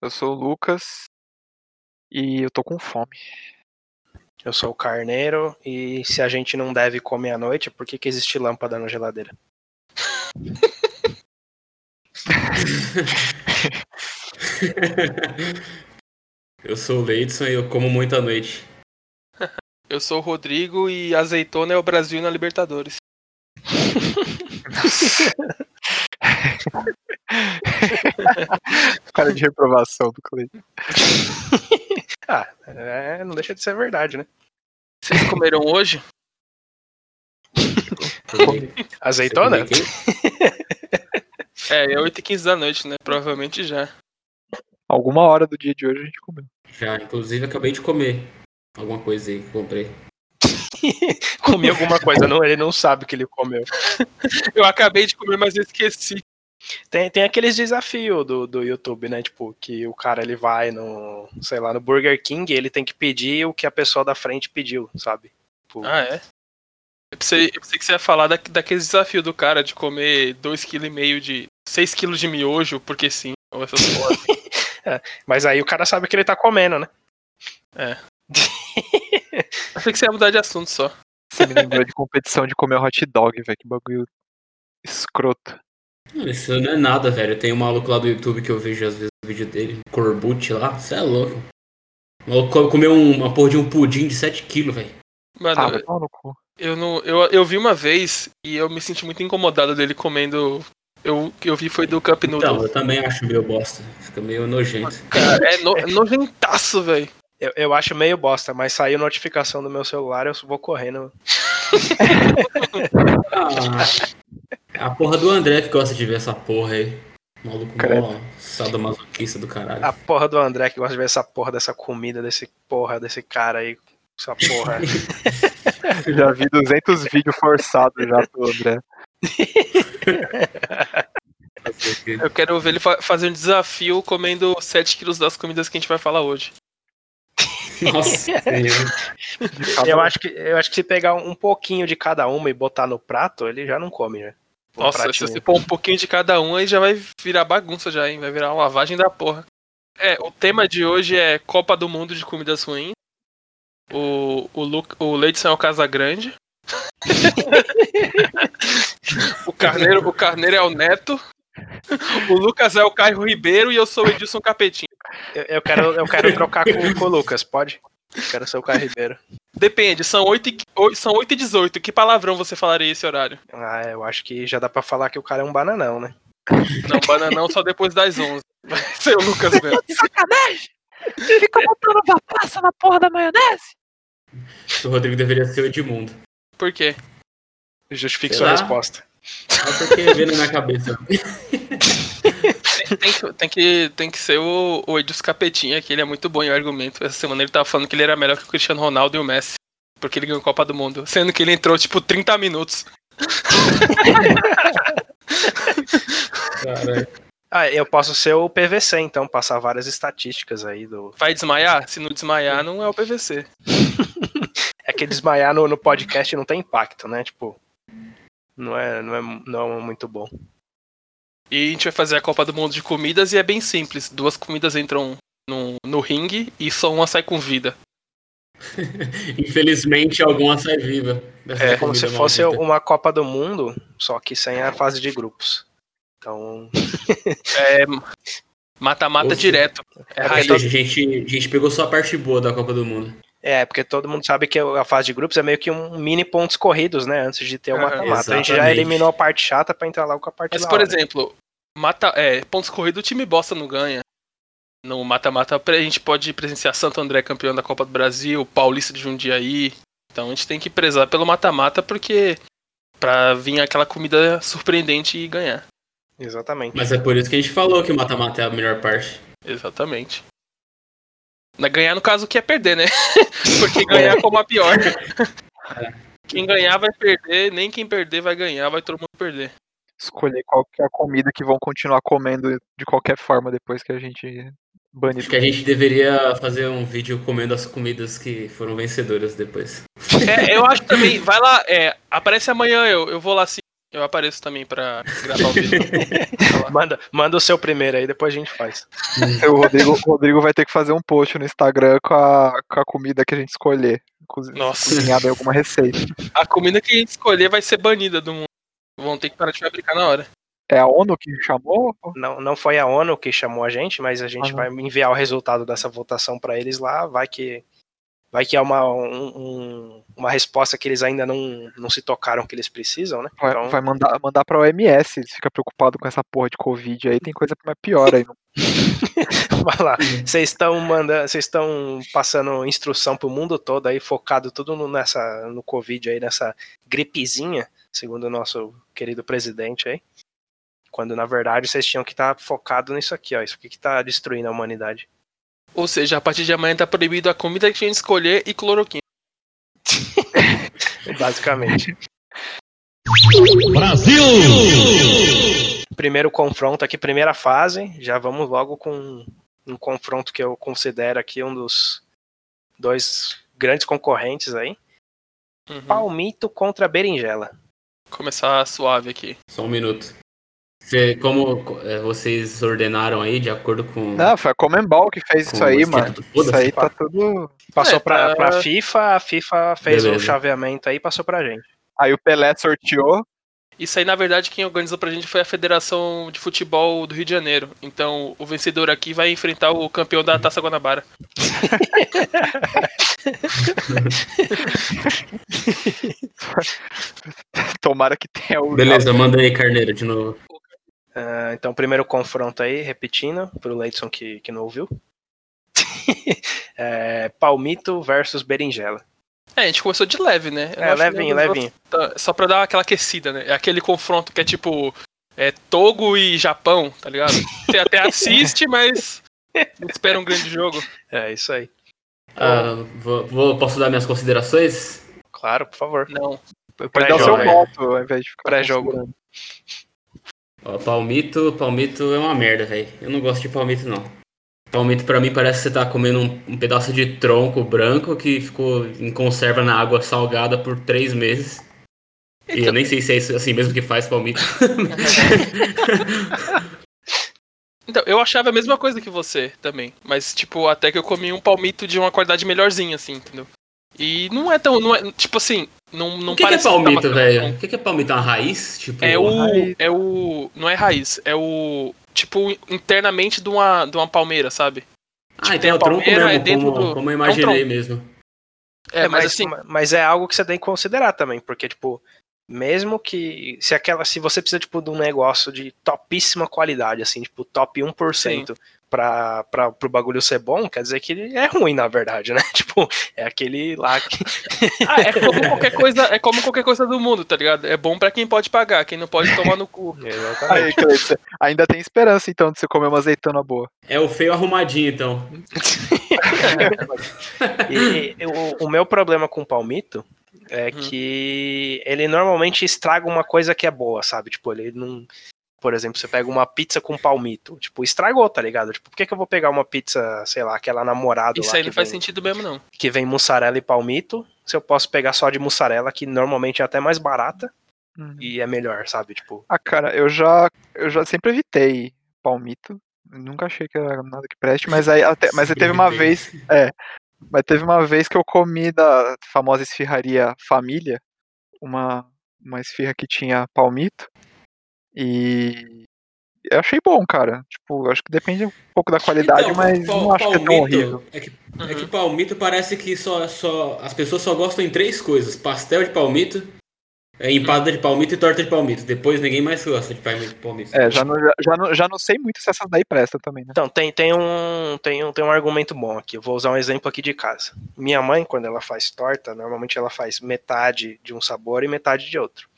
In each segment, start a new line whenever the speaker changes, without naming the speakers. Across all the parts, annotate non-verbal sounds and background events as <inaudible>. Eu sou o Lucas e eu tô com fome.
Eu sou o Carneiro e se a gente não deve comer à noite, por que, que existe lâmpada na geladeira?
eu sou o Leidson e eu como muito à noite.
Eu sou o Rodrigo e azeitona é o Brasil na Libertadores.
Cara de reprovação do Cleiton.
Ah, é, não deixa de ser verdade, né?
Vocês comeram hoje?
Azeitona?
É, é 8h15 da noite, né? Provavelmente já.
Alguma hora do dia de hoje a gente comeu.
Já, inclusive acabei de comer alguma coisa aí que comprei.
Comi alguma coisa, não, ele não sabe o que ele comeu.
Eu acabei de comer, mas eu esqueci.
Tem, tem aqueles desafios do, do YouTube, né? Tipo, que o cara ele vai no, sei lá, no Burger King e ele tem que pedir o que a pessoa da frente pediu, sabe? Tipo,
Ah, é? Eu pensei, eu pensei que você ia falar da, daquele desafio do cara de comer 2,5 kg de. 6 kg de miojo, porque sim. Ou <laughs> essas coisas.
Mas aí o cara sabe o que ele tá comendo, né?
Achei que você ia mudar de assunto só.
Você me lembrou de competição de comer hot dog, velho. Que bagulho escroto.
Não, Isso não é nada, velho. Tem um maluco lá do YouTube que eu vejo às vezes o vídeo dele, Corbucci lá, você é louco. O maluco come- comeu um- uma porra de um pudim de 7kg, velho.
Mano,
Ah, vai tomar no cu.
eu não. Eu, eu vi uma vez e eu me senti muito incomodado dele comendo. Eu, o que eu vi foi do Cup
Então,
Noodle.
eu também acho meio bosta. Fica meio nojento.
Cara, é, no, é nojentaço, velho.
Eu, eu acho meio bosta, mas saiu notificação do meu celular, eu vou correndo.
Ah, é a porra do André que gosta de ver essa porra aí. Maluco
Credo.
mó sadomasoquista do caralho.
A porra do André que gosta de ver essa porra dessa comida, desse porra, desse cara aí. Essa porra.
Eu já vi 200 vídeos forçados já pro André.
Eu quero ver ele fa- fazer um desafio comendo 7 quilos das comidas que a gente vai falar hoje.
Nossa senhora.
De cada- um
eu, acho que, eu acho que se pegar um pouquinho de cada uma e botar no prato, ele já não come, né? Um
Nossa,
pratinho.
se você pôr um pouquinho de cada um, aí já vai virar bagunça já, hein? Vai virar uma lavagem da porra. É, o tema de hoje é Copa do Mundo de Comidas Ruins. O, o, Lu, o Leidson é o Casa Grande. <laughs> o, Carneiro, o Carneiro é o Neto. O Lucas é o Caio Ribeiro e eu sou o Edilson Capetinho.
eu, eu quero, eu quero <laughs> trocar com, com o Lucas, pode? Quero ser o Caio Ribeiro.
Depende, são 8 e, oi- são 8 e 18. Que palavrão você falaria esse horário?
Ah, eu acho que já dá pra falar que o cara é um bananão, né?
Não, bananão só depois das 11. Vai ser o Lucas mesmo.
sacanagem? Fica botando vapaça na porra da maionese?
O Rodrigo deveria ser o Edmundo.
Por quê?
Justifique
Será?
sua resposta.
Só porque vê na minha cabeça.
Tem que, tem que, tem que ser o, o Edilson Capetinha, que ele é muito bom em argumento. Essa semana ele tava falando que ele era melhor que o Cristiano Ronaldo e o Messi. Porque ele ganhou a Copa do Mundo. Sendo que ele entrou, tipo, 30 minutos.
Caralho.
Ah, eu posso ser o PVC, então, passar várias estatísticas aí do.
Vai desmaiar? Se não desmaiar, não é o PVC.
É que desmaiar no, no podcast não tem impacto, né? Tipo. Não é, não é, não é muito bom.
E a gente vai fazer a Copa do Mundo de comidas e é bem simples. Duas comidas entram no, no ringue e só uma sai com vida.
Infelizmente, alguma sai viva. dessa
É como
comida
se fosse
maldita.
uma Copa do Mundo, só que sem a fase de grupos. Então,
É. Mata-mata
Ufa.
direto. É
É,
raiz.
a, gente, a gente pegou só a parte boa da Copa do Mundo.
é, porque todo mundo sabe que a fase de grupos é meio que um mini pontos corridos, né? Antes de ter o
Ah,
mata-mata. Então A gente já
exatamente.
eliminou a parte chata pra entrar logo com a parte
Mas,
da
É por
hora.
exemplo, mata, é, pontos corridos, o time bosta não ganha. No mata-mata, a gente pode presenciar Santo André campeão da Copa do Brasil, Paulista de Jundiaí. Então a gente tem que prezar pelo mata-mata, porque. pra vir aquela comida surpreendente e ganhar.
Exatamente.
Mas é por isso que a gente falou que o mata-mata é a melhor parte.
Exatamente. Na- Ganhar, no caso, que é perder, né? <laughs>
É.
porque ganhar como a pior. Quem ganhar vai perder, nem quem perder vai ganhar, vai todo mundo perder.
Escolher qual que é a comida que vão continuar comendo de qualquer forma depois que a gente banir.
Acho que a gente deveria fazer um vídeo comendo as comidas que foram vencedoras depois.
É, eu acho também, vai lá, é, aparece amanhã, eu, eu vou lá assim, Eu apareço também pra gravar
<laughs>
o vídeo. Fala.
Manda, manda o seu primeiro aí, depois a gente faz.
O Rodrigo, o Rodrigo vai ter que fazer um post no Instagram com a, com a comida que a gente escolher. cozi-
Nossa.
Cozinhada em alguma receita.
A comida que a gente escolher vai ser banida do mundo. Vão ter que parar de fabricar na hora.
É a ONU que chamou?
Não, não foi a ONU que chamou a gente, mas a gente
Ah, não.
vai enviar o resultado dessa votação pra eles lá. Vai que vai que é uma, um- um- uma resposta que eles ainda não, não se tocaram que eles precisam, né?
É.
Vai,
Então-
vai mandar, mandar pra OMS. Eles ficam preocupados com essa porra de Covid aí. Tem coisa mais pior aí.
<laughs> Vai lá. Vocês estão mandando, vocês estão passando instrução pro mundo todo aí, focado tudo no, nessa, no Covid aí, nessa gripezinha, segundo o nosso querido presidente aí. Quando na verdade vocês tinham que estar focado nisso aqui, ó. Isso aqui que tá destruindo a humanidade.
Ou seja, a partir de amanhã tá proibido a comida que a gente escolher e cloroquina.
Basicamente.
Brasil!
Primeiro confronto aqui, primeira fase. Já vamos logo com um confronto que eu considero aqui um dos dois grandes concorrentes aí.
Uhum.
Palmito contra berinjela.
Começar suave aqui.
Só um minuto. Você- como co- é, vocês ordenaram aí, de acordo com.
Não, foi a Comembol que fez
com
Ah, isso
o
aí,
esquema
mano.
do foda-se.
Isso aí tá tudo.
Passou
É,
pra,
tá-
pra FIFA, a FIFA fez o
Beleza.
chaveamento aí e passou pra gente.
Aí o Pelé sorteou. <laughs>
Isso aí, na verdade, quem organizou pra gente foi a Federação de Futebol do Rio de Janeiro. Então, o vencedor aqui vai enfrentar o campeão da Taça Guanabara.
Tomara que tenha o.
Beleza, manda aí, Carneiro, de novo.
Ah, então, primeiro confronto aí, repetindo, pro Leidson que, que não ouviu. <laughs> É, Palmito versus Berinjela.
É, a gente começou de leve, né? Eu
É,
acho que
levinho,
nem-
levinho.
Tá, Só pra dar aquela aquecida, né? É aquele confronto que é tipo. É Togo e Japão, tá ligado? Você
<laughs>
até assiste, mas. Não espera um grande jogo.
É isso aí.
Ah, vou- vou- posso dar minhas considerações?
Claro, por favor.
Não.
Pode dar o
Pré-jogo.
seu
Pré-jogo.
voto, ao invés de ficar.
Pré-jogo.
considerando.
Ó, palmito, palmito é uma merda, velho. Eu não gosto de palmito, não. Palmito pra mim parece que você tá comendo um, um pedaço de tronco branco que ficou em conserva na água salgada por três meses. E eu nem sei se é isso assim mesmo que faz palmito.
Então, eu achava a mesma coisa que você também. Mas, tipo, até que eu comi um palmito de uma qualidade melhorzinha, assim, entendeu? E não é tão. Não é, tipo assim, não, não
o que, que é
parece. tá
palmito,
matando
velho?
fome.
O que, que é palmito? É Uma raiz? Tipo,
É
Raiz.
o. É o. Não é raiz, é o. Tipo, internamente de uma, de uma palmeira, sabe?
Ah, então é o
tipo, a
tronco
palmeira
mesmo,
é dentro
como,
do-
como eu
um tronco.
imaginei mesmo.
É, mas
mas,
assim.
mas é algo que você tem que considerar também, porque, tipo, mesmo que. Se aquela. Se você precisa, tipo, de um negócio de topíssima qualidade, assim, tipo, top 1% pra, pra, pro bagulho ser bom, quer dizer que ele é ruim, na verdade, né? <laughs> Tipo, é aquele lá que.
Ah, é como qualquer coisa, é como qualquer coisa do mundo, tá ligado? É bom pra quem pode pagar, quem não pode tomar no cu.
Exatamente.
Aí, Cleiton, ainda tem esperança então de você comer uma azeitona boa.
É o feio arrumadinho, então.
E eu- o meu problema com o palmito é
Uhum.
que ele normalmente estraga uma coisa que é boa, sabe? Tipo, ele não. Por exemplo, você pega uma pizza com palmito. Tipo, estragou, tá ligado? Tipo, por que, que eu vou pegar uma pizza, sei lá, aquela namorada
Isso
lá
aí
que,
não faz
vem,
sentido mesmo, não.
que vem mussarela e palmito? Se eu posso pegar só de mussarela, que normalmente é até mais barata e é melhor, sabe? Tipo,
Hum. Ah, cara, eu já, eu já sempre evitei palmito. Nunca achei que era nada que preste, mas aí até, mas aí teve uma vez, é, mas teve uma vez que eu comi da famosa esfirraria Família, uma uma esfirra que tinha palmito e eu achei bom, cara. Tipo, eu acho que depende um pouco da qualidade,
Então,
mas
pal-
não acho que é tão
palmito
horrível.
é que-
Uhum.
É que palmito parece que só, só as pessoas só gostam em três coisas: pastel de palmito, é, empada de palmito e torta de palmito. Depois ninguém mais gosta de palmito. palmito.
É, já não, já- já, não, já não sei muito se essas daí prestam também, né?
Então, tem, tem, um, tem, um, tem um argumento bom aqui. Eu vou usar um exemplo aqui de casa. Minha mãe, quando ela faz torta, normalmente ela faz metade de um sabor e metade de outro.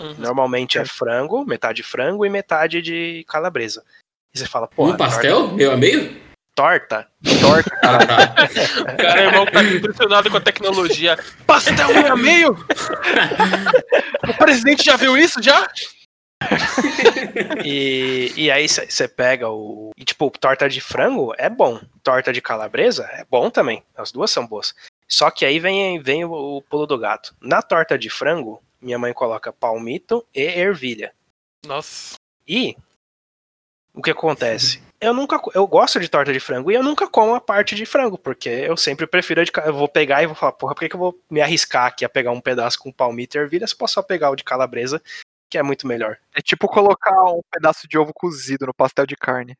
Uhum.
Normalmente é frango, metade frango e metade de calabresa. E você fala, pô,
um pastel,
né?
meu amigo?
Torta?
Torta,
Ah, tá.
O
<laughs>
cara, irmão, tá impressionado com a tecnologia. Pastel meio a
<laughs>
meio! O presidente já viu isso já?
E, e aí você você pega o. E tipo, torta de frango é bom. Torta de calabresa é bom também. As duas são boas. Só que aí vem, vem o, o pulo do gato. Na torta de frango, Minha mãe coloca palmito e ervilha.
Nossa.
E o que acontece? Eu nunca co- eu gosto de torta de frango e eu nunca como a parte de frango, porque eu sempre prefiro a de ca- eu vou pegar e vou falar, porra, por que, que eu vou me arriscar aqui a pegar um pedaço com palmito e ervilha se eu posso só pegar o de calabresa, que é muito melhor.
É tipo colocar um pedaço de ovo cozido no pastel de
<laughs>
carne.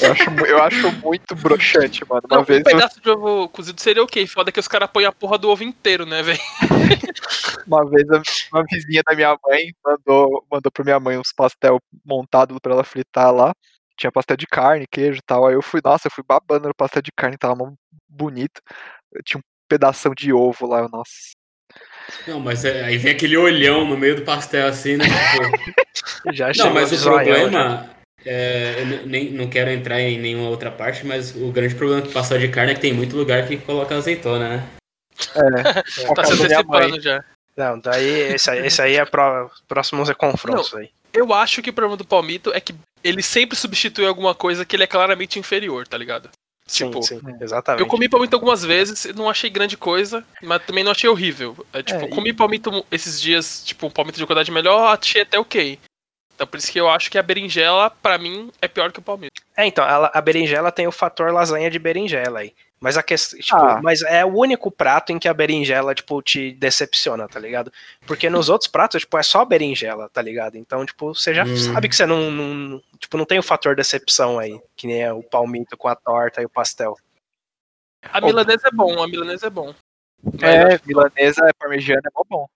eu, acho, mu- eu acho muito broxante, mano. Uma
Não,
vez
um pedaço de ovo cozido seria o quê? Foda que os caras põem a porra do ovo inteiro, né, velho?
Uma vez a- uma vizinha da minha mãe mandou, mandou pra minha mãe uns pastel montado pra ela fritar lá. Tinha pastel de carne, queijo e tal. Aí eu fui, nossa, eu fui babando no pastel de carne, tava mó bonito. Eu tinha um pedação de ovo lá, eu, nossa.
Não, mas é- aí vem aquele olhão no meio do pastel assim, né?
<laughs> É,
Tipo,
Já chegou
não, mas
de
o
zoião, já.
problema. é, eu n- nem, não quero entrar em nenhuma outra parte, mas o grande problema do pastel de carne é que tem muito lugar que coloca azeitona, né?
<laughs>
É,
Tá
Por
se
causa da minha
antecipando já.
Não, daí esse aí, esse aí é pro, próximos é confrontos aí.
Eu acho que o problema do palmito é que ele sempre substitui alguma coisa que ele é claramente inferior, tá ligado?
Sim,
tipo,
sim, exatamente.
Eu comi palmito algumas vezes, não achei grande coisa, mas também não achei horrível. É, tipo,
É, e-
comi palmito esses dias, tipo, um palmito de qualidade melhor, achei até ok. Então por isso que eu acho que a berinjela, pra mim, é pior que o palmito.
É, então, ela- a berinjela tem o fator lasanha de berinjela aí. Mas a questão, tipo,
Ah.
mas é o único prato em que a berinjela, tipo, te decepciona, tá ligado? Porque nos outros pratos, tipo, é só berinjela, tá ligado? Então, tipo, você já
Hum.
sabe que você não, não- tipo, não tem o fator decepção aí, que nem é o palmito com a torta e o pastel.
A milanesa é bom, a milanesa é bom.
é milanesa, é parmegiana, é mó bom.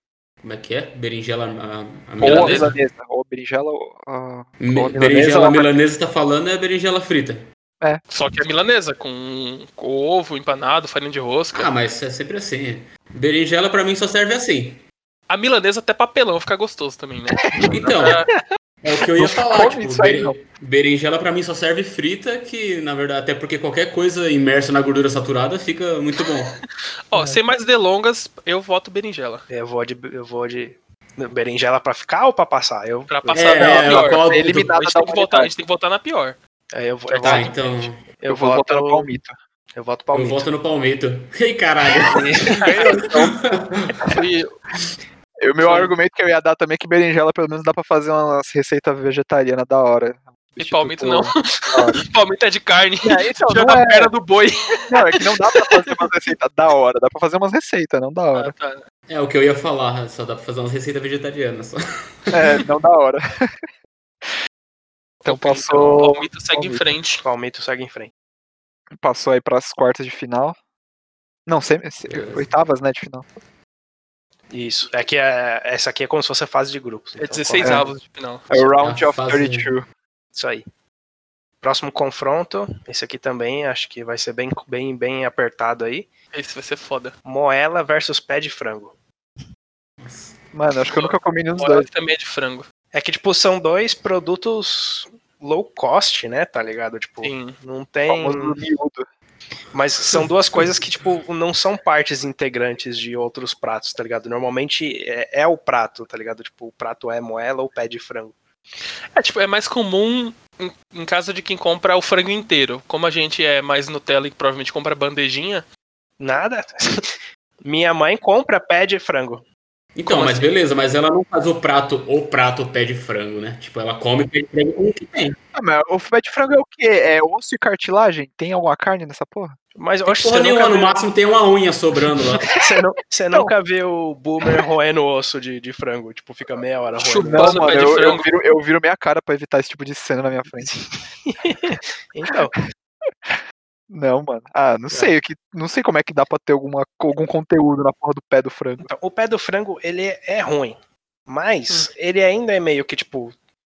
Como é que é? Berinjela a, a
Ou a
milanesa?
milanesa, ou a berinjela, ou a...
Me-
ou a né? milanesa,
berinjela
ou a-
milanesa tá falando é berinjela frita.
Só que a milanesa, com, com ovo, empanado, farinha de rosca.
Ah, mas é sempre assim. Berinjela pra mim só serve assim.
A milanesa até papelão fica gostoso também, né?
<laughs>
Então, é o que eu ia
Não
falar.
come
Tipo,
isso aí,
beri-
não.
berinjela pra mim só serve frita, que na verdade, até porque qualquer coisa imersa na gordura saturada fica muito bom.
Ó, sem mais delongas, eu voto berinjela.
Eu vou de, eu vou de berinjela pra ficar ou pra passar? Eu,
Pra
É,
passar
é,
pela pior.
qual-
A
eliminada
gente, tem que votar,
da
a
humanidade.
gente tem que votar na pior. <laughs>
é, eu, eu,
Tá,
voto,
então
eu,
Eu vou votar no
palmito.
palmito.
Eu voto
eu
palmito.
volto no palmito. <laughs> Ei, caralho.
<laughs>
E
E o meu argumento que eu ia dar também é que berinjela pelo menos dá pra fazer umas receitas vegetarianas da hora.
E palmito não.
Da hora.
palmito é de carne. <laughs>
É, então,
Tira
não,
da
é,
perna do boi.
não, é que não dá pra fazer umas receitas da hora, dá pra fazer umas receitas, não da hora.
É o que eu ia falar, só dá pra fazer umas receitas vegetarianas.
<laughs>
Só.
É, não da hora. <laughs> Então passou,
Palmito segue em
palmito.
frente.
Palmito segue em frente.
passou aí pras quartas de final. Não, semi, se- oitavas, né, de final.
Isso. É que é, essa aqui é como se fosse a fase de grupos.
É
então,
16
é.
avos de final.
É o round
Tá
Ah,
of
fase-
32.
Isso aí. Próximo confronto, esse aqui também, acho que vai ser bem, bem, bem apertado aí.
Esse vai ser foda.
Moela versus pé de frango.
Mano, acho que eu nunca comi nenhum dos
Moral
dois.
que também é de frango.
É que, tipo, são dois produtos low cost, né? Tá ligado? Tipo,
Sim.
não
O
tem.
famoso miúdo.
Mas são duas coisas que, tipo, não são partes integrantes de outros pratos, tá ligado? Normalmente é, é o prato, tá ligado? Tipo, o prato é moela ou pé de frango.
É, tipo, é mais comum em, em caso de quem compra o frango inteiro. Como a gente é mais Nutella e provavelmente compra bandejinha.
Nada. <laughs> Minha mãe compra pé de frango.
Então,
Como
mas
assim?
beleza, mas ela não faz o prato, o prato pé de frango, né? Tipo, ela come pé de frango com o que tem.
Ah, mas o filé de frango é o quê? É osso e cartilagem? Tem alguma carne nessa porra?
Mas eu acho que você
Porra
nunca,
nenhuma, no
viu,
máximo tem uma unha sobrando lá.
você, nu- você nunca viu o boomer roendo osso de, de frango. Tipo, fica meia hora roendo.
Chupando
Não,
pé
mano,
de
eu, eu
frango.
viro, eu viro minha cara pra evitar esse tipo de cena na minha frente. <laughs>
Então,
Não, mano. Ah, não sei. o Que, não sei como é que dá pra ter alguma, algum conteúdo na porra do pé do frango.
então, o pé do frango, ele é ruim. Mas ele ainda é meio que, tipo,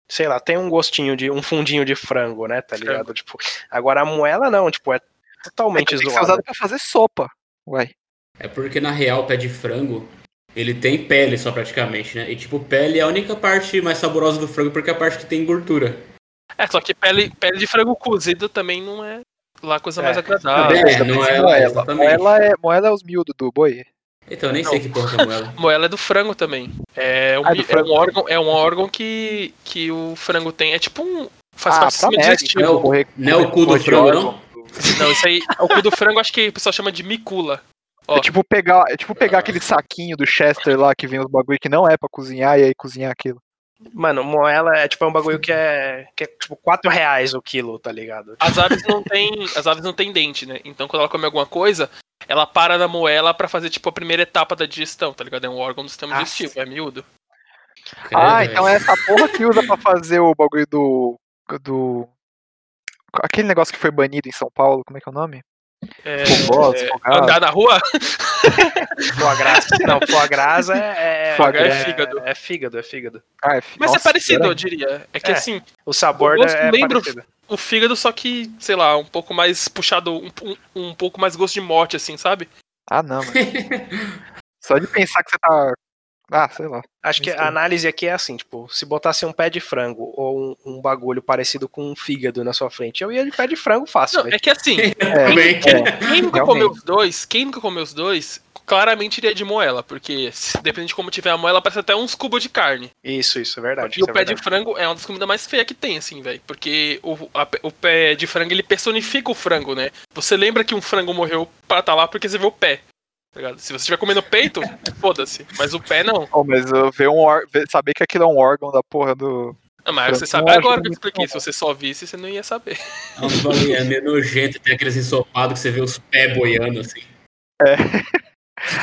sei lá, tem um gostinho de. um fundinho de frango, né? Tá ligado? Tipo, agora a moela não, tipo, é
É
totalmente
que tem que ser
zoada.
usado pra fazer sopa. Uai.
É porque na real o pé de frango ele tem pele só praticamente, né? E tipo, pele é a única parte mais saborosa do frango porque é a parte que tem gordura.
É, só que pele, pele de frango cozido também não é lá a coisa
É.
mais agradável.
É, não é ela,
moela.
exatamente.
Moela é, moela é os miúdos do boi.
Então eu nem sei que porra que
<laughs>
é moela.
Moela é do frango também. É um,
Ah, do
é
frango.
um órgão, é um órgão que, que o frango tem. É tipo um. Faz parte do
tá
sistema
merda,
digestivo.
então,
Não,
correr-
não é
correr
o cu do
porra de
frango,
órgão.
não?
Não, isso aí. O cu do frango acho que o pessoal chama de micula. Ó.
É tipo pegar, é tipo pegar aquele saquinho do Chester lá que vem os bagulho que não é pra cozinhar e aí cozinhar aquilo.
Mano, moela é tipo é um bagulho que é, que é tipo 4 reais o quilo, tá ligado?
As aves não têm, as aves não têm dente, né? Então quando ela come alguma coisa, ela para na moela pra fazer tipo a primeira etapa da digestão, tá ligado? É um órgão do sistema
Nossa.
digestivo, é miúdo.
ah,
Credo,
então é
velho.
essa porra que usa pra fazer o bagulho do do aquele negócio que foi banido em São Paulo, como é que é o nome?
É,
Fogos,
é,
fogados.
andar na rua?
Foie gras. Tipo, Não, foie gras é, é,
Foie gras
é fígado.
É, fígado, é fígado.
Ah, f-
Mas
nossa,
é parecido,
será?
eu diria. É que
É.
assim,
O sabor
O gosto
é
lembra o
parecido.
o fígado só que, sei lá, um pouco mais puxado, um, um, um pouco mais gosto de morte, assim, sabe?
Ah, não, mano. Só de pensar que você tá Ah, sei lá.
Acho que a
Mistura.
análise aqui é assim, tipo, se botasse um pé de frango ou um, um bagulho parecido com um fígado na sua frente, eu ia de pé de frango fácil,
Não,
velho.
é que assim,
<laughs>
<laughs>
Também.
quem nunca
Realmente.
comeu os dois, quem nunca comeu os dois, claramente iria de moela, porque se- dependendo de como tiver a moela, parece até uns cubos de carne.
Isso, isso, é verdade.
E o
isso é
pé de
verdade.
frango é uma das comidas mais feias que tem, assim, velho. Porque o, a- o pé de frango, ele personifica o frango, né? Você lembra que um frango morreu pra estar lá porque você vê o pé. tá ligado? Se você estiver comendo peito, <laughs> foda-se. Mas o pé não.
Oh, mas eu ver um or- ver- saber que aquilo é um órgão da porra do
Ah, mas você
Frango,
sabe
eu
agora
acho
que eu
muito
expliquei.
bom.
Se você só visse, você não ia saber.
É uns bagulho, é meio nojento, tem aqueles ensopados que você vê os pés boiando assim.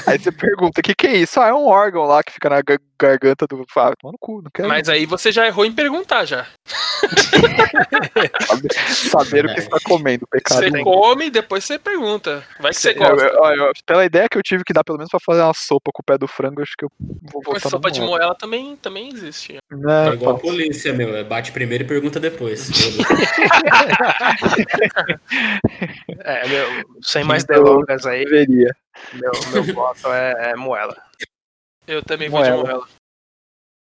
Aí você pergunta, o que, que é isso? Ah, é um órgão lá que fica na ga- garganta do Fábio. Toma no cu, não quero
Mas aí você já errou em perguntar já.
saber, saber o que você tá comendo, pecado.
você
né?
come e depois você pergunta. Vai que você
Eu-
gosta.
eu- eu- pela ideia que eu tive que dar pelo menos pra fazer uma sopa com o pé do frango, eu acho que eu vou
Mas
voltar Né,
sopa Tá de moela também, também existe.
É igual a
Não,
polícia, meu. é Bate primeiro e pergunta depois.
É, meu, sem mais
Então-
delongas aí,
deveria.
meu,
<laughs>
meu voto é, é moela.
Eu também vou
Moela.
de moela.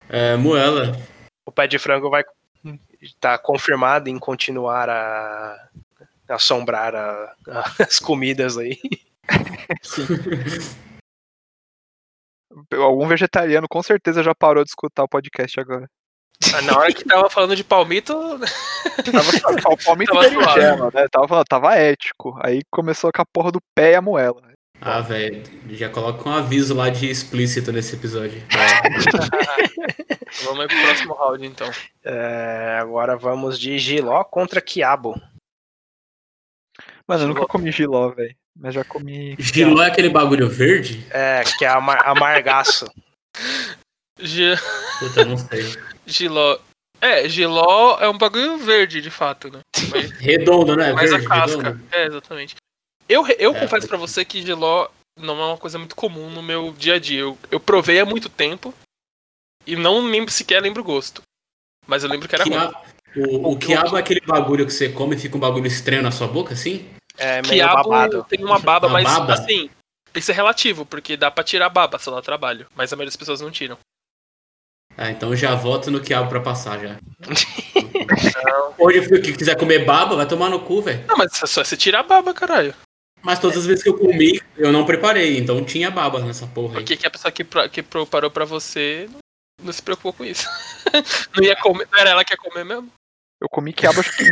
É, moela.
O pé de frango vai estar confirmado em continuar a assombrar a- a- as comidas aí.
Algum vegetariano com certeza já parou de escutar o
<laughs>
podcast agora.
Ah, Na hora que tava falando de palmito, <laughs>
Tava, o palmito
Tava
berinjela, né? Tava falando, tava ético. Aí começou com a porra do pé e a moela.
Ah, velho. Já coloca um aviso lá de explícito nesse episódio. É,
vamos aí pro próximo round então.
É, agora vamos de giló contra quiabo.
Mano, eu
Giló.
nunca comi giló, velho. Mas já comi.
Giló é aquele bagulho verde?
É, que é amar, amargaço.
Gi-
Puta, não sei.
Giló. É, giló é um bagulho verde, de fato, né?
Redondo, né? É
Mas a
verde,
casca.
redondo.
É, exatamente. Eu, re- eu
É,
confesso
pode
pra você que giló não é uma coisa muito comum no meu dia a dia. Eu, eu provei há muito tempo e não lembro, sequer lembro o gosto. Mas eu lembro que era ruim.
Quia- O, o quiabo é aquele bagulho que você come e fica um bagulho estranho na sua boca, assim?
É meio
Quiabo
babado.
tem uma baba,
Uma
mas
baba?
assim, isso é relativo, porque dá pra tirar baba só dá trabalho. Mas a maioria das pessoas não tiram.
Ah, então eu já voto no quiabo pra passar já. Hoje, o que quiser comer baba, vai tomar no cu, velho.
Não, mas é só você tirar a baba, caralho.
Mas todas as vezes que eu comi, eu não preparei, então tinha baba nessa porra aí.
Porque que a pessoa que, pra- que preparou pra você não se preocupou com isso. <laughs> não ia comer, não era ela que ia comer mesmo?
Eu comi quiabo acho que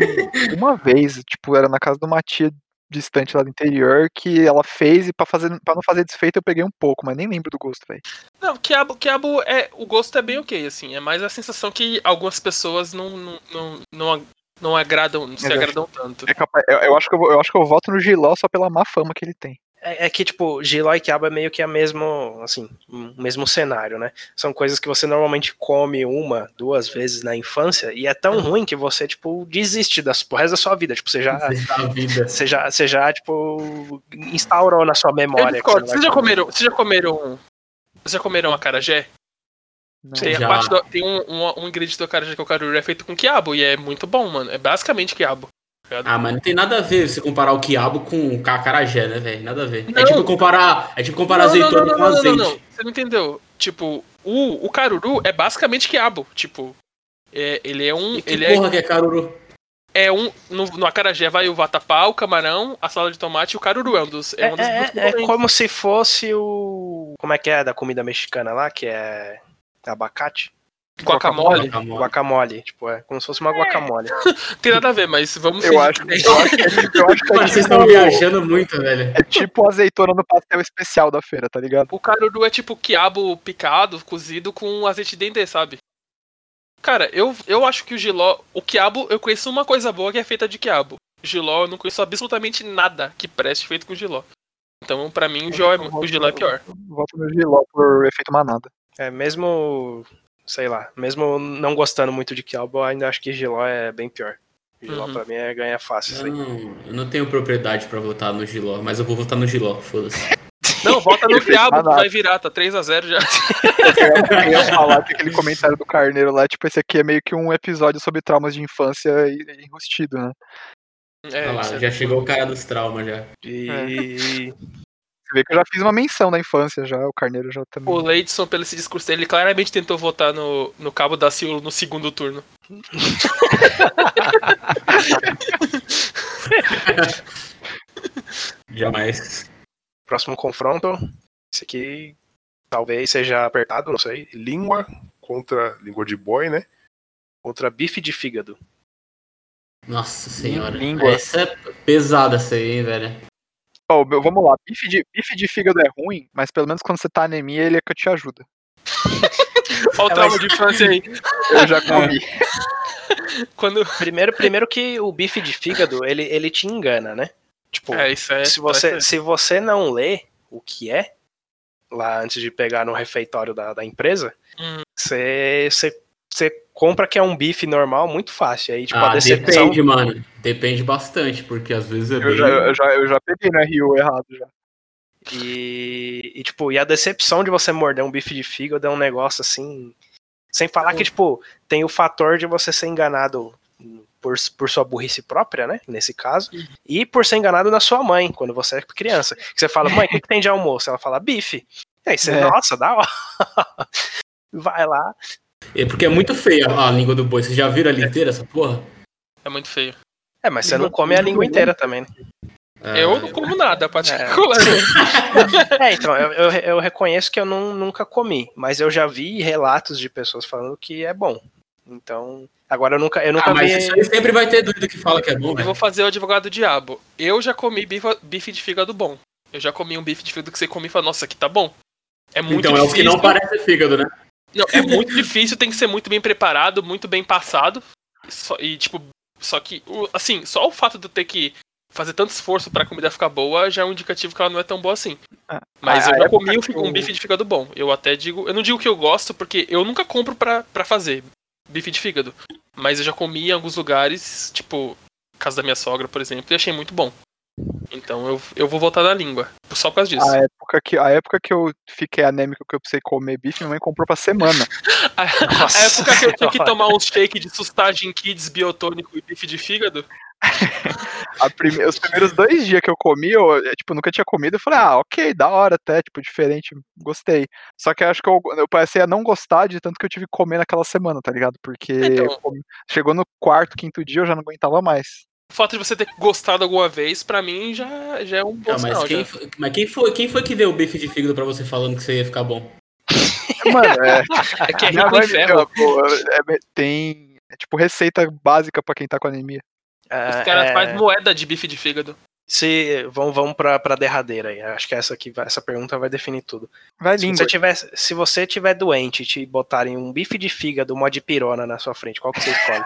uma vez, tipo, era na casa de uma tia distante lá do interior que ela fez e pra, fazer, pra não fazer desfeita eu peguei um pouco, mas nem lembro do gosto, velho.
Não, quiabo, quiabo é. O gosto é bem ok, assim. É mais a sensação que algumas pessoas não, não, não, não, ag- não agradam, não se
Mas eu
agradam tanto.
É capaz- eu, eu acho que eu, vou- eu acho que eu voto no Giló só pela má fama que ele tem.
É, é que, tipo, giló e quiabo é meio que a mesmo, assim, o mesmo cenário, né? São coisas que você normalmente come uma, duas vezes na infância e é tão ruim que você, tipo, desiste das, pro resto da sua vida. Tipo, você já,
Da vida.
você já, você já tipo, instaurou na sua
Eu
memória. que
discordo.
você não
Vocês já
vai comer.
comeram. Vocês já comeram. Vocês já comeram acarajé?
Não.
Tem, a
Já.
parte do- tem um, um, um ingrediente do acarajé que é o caruru é feito com quiabo e é muito bom, mano. É basicamente quiabo.
Ah, mas não tem nada a ver você comparar o quiabo com o cacarajé, né, velho? Nada a ver.
Não.
É tipo comparar, é tipo comparar azeitona com azeite.
Você não entendeu? Tipo, o, o caruru é basicamente quiabo. Tipo, é, ele é um.
E que
Ele
porra que é caruru?
é, é um. No, no acarajé vai o vatapá, o camarão, a salada de tomate e o caruru. É um dos. É, um
É,
dos
é-
dos
é
componentes.
como se fosse o. Como é que é da comida mexicana lá, que é abacate?
Guacamole?
Tá
Guacamole, tipo, é como se fosse uma guacamole.
Não tem nada a ver, mas vamos
Eu
fingir
acho,
que tem.
eu acho que é tipo, eu acho que é
Mano, vocês
tipo-
estão viajando muito, velho.
é tipo azeitona no pastel especial da feira, tá ligado?
O caruru é tipo quiabo picado, cozido com azeite dendê, sabe? Cara, eu, eu acho que o giló... O quiabo, eu conheço uma coisa boa que é feita de quiabo. Giló, eu não conheço absolutamente nada que preste feito com giló. Então, pra mim, o giló é, o giló é pior.
Volta no giló por efeito manada.
É, mesmo, sei lá, mesmo não gostando muito de Kielbo, eu ainda acho que Giló é bem pior. Giló
Uhum. Hum,
pra mim é ganha fácil isso
Eu
aí.
não, eu não tenho propriedade pra votar no Giló, mas eu vou votar no Giló, foda-se.
Não, volta Tá no quiabo,
Manada.
vai virar, tá 3x0 já.
Eu ia falar que aquele comentário do Carneiro lá, tipo, esse aqui é meio que um episódio sobre traumas de infância e- e enrustido, né?
É,
Olha lá,
isso é-
já chegou o cara dos traumas já.
E
Você vê que eu já fiz uma menção da infância já, o Carneiro já também.
O Leidson, pelo esse discurso dele, ele claramente tentou votar no, no Cabo da Ciolo no segundo turno.
Jamais.
próximo confronto, esse aqui talvez seja apertado, não sei. Língua contra língua de boi, né? Contra bife de fígado.
Nossa senhora.
Língua.
Essa é pesada essa aí, hein, velho.
Ó, meu, vamos lá, bife de, bife de fígado é ruim, mas pelo menos quando você tá anemia, ele é que te ajuda.
Olha o trauma de infância aí.
Eu já comi.
<laughs> Quando...
Primeiro, primeiro que o bife de fígado, ele, ele te engana, né? Tipo,
É, isso é.
se,
isso
você,
é-
se você não lê o que é, lá antes de pegar no refeitório da, da empresa,
Hum.
você você compra que é um bife normal muito fácil. Aí, tipo, a
Ah,
decepção.
depende, mano. Depende bastante, porque às vezes é
Eu
bem...
já, eu já, eu já peguei no RU errado já.
E, e, tipo, e a decepção de você morder um bife de fígado é um negócio assim. Sem falar que, tipo, tem o fator de você ser enganado por, por sua burrice própria, né? Nesse caso. E por ser enganado da sua mãe, quando você é criança. Que você fala, mãe, o que, que tem de almoço? Ela fala, bife. E aí você,
É.
nossa, da hora. <laughs> Vai lá.
É porque é muito feia a língua do boi. Vocês já viram ela inteira, essa porra?
É muito feio.
É, mas você não come a língua inteira também, né?
Ah, É,
Ah,
eu não como <laughs> nada, particularmente.
É, então, eu, eu, eu reconheço que eu não, nunca comi, mas eu já vi relatos de pessoas falando que é bom. Então, agora eu nunca, eu nunca
Ah, mas
vi.
isso aí sempre vai ter doido que fala que é bom,
Eu vou
velho.
fazer o advogado do diabo. Eu já comi bifa- bife de fígado bom. Eu já comi um bife de fígado que você come e fala, nossa, aqui tá bom. É muito
Então é o que
difícil.
não parece fígado, né?
Não, é muito difícil, tem que ser muito bem preparado, muito bem passado. Só- e, tipo, só que, o- assim, só o fato de eu ter que fazer tanto esforço pra comida ficar boa já é um indicativo que ela não é tão boa assim.
Ah,
Mas
a-
eu
a
já
época
comi um,
que
fi-
eu-
um bife de fígado bom. Eu até digo. Eu não digo que eu gosto, porque eu nunca compro pra, pra fazer bife de fígado. Mas eu já comi em alguns lugares, tipo, casa da minha sogra, por exemplo, e achei muito bom. Então eu, eu vou voltar na língua. Só por causa disso.
A época, que, a época que eu fiquei anêmico que eu precisei comer bife, minha mãe comprou pra semana. Ah,
A,
é.
<laughs>
Nossa
a é época que eu tinha que
<laughs> Senhora.
tomar um shake de sustagem kids, biotônico e bife de fígado.
A prime- Os primeiros dois dias que eu comi, eu eh, tipo, nunca tinha comido, eu falei, ah, ok, da hora até, tipo, diferente, gostei. Só que eu acho que eu, eu passei a não gostar de tanto que eu tive que comer naquela semana, tá ligado? Porque
Então.
eu comi- chegou no quarto, quinto dia, eu já não aguentava mais.
O fato de você ter gostado alguma vez, pra mim, já, já é um bom
Ah, mas
sinal.
quem,
já.
foi- mas quem foi, quem foi que deu o bife de fígado pra você falando que você ia ficar bom?
Mano, <laughs> é,
É que é
minha
rico
mãe
em
me
ferro.
deu, pô, é- é- tem, é, tipo, receita básica pra quem tá com anemia.
É,
Os caras
é,
fazem um moeda de bife de fígado.
se vamos vamos para para derradeira aí. Acho que essa aqui vai- essa pergunta vai definir tudo.
Vai
Se
É lindo.
você tiver se você tiver doente e te botarem um bife de fígado, uma dipirona na sua frente, qual que você escolhe?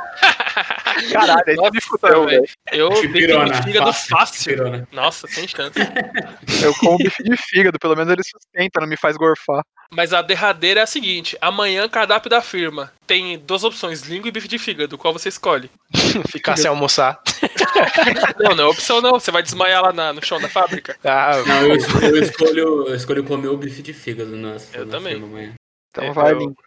Caralho, aí
Nossa,
me fudeu,
velho.
tipo, velho.
Eu bife de
Chipirona,
fígado
fácil,
fácil.
Pirona.
Nossa, sem chance.
Eu como bife de fígado, pelo menos ele sustenta, não me faz gorfar.
Mas a derradeira é a seguinte: amanhã, cardápio da firma. Tem duas opções, língua e bife de fígado. Qual você escolhe?
Ficar sem almoçar.
Não, não é opção, não. Você vai desmaiar lá na- no chão da fábrica.
Ah,
Não, eu escolho,
<laughs>
eu, escolho, eu escolho comer o bife de fígado na,
Eu
na
também.
firma amanhã.
Então
Eu-
vai,
eu-
lindo.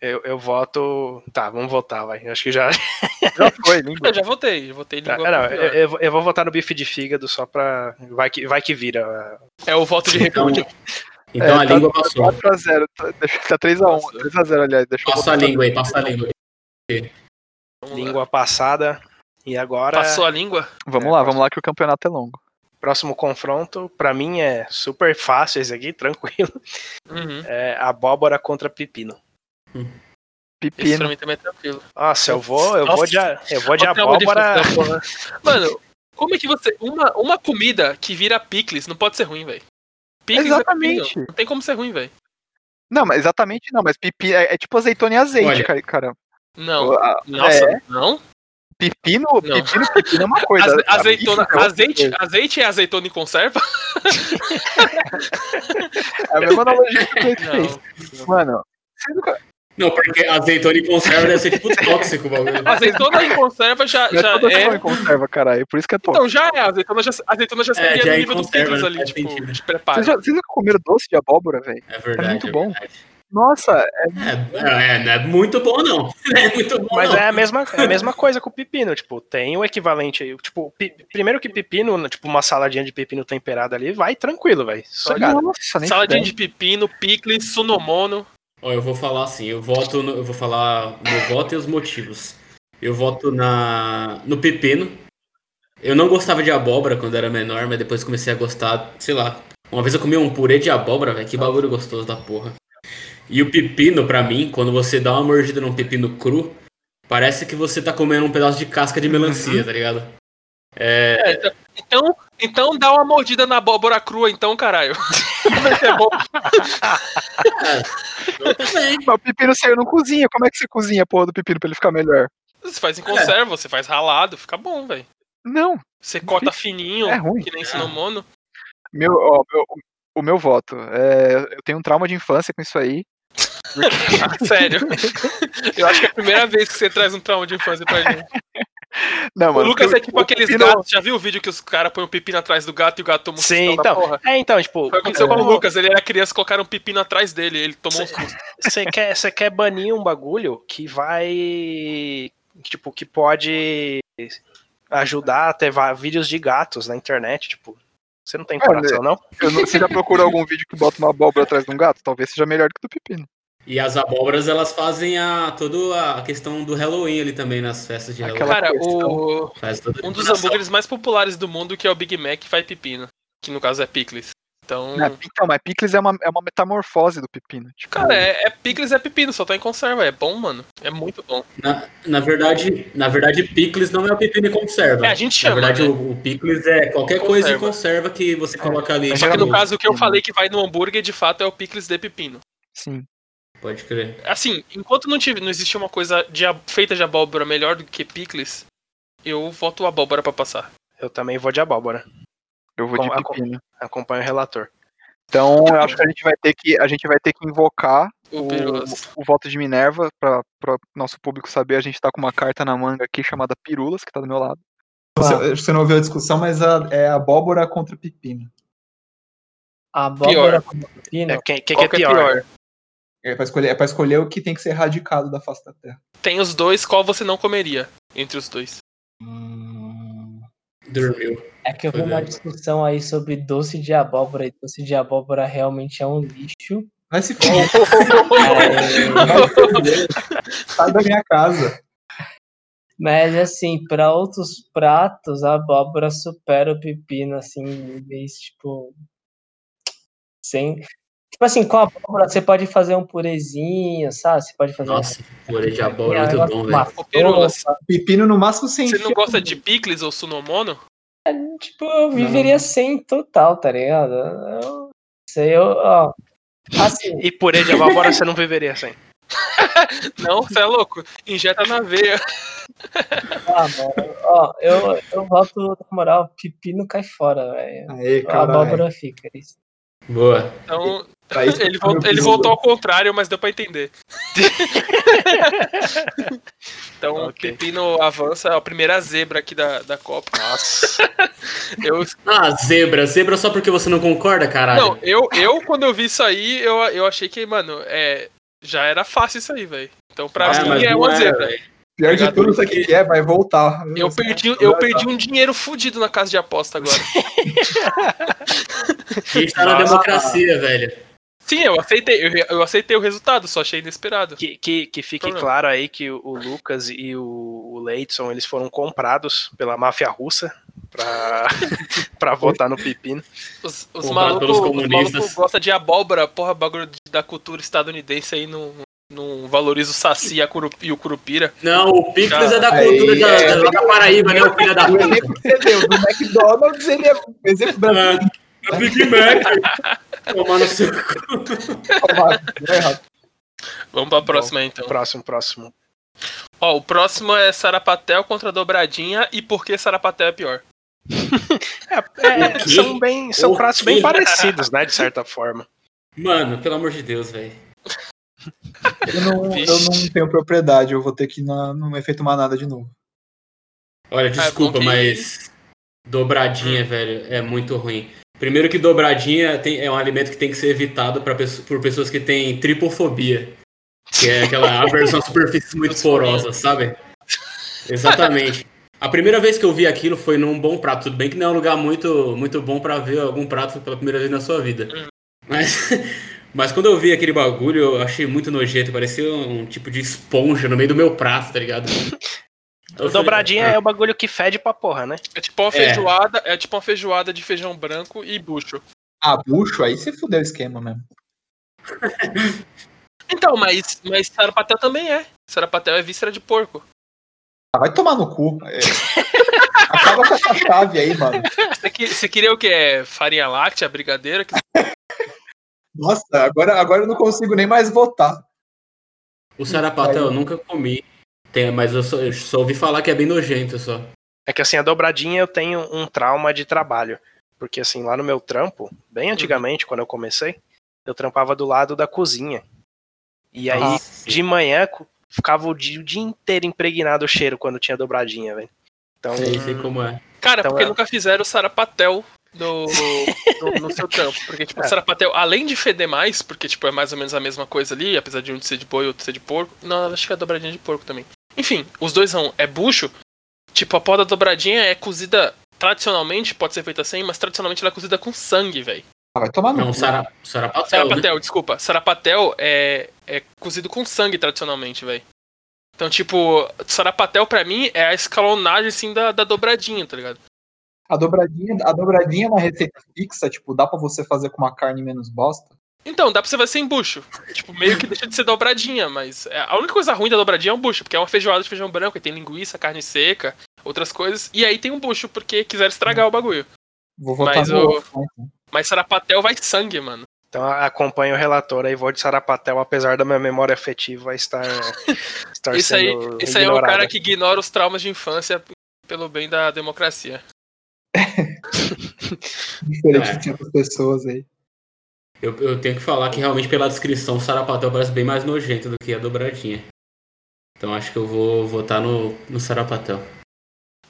eu, eu voto. Tá, vamos votar, vai. Acho que já
Já foi, língua.
Eu já votei, votei
Tá,
língua.
não,
pra
eu,
pior.
eu vou- eu vou votar no bife de fígado só pra. Vai que, vai que vira.
É o voto de
Então,
repúdio.
então a
É, tá-
língua passou.
4x0, tá, deixa- tá 3x1,
Nossa.
3x0, aliás, deixa eu
Passa a
botar-
língua aí, passa a língua.
Vamos lá.
Língua passada. E agora,
Passou a língua?
Vamos lá, vamos lá que o campeonato é longo.
próximo confronto. Pra mim é super <laughs> fácil esse aqui, tranquilo.
Uhum.
É abóbora contra pepino.
Isso pra
Pepino.
mim também é tranquilo.
Nossa, eu vou, eu
Nossa.
vou de, a- eu vou de
Até uma
abóbora.
definição,
<laughs>
porra. Mano, como é que você. Uma, uma comida que vira picles não pode ser ruim, velho. Picles é
Exatamente.
pepino. Não tem como ser ruim, velho.
Não, mas exatamente não, mas pepino é, é tipo azeitona e azeite,
Olha.
cara. caramba.
Não.
Ah,
Nossa, não.
Pepino, pepino, pepino
<laughs>
é uma coisa.
Aze-
sabe?
azeitona,
Isso é outra
azeite,
coisa.
azeite é azeitona em
<laughs>
conserva?
É a mesma
<laughs>
analogia que o Cleiton
Não.
fez. Mano, você nunca-
Não, porque azeitona e conserva deve ser tipo tóxico o bagulho.
Azeitona em conserva já,
Não é
já
toda
é.
forma em conserva, caralho. Por isso que é top.
Então já é, azeitona já, azeitona já seria
já é
no
em
nível do
conserva,
picles
né?
ali,
Faz
tipo,
sentido.
de
vocês,
preparo.
já, vocês nunca comeram doce de abóbora, velho?
É verdade.
É muito
é
bom.
verdade.
Nossa,
É, é, não é muito bom, não. <laughs> Não é muito bom,
Mas
não.
é a, mesma, é a mesma coisa com o pepino, tipo, tem o equivalente aí. Tipo, pi- primeiro que pepino, tipo, uma saladinha de pepino temperada ali, vai tranquilo, velho. Sossegado.
nossa, nem né?
Saladinha
fudendo.
de pepino, picles, sunomono.
Ó, eu vou falar assim, eu voto no- eu vou falar meu voto e os motivos. Eu voto na no pepino. Eu não gostava de abóbora quando era menor, mas depois comecei a gostar, sei lá. Uma vez eu comi um purê de abóbora, velho, que bagulho gostoso da porra. E o pepino pra mim, quando você dá uma mordida num pepino cru, parece que você tá comendo um pedaço de casca de
Uhum.
melancia, tá ligado?
É, então- então, então dá uma mordida na abóbora crua, então, caralho. <laughs> Vai ser bom.
Mas o pepino saiu não cozinha. Como é que você cozinha a porra do pepino pra ele ficar melhor?
Você faz em conserva, você faz ralado, fica bom, velho.
Não,
Você corta fininho,
é ruim.
que nem sinomono.
Meu, ó, meu- o meu voto. é, eu tenho um trauma de infância com
<laughs>
isso aí.
Ah,
<laughs>
Sério. Eu acho que é a primeira vez que você traz um trauma de infância pra gente.
Não,
o
mano.
Lucas é tipo
o
aqueles
pepino-
gatos. Já viu o vídeo que os caras põem um pepino atrás do gato e o gato toma um
Sim,
sustão da
então.
porra?
É, então, tipo,
Foi o que aconteceu
É.
com o Lucas, ele era criança, colocaram um pepino atrás dele, ele tomou um
Sim.
susto.
você quer, você quer banir um bagulho que vai. Tipo, que pode ajudar a ter va- vídeos de gatos na internet, tipo. Você não tem
Olha,
coração, não?
eu não- Você já procurou algum vídeo que bota uma abóbora atrás de um gato? Talvez seja melhor que o do pepino.
E as abóboras, elas fazem a toda a questão do Halloween ali também nas festas de Halloween.
Aquela
Cara,
questão.
o,
Faz toda a
um dos
decoração.
hambúrgueres mais populares do mundo, que é o Big Mac, faz pepino. Que no caso é picles. Então.
Né? Então, mas picles é uma, é uma metamorfose do pepino. Tipo,
Cara, é, é picles é pepino, só tá em conserva. É bom, mano. É muito bom.
Na, na verdade, na verdade, picles não é o pepino em conserva.
É, a gente
na
chama.
verdade,
né?
o, o picles é qualquer coisa em
Conserva. É.
conserva que você coloca ali.
Só que no
Pode
caso o que eu
crer.
falei que vai no hambúrguer, de fato, é o picles de pepino.
sim.
Pode crer.
Assim, enquanto não, tive, não existe uma coisa de ab- feita de abóbora melhor do que picles, eu voto abóbora pra passar.
Eu também vou de abóbora.
Eu vou de
Com- a- com-
pepino.
Acompanho o relator.
Então, eu acho que a gente vai ter que, a gente vai ter que invocar
O,
o,
Pirulas.
o voto de Minerva para nosso público saber. A gente tá com uma carta na manga aqui chamada Pirulas, que tá do meu lado. Você, acho que você não ouviu a discussão, mas a- é abóbora contra pepino.
A abóbora com
É,
pepino.
quem, quem que
Qual
é pior?
É pra, escolher, é pra escolher o que tem que ser erradicado da face da Terra.
Tem os dois, qual você não comeria? Entre os dois.
Hum,
Dormiu.
É que eu vi
Pois
uma
é.
discussão aí sobre doce de abóbora e doce de abóbora realmente é um lixo.
Vai se fuder, sai da minha casa.
Mas assim, para outros pratos, a abóbora supera o pepino, assim, em níveis, tipo. Sem. Tipo assim, com a abóbora você pode fazer um purezinho, sabe? Você pode fazer um
Nossa, purê de
uma
abóbora é muito bom, velho.
Ô, Pirulas,
Pepino no máximo sem
você não gosta de picles ou sunomono?
Tipo, eu viveria sem total, tá ligado? Eu não sei, eu, ó. Assim,
E purê de abóbora você não viveria sem.
Não, você é louco. Injeta na veia.
ah, mano, ó, eu, eu voto, na moral, pepino cai fora, velho.
Aê,
A abóbora fica. é Isso.
Boa.
Então,
Pra isso que
ele,
tá
vol-
meu
ele
Pirulas.
voltou ao contrário, mas deu
<laughs>
pra entender. então, o
Ok.
Pepino avança, a primeira zebra aqui da, da Copa. Nossa. eu,
Ah, zebra. Zebra só porque você não concorda, caralho.
não, eu, eu, quando eu vi isso aí, eu, eu achei que, mano, é, já era fácil isso aí, velho. Então, pra
Ah, mas
mim, é
não
uma
é,
zebra.
velho.
Pior de
Obrigado,
tudo, isso aqui que é, vai voltar.
Eu perdi, eu perdi um dinheiro fudido na casa de aposta agora.
A gente tá na democracia, velho.
Sim, eu aceitei. Eu, eu aceitei o resultado, só achei inesperado.
Que, que, que fique
Problema.
claro aí que o o Lucas e o, o Leidson, eles foram comprados pela máfia russa pra, <laughs> pra votar no pepino.
Os, os
Comprado
malucos
pelos
os
comunistas.
malucos gostam de abóbora, porra, bagulho de- da cultura estadunidense aí não, Não valoriza o Saci e a curup- e o Curupira.
Não, o Picles
Tá.
é da cultura
Aí,
da,
é.
da- da Paraíba, né? O filho da
O
<laughs>
é
puta.
exemplo que você deu do McDonald's, ele é um exemplo brasileiro.
<laughs>
É o Big Mac. Tomar no seu cu.
Tá
Deu errado.
Vamos pra próxima aí, então.
Próximo, próximo.
Ó, o próximo é Sarapatel contra Dobradinha e por que Sarapatel é pior.
É,
O quê?
são bem, são
O
pratos
quê?
bem parecidos, né? De certa forma.
Mano, pelo amor de Deus, velho.
Eu não, eu
Vixe.
não tenho propriedade, eu vou ter que ir na, no efeito manada de novo.
Olha,
Ah, é bom
desculpa,
que- Hum.
mas dobradinha, velho, é muito ruim. Primeiro que dobradinha tem- é um alimento que tem que ser evitado pra pesso- por pessoas que têm tripofobia, que é
<laughs>
aquela aversão a superfícies muito porosas, sabe? Exatamente. A primeira vez que eu vi aquilo foi num bom prato. Tudo bem que não é um lugar muito, muito bom pra ver algum prato pela primeira vez na sua vida.
Hum.
Mas, <laughs> mas quando eu vi aquele bagulho, eu achei muito nojento. Parecia um tipo de esponja no meio do meu prato, tá ligado?
O
Eu falei,
dobradinha
né?
é o bagulho que fede pra porra, né?
É tipo uma
É.
feijoada, é, tipo uma feijoada de feijão branco e bucho.
Ah, bucho, aí você fudeu o esquema mesmo.
Então, mas, mas Sarapatel também é. Sarapatel é víscera de porco.
Ah, vai tomar no cu. É. Acaba com essa chave aí, mano.
Você, que- você queria o que? É farinha láctea, brigadeiro? Que-
Nossa, agora, agora eu não consigo nem mais votar.
O sarapatel eu nunca comi, tem, mas eu só, eu só ouvi falar que é bem nojento só.
É que assim, a dobradinha eu tenho um trauma de trabalho. Porque assim, lá no meu trampo,
Hum.
bem antigamente, quando eu comecei, eu trampava do lado da cozinha. E
Ah,
aí,
Nossa.
de manhã, cu- ficava o dia, o dia inteiro impregnado o cheiro quando tinha dobradinha, velho. Então,
Sei, sei como é.
Cara,
Então
porque
é.
nunca fizeram o Sarapatel no, no, no seu trampo. Porque, tipo,
<laughs> É.
o Sarapatel, além de feder mais, porque, tipo, é mais ou menos a mesma coisa ali, apesar de um ser de boi e outro ser de porco. Não, acho que é dobradinha de porco também. Enfim, os dois são, é bucho. Tipo, a pó da dobradinha é cozida tradicionalmente, pode ser feita sem, mas tradicionalmente ela é cozida com sangue, velho.
Ah, vai
Hum.
tomar no
Não,
cu.
sara, sarapatel, né?
Sarapatel, desculpa. Sarapatel é, é cozido com sangue tradicionalmente, velho. Então, tipo, sarapatel pra mim é a escalonagem, assim, da, da dobradinha, tá ligado?
A dobradinha, a dobradinha é uma receita fixa, tipo, dá pra você fazer com uma carne menos bosta?
Então, dá pra você fazer sem bucho. Tipo, meio que deixa de ser dobradinha, mas é, a única coisa ruim da dobradinha é um bucho, porque é uma feijoada de feijão branco, e tem linguiça, carne seca, outras coisas. E aí tem um bucho, porque quiseram estragar o bagulho.
Vou votar
Mas
no
o-
outro, né, então.
Mas sarapatel vai sangue, mano.
então a- acompanho o relator aí, vou de Sarapatel, apesar da minha memória afetiva
<laughs>
estar, estar
Isso aí,
sendo
isso aí é o
ignorada.
cara que ignora os traumas de infância pelo bem da democracia.
Diferente
É.
de outras pessoas aí.
é-
Eu, eu tenho que falar que realmente pela descrição o sarapatel parece bem mais nojento do que a dobradinha. Então acho que eu vou votar no, no sarapatel.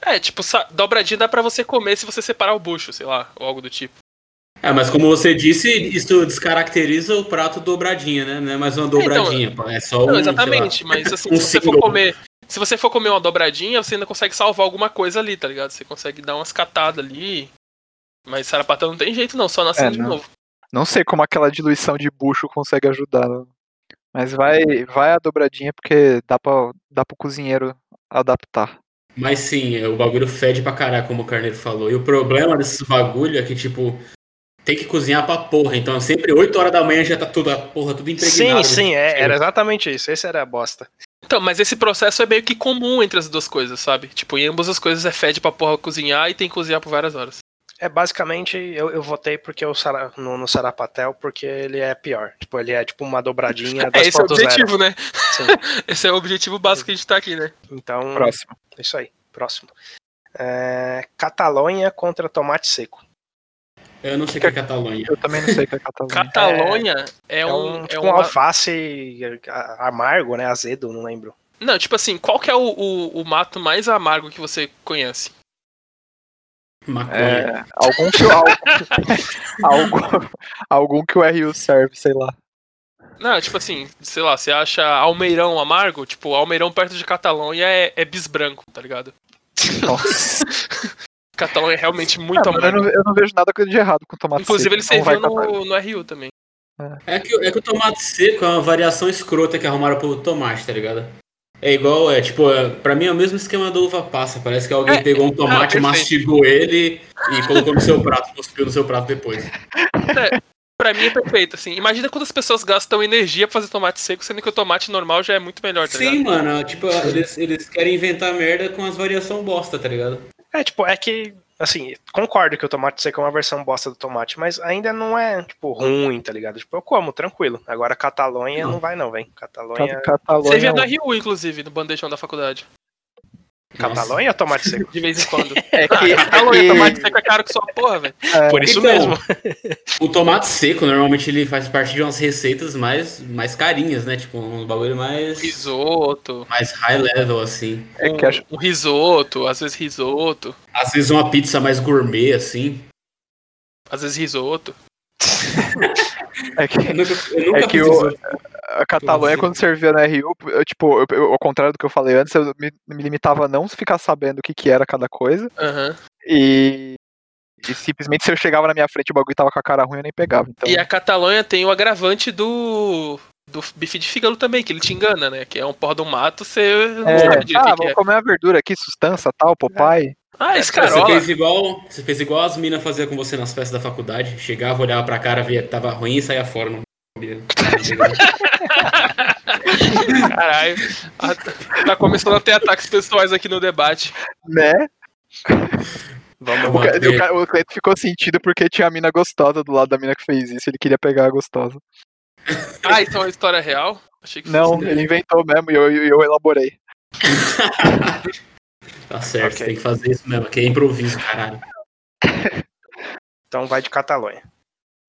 É, tipo, sa- dobradinha dá pra você comer se você separar o bucho, sei lá, ou algo do tipo.
É, mas como você disse, isso descaracteriza o prato dobradinha, né? Não é mais uma dobradinha, pá, é só um,
então, Não,
sei lá.
exatamente, mas assim,
um
se você for
símbolo.
comer. Se você for comer uma dobradinha, você ainda consegue salvar alguma coisa ali, tá ligado? Você consegue dar umas catadas ali. Mas Sarapatel não tem jeito não, só nascendo
É,
de
né?
não.
novo.
Não sei como aquela diluição de bucho consegue ajudar. né? Mas vai, vai a dobradinha porque dá pra, dá pro cozinheiro adaptar.
Mas sim, é, o bagulho fede pra caralho, como o Carneiro falou. E o problema desses bagulho é que, tipo, tem que cozinhar pra porra. Então sempre 8 horas da manhã já tá tudo, a porra, tudo
Sim,
né?
impregnado. né?
sim, é, era exatamente isso. Esse era a bosta.
Então, mas esse processo é meio que comum entre as duas coisas, sabe? Tipo, em ambas as coisas é fede pra porra cozinhar e tem que cozinhar por várias horas.
É, basicamente, eu, eu votei porque eu, sara- no, no Sarapatel, porque ele é pior. Tipo, ele é tipo uma dobradinha
<laughs> É,
das
esse é o
fotos
objetivo, né?
Sim.
<laughs> esse é o objetivo básico que a gente tá aqui, né?
Então,
Próximo.
é isso aí. Próximo. É, Catalonha contra tomate seco.
Eu não sei o que é Catalunha.
Eu também não sei o que é Catalunha.
Catalonha é,
É
um.
um,
É
tipo um
uma...
alface a- amargo, né? Azedo, não lembro.
Não, tipo assim, qual que é o, o, o mato mais amargo que você conhece?
Maconha.
É, algum que o <laughs> algum, algum, algum que o RU serve, sei lá.
Não, tipo assim, sei lá, você acha almeirão amargo? Tipo, almeirão perto de Catalonha é, é bisbranco, tá
<laughs>
ligado?
Nossa.
Catalão é realmente muito
Ah, mano, eu,
amargo.
não, eu não vejo nada de errado com tomate
Inclusive, ele
seco, então vai
serviu
Catalunha.
no, no RU também.
É. que, é que o tomate seco é uma variação escrota que arrumaram pro tomate, tá ligado? É igual, é tipo, é, pra mim é o mesmo esquema do uva passa. Parece que alguém
É,
pegou um tomate,
perfeito.
mastigou ele e colocou no seu prato, cuspiu no seu prato depois.
Pra mim é perfeito, assim. Imagina quantas pessoas gastam energia pra fazer tomate seco, sendo que o tomate normal já é muito melhor, tá ligado?
Sim, mano. Tipo, eles, eles querem inventar merda com as variações bosta, tá ligado?
É, tipo, é que, assim, concordo que o tomate seco é uma versão bosta do tomate, mas ainda não é, tipo, ruim, tá ligado? Tipo, eu como, tranquilo. Agora Catalonha não, vai não, vem. Catalonha...
Você via
Catalunha
da Rio, inclusive, no bandejão da faculdade.
Catalonha ou tomate
<laughs>
seco?
De
<laughs>
vez em quando.
é que,
Catalonha,
é
tomate seco é caro que sua porra, velho.
Por isso
Então,
mesmo.
O tomate seco, normalmente, ele faz parte de umas receitas mais, mais carinhas, né? Tipo, um bagulho mais,
Risoto.
mais high level, assim.
que, é que acho-
Um risoto, às vezes risoto,
Às vezes uma pizza mais gourmet, assim.
às vezes risoto.
é que-
Eu nunca, eu nunca
É que
fiz
o-
risoto.
a Catalunha,
Entendi.
quando servia na RU, eu, tipo, eu- eu- ao contrário do que eu falei antes, eu me, me limitava a não ficar sabendo o que, que era cada coisa.
Aham.
E, e simplesmente se eu chegava na minha frente e o bagulho tava com a cara ruim, eu nem pegava. Então,
E a Catalonha tem o agravante do. Do bife de fígado também, que ele te engana, né? Que é um porra do mato, você não
É,
sabe direito o que
ah,
que
vou
é.
comer uma verdura aqui, sustância, tal, Popeye.
Ah,
Você
escarola.
fez, igual, você fez igual as minas faziam com você nas festas da faculdade. Chegava, olhava pra cara, via que tava ruim e saía fora. Não comia.
Caralho. Ah, Tá começando a ter ataques pessoais aqui no debate.
Né?
Vamos
O, ca-
bater.
o ca- o Cleito ficou sentido porque tinha a mina gostosa do lado da mina que fez isso, ele queria pegar a gostosa.
Ah, isso é uma história real? Achei que
Não,
fosse-
ele inventou mesmo e eu, eu- eu elaborei.
Tá certo,
Ok.
tem que fazer isso mesmo, que é improviso, caralho.
Então vai de Catalonha.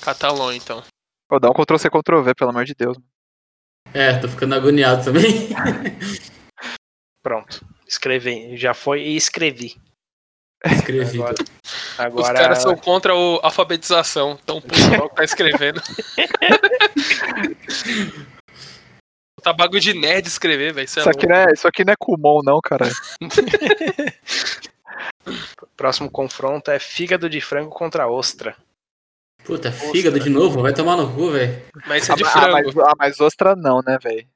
Catalão, então.
Pô, dá um Ctrl-C, Ctrl-V, pelo amor de Deus.
É, tô ficando agoniado também. <laughs>
Pronto. Escrevi. Já foi e escrevi.
Escrevi. então.
Agora-
Os
Agora...
caras são contra a alfabetização. Tão puto lá que tá
<laughs>
escrevendo. tá bagulho de nerd escrever, velho. Isso é
Isso aqui,
louco.
não é, isso aqui não é Kumon, não, cara.
Próximo confronto é fígado de frango contra ostra.
Puta, fígado
né?
de novo? Vai tomar no cu, velho.
Mas isso é de
ah,
frango.
mas, ah, mas ostra não, né, velho?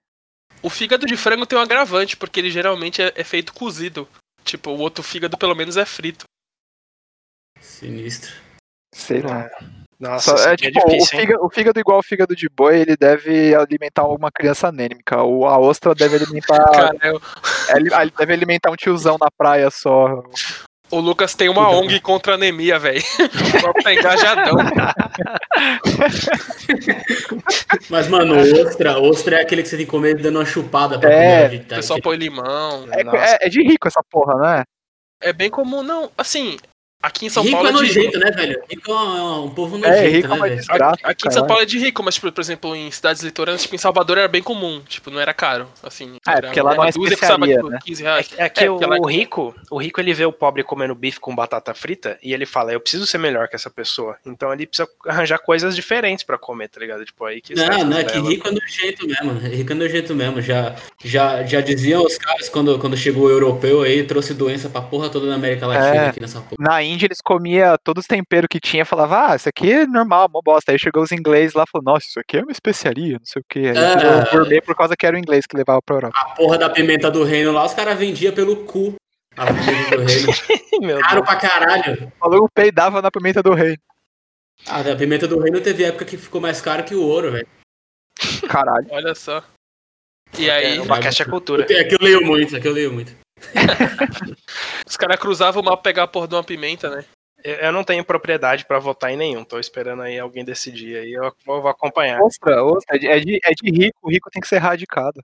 O fígado de frango tem um agravante, porque ele geralmente é, é feito cozido. Tipo, o outro fígado pelo menos é frito.
Sinistro.
Sei lá.
Nossa,
Só-
isso
é,
aqui é
tipo, o,
difícil, hein?
fígado, o fígado igual o fígado de boi, ele deve alimentar uma criança anêmica. O, a ostra deve alimentar.
<laughs> Cara, eu-
ele, ele deve alimentar um tiozão na praia só.
o Lucas tem uma ONG contra anemia, velho. <laughs> Só tá engajadão.
Mas, mano, ostra, ostra é aquele que você tem que comer dando uma chupada pra
É,
comer.
O
Tá,
pessoal põe limão.
É,
Nossa.
é- é de rico essa porra, né?
É bem comum, não. Assim, aqui em São
rico
Paulo.
é
de-
nojento, né, velho? Rico é um, é um povo nojento,
É, rico é
né,
uma
velho?
desgraça.
Aqui em São Paulo é de rico, mas, tipo, por exemplo, em cidades litorâneas, tipo, em Salvador era bem comum. Tipo, não era caro. Assim,
Ah, é
era
porque lá não é especiaria, né?
15 tipo, reais.
É que
É,
o,
porque ela-
o rico, o rico ele vê o pobre comendo bife com batata frita e ele fala, eu preciso ser melhor que essa pessoa. Então ele precisa arranjar coisas diferentes pra comer, tá ligado? Tipo aí que
Não,
essas
não, é que
delas-
rico é nojento mesmo. Rico é nojento mesmo. Já, já, já diziam os caras quando, quando chegou o europeu aí, trouxe doença pra porra toda na América Latina
É.
aqui nessa porra.
Na Índia eles comiam todos os temperos que tinha e falavam, ah, isso aqui é normal, mó bosta. Aí chegou os ingleses lá e falou, nossa, isso aqui é uma especiaria, não sei o que. Aí
É.
virou gourmet por causa que era o inglês que levava pra Europa.
A porra da pimenta do reino lá, os caras vendiam pelo cu. A pimenta do
<laughs>
reino.
Meu Deus.
Caro pra caralho.
Falou, o peidava na pimenta do rei.
Ah, a pimenta do reino teve época que ficou mais caro que o ouro, velho.
Caralho.
Olha só. E aí,
o Baquete é cultura.
É que eu leio muito, é que eu leio muito.
os caras cruzavam o mapa pra pegar a porra de uma pimenta, né?
Eu, eu não tenho propriedade pra votar em nenhum. Tô esperando aí alguém decidir aí. Eu vou, vou acompanhar.
Ostra, ostra, é de, é de- é de rico, o rico tem que ser radicado.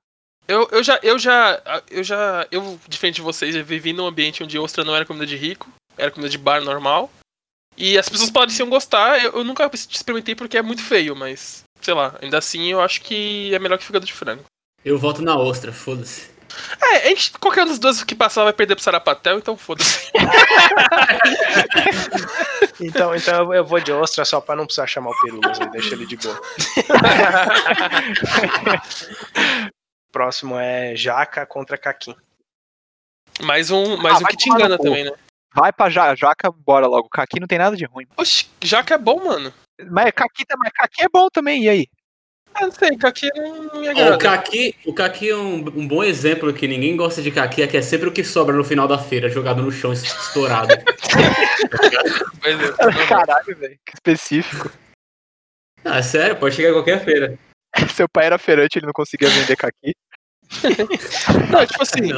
Eu, eu já, eu já, eu já, eu, diferente de vocês, eu vivi num ambiente onde ostra não era comida de rico, era comida de bar normal. E as pessoas pareciam gostar, eu, eu nunca experimentei porque é muito feio, mas, sei lá, ainda assim eu acho que é melhor que fígado de frango.
Eu voto na ostra, foda-se.
É, a gente, qualquer um dos dois que passar vai perder pro Sarapatel, então foda-se.
Então, então eu- eu vou de ostra só pra não precisar chamar o Perulas aí, deixa ele de
<laughs>
boa. Próximo é Jaca contra Caquim.
Mais um, mais
Ah,
um
vai
que te
tomar no
engana
cu.
também, né?
Vai pra ja, jaca, bora logo. Caqui não tem nada de ruim.
Oxi, jaca é bom, mano.
Mas caqui, tá- mas caqui é bom também, e aí?
Ah, não sei, caqui não não me
Ó,
agrada.
o caqui, o caqui é um, um bom exemplo que ninguém gosta de caqui, é que é sempre o que sobra no final da feira, jogado no chão, es- estourado.
Beleza.
Caralho, velho, que específico.
<laughs> Ah, é sério, pode chegar em qualquer feira.
<laughs> Seu pai era feirante, ele não conseguia vender caqui.
Não, tipo assim.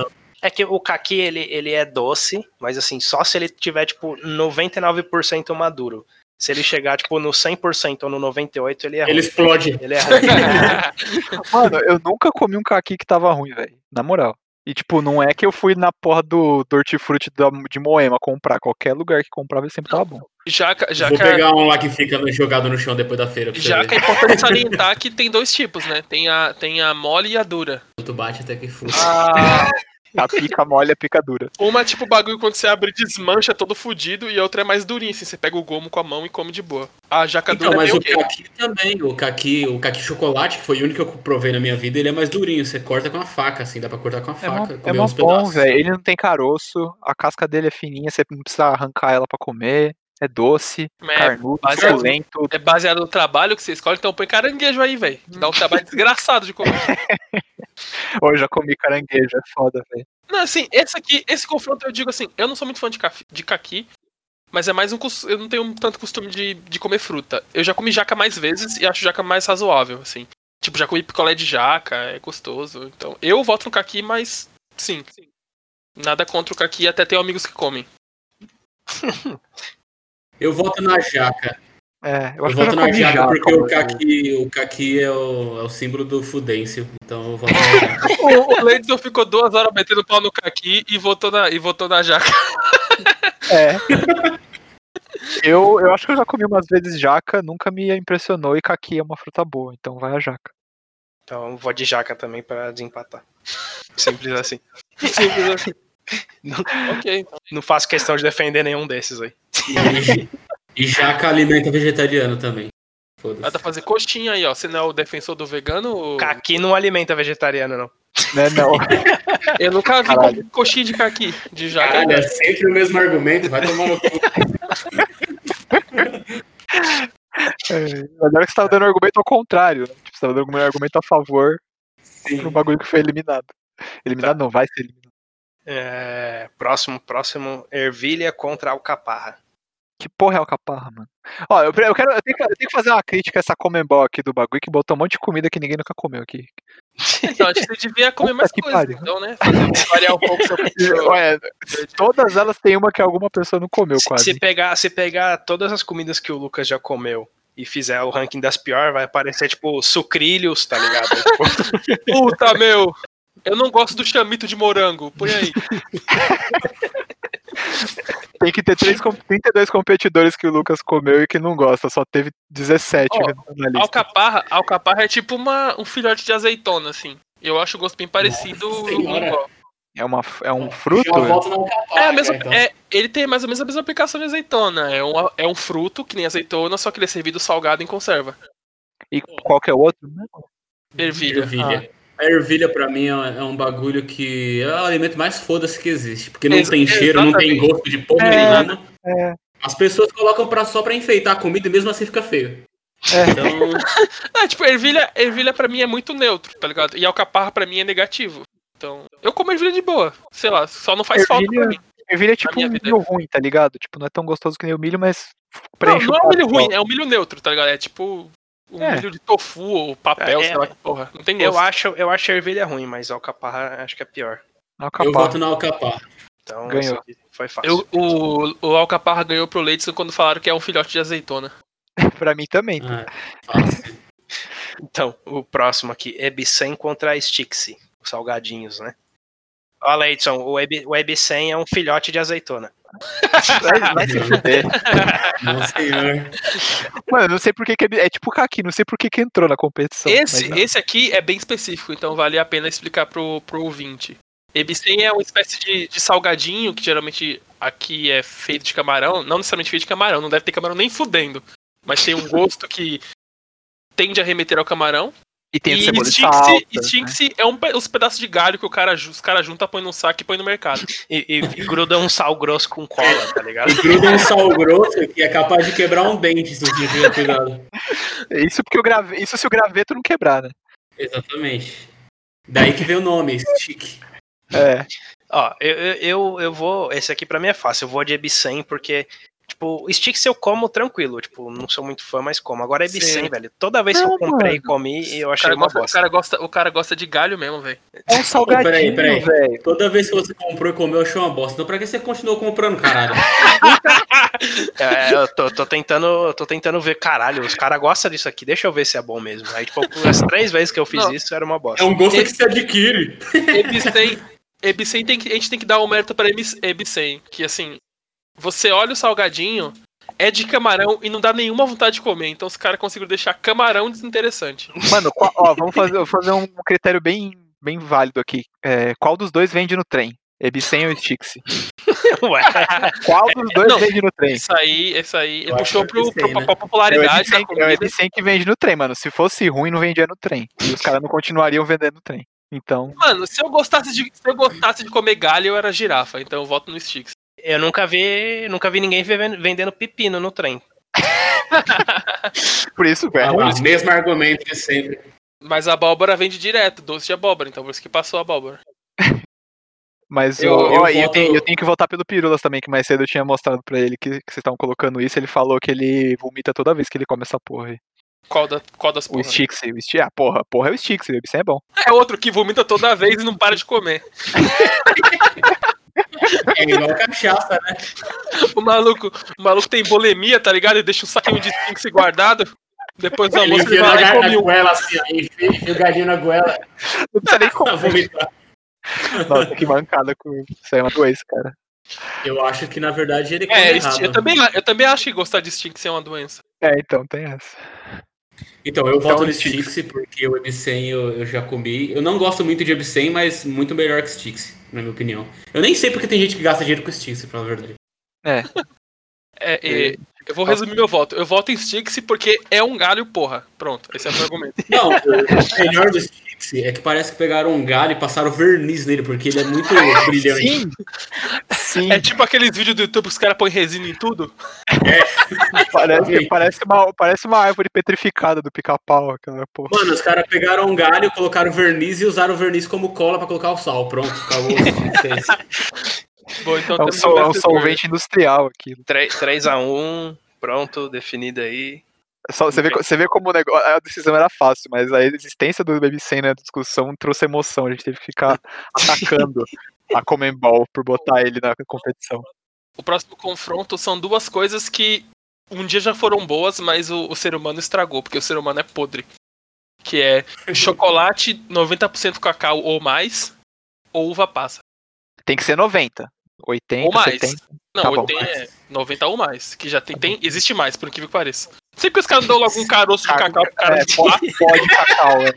É que o caqui, ele, ele é doce, mas assim, só se ele tiver, tipo, 99% maduro. Se ele chegar, tipo, no 100% ou no 98%, ele é
Ele
ruim.
explode.
Ele é ruim. <laughs>
Mano, eu nunca comi um caqui que tava ruim, velho. Na moral. E, tipo, não é que eu fui na porra do, do hortifruti da- de Moema comprar. Qualquer lugar que comprava, ele sempre tava bom.
Já, ca- já,
Vou
ca-
pegar um lá que fica no- jogado no chão depois da feira pra você
já
ver.
que é importante salientar que tem dois tipos, né? Tem a, tem a mole e a Ah, dura.
Tanto bate até que fura.
A pica mole, a pica dura.
Uma é tipo o bagulho quando você abre desmancha todo fudido e a outra é mais durinha, assim, você pega o gomo com a mão e come de boa. A jaca
Então,
dura é
mas
meio
o
que-
caqui também, o caqui, o caqui chocolate, que foi o único que eu provei na minha vida, ele é mais durinho, você corta com a faca, assim, dá pra cortar com a
É mó,
faca,
é
comer
mó
uns
bom,
pedaços.
velho. Ele não tem caroço, a casca dele é fininha, você não precisa arrancar ela pra comer. É doce,
É,
carnudo,
mas é-
suculento.
é baseado no trabalho que você escolhe, então põe caranguejo aí, velho. Dá um
<laughs>
trabalho desgraçado de comer.
Ô, eu já comi caranguejo, é foda, velho.
Não, assim, esse aqui, esse confronto eu digo assim, eu não sou muito fã de, caf- de caqui, mas é mais um cos- eu não tenho tanto costume de, de comer fruta. Eu já comi jaca mais vezes e acho jaca mais razoável, assim. Tipo, já comi picolé de jaca, é gostoso. Então, eu voto no caqui, mas sim. Nada contra o caqui, até tenho amigos que comem.
Eu voto na jaca.
É, eu
Eu,
acho que eu já
voto na
comi
jaca,
jaca,
porque o
mas eu-
caqui, o caqui é, o, é o símbolo do fudêncio, então eu voto na jaca.
<laughs>
O, o Leidson ficou duas horas metendo pau no caqui e votou na, e votou na jaca.
É. <laughs> Eu, eu acho que eu já comi umas vezes jaca, nunca me impressionou e caqui é uma fruta boa, então vai a jaca.
Então vou de jaca também pra desempatar. Simples assim. Simples assim.
Ok, então.
Não faço questão de defender nenhum desses aí.
E, e jaca alimenta vegetariano também.
Dá pra
Foda-se.
fazer coxinha aí, ó. Você não é o defensor do vegano? ou-
Caqui não alimenta vegetariano, não.
Né, não.
Eu nunca vi
Caralho.
coxinha de caqui, de jaca.
Caralho, é sempre o mesmo argumento, vai tomar <laughs> no cu.
É, mas na hora que você tava dando argumento ao contrário, né? Tipo, você tava dando argumento a favor pro bagulho que foi eliminado. Eliminado não, vai ser eliminado.
É, próximo, próximo. Ervilha contra Alcaparra.
Que porra é alcaparra, mano? Ó, eu, pre- eu quero, eu, tenho que, eu tenho que fazer uma crítica a essa Comembol aqui do bagulho que botou um monte de comida que ninguém nunca comeu aqui.
Então, acho que você devia comer
Puta
mais
que
coisas,
pariu.
então, né? Fazer- Variar um pouco seu seu-
Ué, todas elas tem uma que alguma pessoa não comeu
Se,
quase.
se pegar, se pegar todas as comidas que o Lucas já comeu e fizer o ranking das piores, vai aparecer, tipo, sucrilhos, tá
<laughs>
ligado? Tipo,
Puta, meu! Eu não gosto do chamito de morango. Põe aí.
Tem que ter três, com- 32 competidores que o Lucas comeu e que não gosta. Só teve 17
Ó,
na lista.
Alcaparra, alcaparra é tipo uma, um filhote de azeitona, assim. Eu acho o gosto bem parecido.
Nossa
eu não
senhora.
gosto.
É, uma, f- é um fruto?
Eu voto na alcaparra,
É a mesma.
então.
É, ele tem mais ou menos a mesma aplicação de azeitona. É um, é um fruto, que nem azeitona, só que ele é servido salgado em conserva.
E qualquer outro? né?
Ervilha.
Ervilha. Ah. A ervilha, pra mim, é um- é um bagulho que é o alimento mais foda-se que existe. Porque não
Ex-
tem cheiro, não tem
exatamente.
gosto de porra
É,
nenhuma. As pessoas colocam pra, só pra enfeitar a comida e mesmo assim fica feio.
É.
Então,
Ah, tipo, ervilha, ervilha pra mim é muito neutro, tá ligado? E alcaparra pra mim é negativo. Então, eu como ervilha de boa. Sei lá, só não faz falta pra
Ervilha-
mim.
Ervilha é tipo
minha
um
vida.
milho ruim, tá ligado? Tipo, não é tão gostoso que nem o milho, mas f-
Não,
preenche
não é um
o
milho
prato,
ruim, é um milho neutro, tá ligado? É tipo um
É.
milho de tofu ou papel,
É,
sei lá que porra. Não tem gosto.
eu, acho, eu acho a ervilha ruim, mas a Alcaparra acho que é pior.
ó.
eu
Alcaparra.
voto na alcaparra.
Então,
Ganhou.
esse aqui foi fácil.
Eu- o, o Alcaparra ganhou pro Leidson quando falaram que é um filhote de azeitona.
pra mim também.
Ah, fácil.
Então, o próximo aqui, Ebsen contra Stixi, os salgadinhos, né? Olha, Edson, o, Eb, o Ebsen é um filhote de azeitona.
Vai, vai se fuder.
Nossa senhora.
<laughs> Mano, eu não sei por que, que é, é tipo o Kaki, não sei por que, que entrou na competição.
Esse,
mas-
esse aqui é bem específico, então vale a pena explicar pro, pro ouvinte. Ebsen é uma espécie de, de salgadinho que geralmente aqui é feito de camarão. Não necessariamente feito de camarão, não deve ter camarão nem fudendo. Mas tem um gosto que tende a remeter ao camarão.
e tem
e
cebola e
Stinksy,
salsa,
e
né?
Stinksy é um, pe- os pedaços de galho que o cara, ju- os caras juntam, põe num saco e põe no mercado.
E, e, e gruda um sal grosso com cola, tá ligado?
E gruda um sal grosso que é capaz de quebrar um dente se você não tiver cuidado.
né? Isso porque o grave, isso se o graveto não quebrar, né?
Exatamente. Daí que vem o nome, stick.
É.
um
Ó, eu, eu, eu- eu vou. Esse aqui pra mim é fácil. Eu vou de Ebsen porque, tipo, Tipo, sticks eu como tranquilo, tipo, não sou muito fã, mas como. Agora é
Sim.
bicem, velho. Toda vez que
Não,
eu comprei e comi, eu
O
achei
cara,
uma
gosta, o, <laughs>
bosta.
cara gosta, o cara gosta de galho mesmo, velho.
É um salgadinho,
peraí, peraí.
velho.
Toda vez que você comprou e comeu, eu achei uma bosta. Então pra que você continuou comprando, caralho?
É, eu tô, tô tentando, eu tô tentando ver, caralho, os caras gostam disso aqui, deixa eu ver se é bom mesmo. Aí, tipo,
<laughs>
as três vezes que eu fiz
Não.
isso, era uma bosta.
É um gosto que se adquire.
Ebicem, Ebicem tem que, a gente tem que dar o mérito pra Ebi- Ebicem, que assim, você olha o salgadinho, é de camarão e não dá nenhuma vontade de comer, então os caras conseguiram deixar camarão desinteressante.
Mano, qual- ó, vamos fazer, vou fazer um critério bem, bem válido aqui. É, qual dos dois vende no trem? Ebicen ou Stix?
<laughs> Ué,
Qual dos dois
Não.
vende no trem?
Isso aí, isso aí, ele
acho
puxou
que eu
pro,
Ebicem,
pro-
né?
pra
É o
popularidade da
Ebicen- é o
comida.
Ebicen que vende no trem, mano. Se fosse ruim, não vendia no trem. E os caras não continuariam vendendo no trem. Então,
Mano, se eu gostasse de, se eu gostasse de comer galho, eu era girafa, então eu voto no Sticks.
eu nunca vi, nunca vi ninguém vendendo vendendo pepino no trem.
por isso,
Ah,
velho.
lá, mesmo argumento de sempre.
Mas a abóbora vende direto, doce de abóbora, então por isso que passou a abóbora.
Mas
Eu-
eu, ó,
eu
e eu,
voto-
tenho, eu tenho que voltar pelo Pirulas também, que mais cedo eu tinha mostrado pra ele que, que vocês estavam colocando isso. Ele falou que ele vomita toda vez que ele come essa porra aí.
Qual, da, qual das
O
porra?
Stix, o Stix. Ah, porra, porra é o Stix, o Ebicen é bom.
É outro que vomita toda vez e não para de comer.
É igual cachaça, né?
O maluco, o maluco tem bulimia, tá ligado? Ele deixa um saquinho de Stinks guardado. Depois do
Ele
almoço ele
enfia na,
vai lá e
ga-
come
na
um.
goela assim, ó, enfia, enfia o galinho na goela.
Não precisa nem
Tá
comer.
vomitando.
Nossa, que mancada com isso aí é uma doença, cara.
Eu acho que na verdade ele come
É,
errado.
eu também, eu também acho que gostar de Stinks é uma doença.
É, então tem essa.
Então, eu voto
Então,
no
Stix.
Stix, porque o Ebsen eu, eu já comi. Eu não gosto muito de Ebsen, mas muito melhor que Stix, na minha opinião. Eu nem sei porque tem gente que gasta dinheiro com Stix, pra falar a verdade.
É, é, eu vou resumir meu voto. Eu voto em Stinks porque é um galho, porra. Pronto, esse é o meu argumento.
Não, o <laughs> melhor do Stix é que parece que pegaram um galho e passaram verniz nele, porque ele é muito brilhante.
Sim! Sim,
É tipo aqueles vídeos do YouTube que os caras põem resina em tudo.
tipo, parece,
ok.
parece, uma, parece uma árvore petrificada do pica-pau, aquela porra.
Mano, os caras pegaram um galho, colocaram verniz e usaram o verniz como cola pra colocar o sal. Pronto, acabou.
Bom, então
É um,
temos
sol, é um
vencedor.
solvente industrial aquilo.
3, a 1 pronto, definido aí.
É só- você, vê, co- você vê como o negócio, a decisão era fácil, mas a existência do Baby Sen na discussão trouxe emoção. A gente teve
<laughs>
que ficar atacando a Comembol por botar ele na competição.
O próximo confronto são duas coisas que um dia já foram boas, mas o, o ser humano estragou, porque o ser humano é podre. Que é chocolate 90% cacau ou mais, ou uva passa.
Tem que ser 90. 80,
ou mais.
70.
Não,
Tá bom, Tá
80, é 90 ou mais. Que já tem, tem- Existe mais, por incrível que pareça. Sempre que os caras dão logo um caroço de
Caca-
cacau pro cara
É,
<laughs> de lá,
pode, pode cacau, é.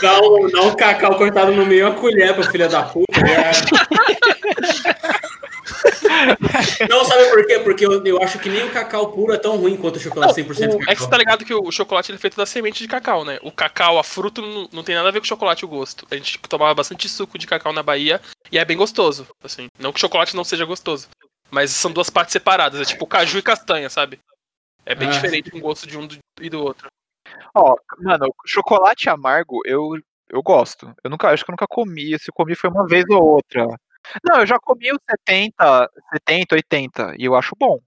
Dá um, dá um cacau cortado no meio, uma colher pro filho da puta. né? Não, sabe por quê? Porque eu, eu acho que nem o cacau puro é tão ruim quanto o chocolate 100%
o- é que você
cacau.
tá ligado que o chocolate ele é feito da semente de cacau, né? O cacau, a fruta, não, não tem nada a ver com chocolate, o gosto. A gente tipo, tomava bastante suco de cacau na Bahia e é bem gostoso. Assim, não que o chocolate não seja gostoso, mas são duas partes separadas. É tipo caju e castanha, sabe? É bem
Ah.
diferente o gosto de um do- e do outro.
Ó, mano, chocolate amargo eu, eu gosto. Eu nunca, acho que eu nunca comi. Se eu comi foi uma vez ou outra. Não, eu já comi o 70, 70, 80 e eu acho bom.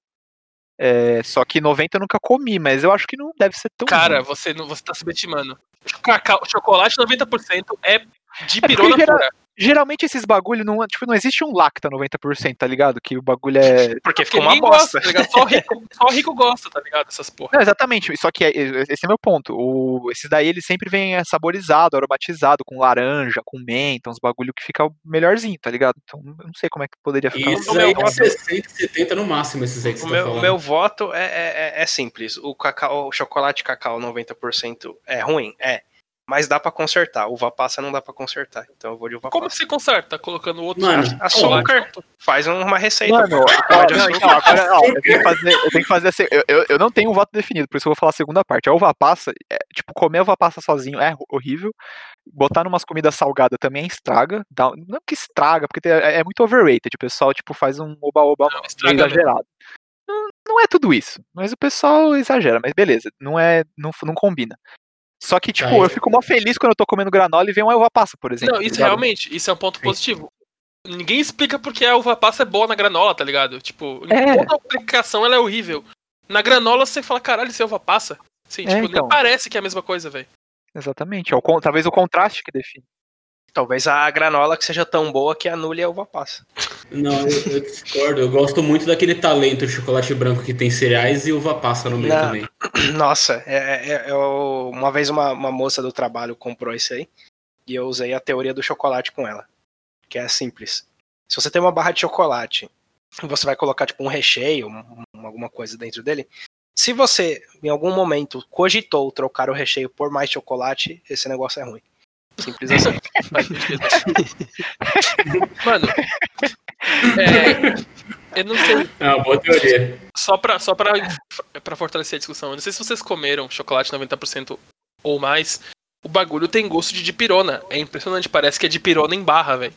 É, só que 90 eu nunca comi, mas eu acho que não deve ser
Uhum.
tão
Cara,
ruim.
você, não, você tá subestimando. Cacau, chocolate 90% é de pirona
gera-
pura.
geralmente esses bagulho não, tipo, não existe um lacta 90%, tá ligado? Que o bagulho é
<laughs> Porque
Porque
ficou uma
ninguém
bosta.
gosta, tá ligado? Só o rico, só o rico gosta, tá ligado? Essas porra.
Não, exatamente, só que é- é- esse é meu ponto. O, esses daí ele sempre vem é, saborizado, aromatizado, com laranja, com menta, uns bagulho que fica melhorzinho, tá ligado? Então eu não sei como é que poderia ficar.
Isso
Como é
aí
o
é 60, 70 no máximo, esses aí que
O
você tá
meu,
falando.
o meu voto é, é- é- é simples. O, cacau, o chocolate cacau 90% é ruim? É. Mas dá pra consertar. Uva passa não dá pra consertar. Então eu vou de uva
Como
passa.
você conserta? Colocando outro
Mano,
Açúcar. Faz uma receita.
Mano,
pô.
ó,
Pode
não,
açúcar.
então, agora, ó, eu tenho que fazer, eu tenho que fazer assim, eu, eu, eu não tenho um voto definido, por isso eu vou falar a segunda parte. A uva passa, é, tipo, comer a uva passa sozinho é ho- horrível. Botar numas comidas salgadas também estraga. dá- um, não que estraga, porque tem- é, é muito overrated. O pessoal, tipo, faz um oba-oba
Não,
meio
estraga mesmo.
exagerado. Não, não é tudo isso, mas o pessoal exagera, mas beleza, não é, não, f- não combina. Só que, tipo,
Tá,
eu fico mó feliz quando eu tô comendo granola e vem uma uva passa, por exemplo.
Não,
tá
isso
ligado?
realmente, isso é um ponto positivo. Ninguém explica porque a uva passa é boa na granola, tá ligado? Tipo,
É.
toda aplicação ela é horrível. Na granola você fala, caralho, isso é uva passa. Sim,
É,
tipo,
então.
nem parece que é a mesma coisa, velho.
Exatamente. é o con- talvez o contraste que define.
Talvez a granola que seja tão boa que anule a uva passa.
Não, eu, eu discordo. Eu gosto muito daquele talento de chocolate branco que tem cereais e uva passa no meio
Não.
também.
Nossa, é, é- é o- uma vez uma, uma moça do trabalho comprou isso aí e eu usei a teoria do chocolate com ela, que é simples. Se você tem uma barra de chocolate, você vai colocar tipo um recheio, um- um- alguma coisa dentro dele. Se você, em algum momento, cogitou trocar o recheio por mais chocolate, esse negócio é ruim. Simples assim.
Faz
<laughs>
sentido. Mano, é, eu não sei,
É uma boa teoria.
só pra, só pra, pra fortalecer a discussão, eu não sei se vocês comeram chocolate 90% ou mais, o bagulho tem gosto de dipirona. É impressionante, parece que é dipirona em barra, velho.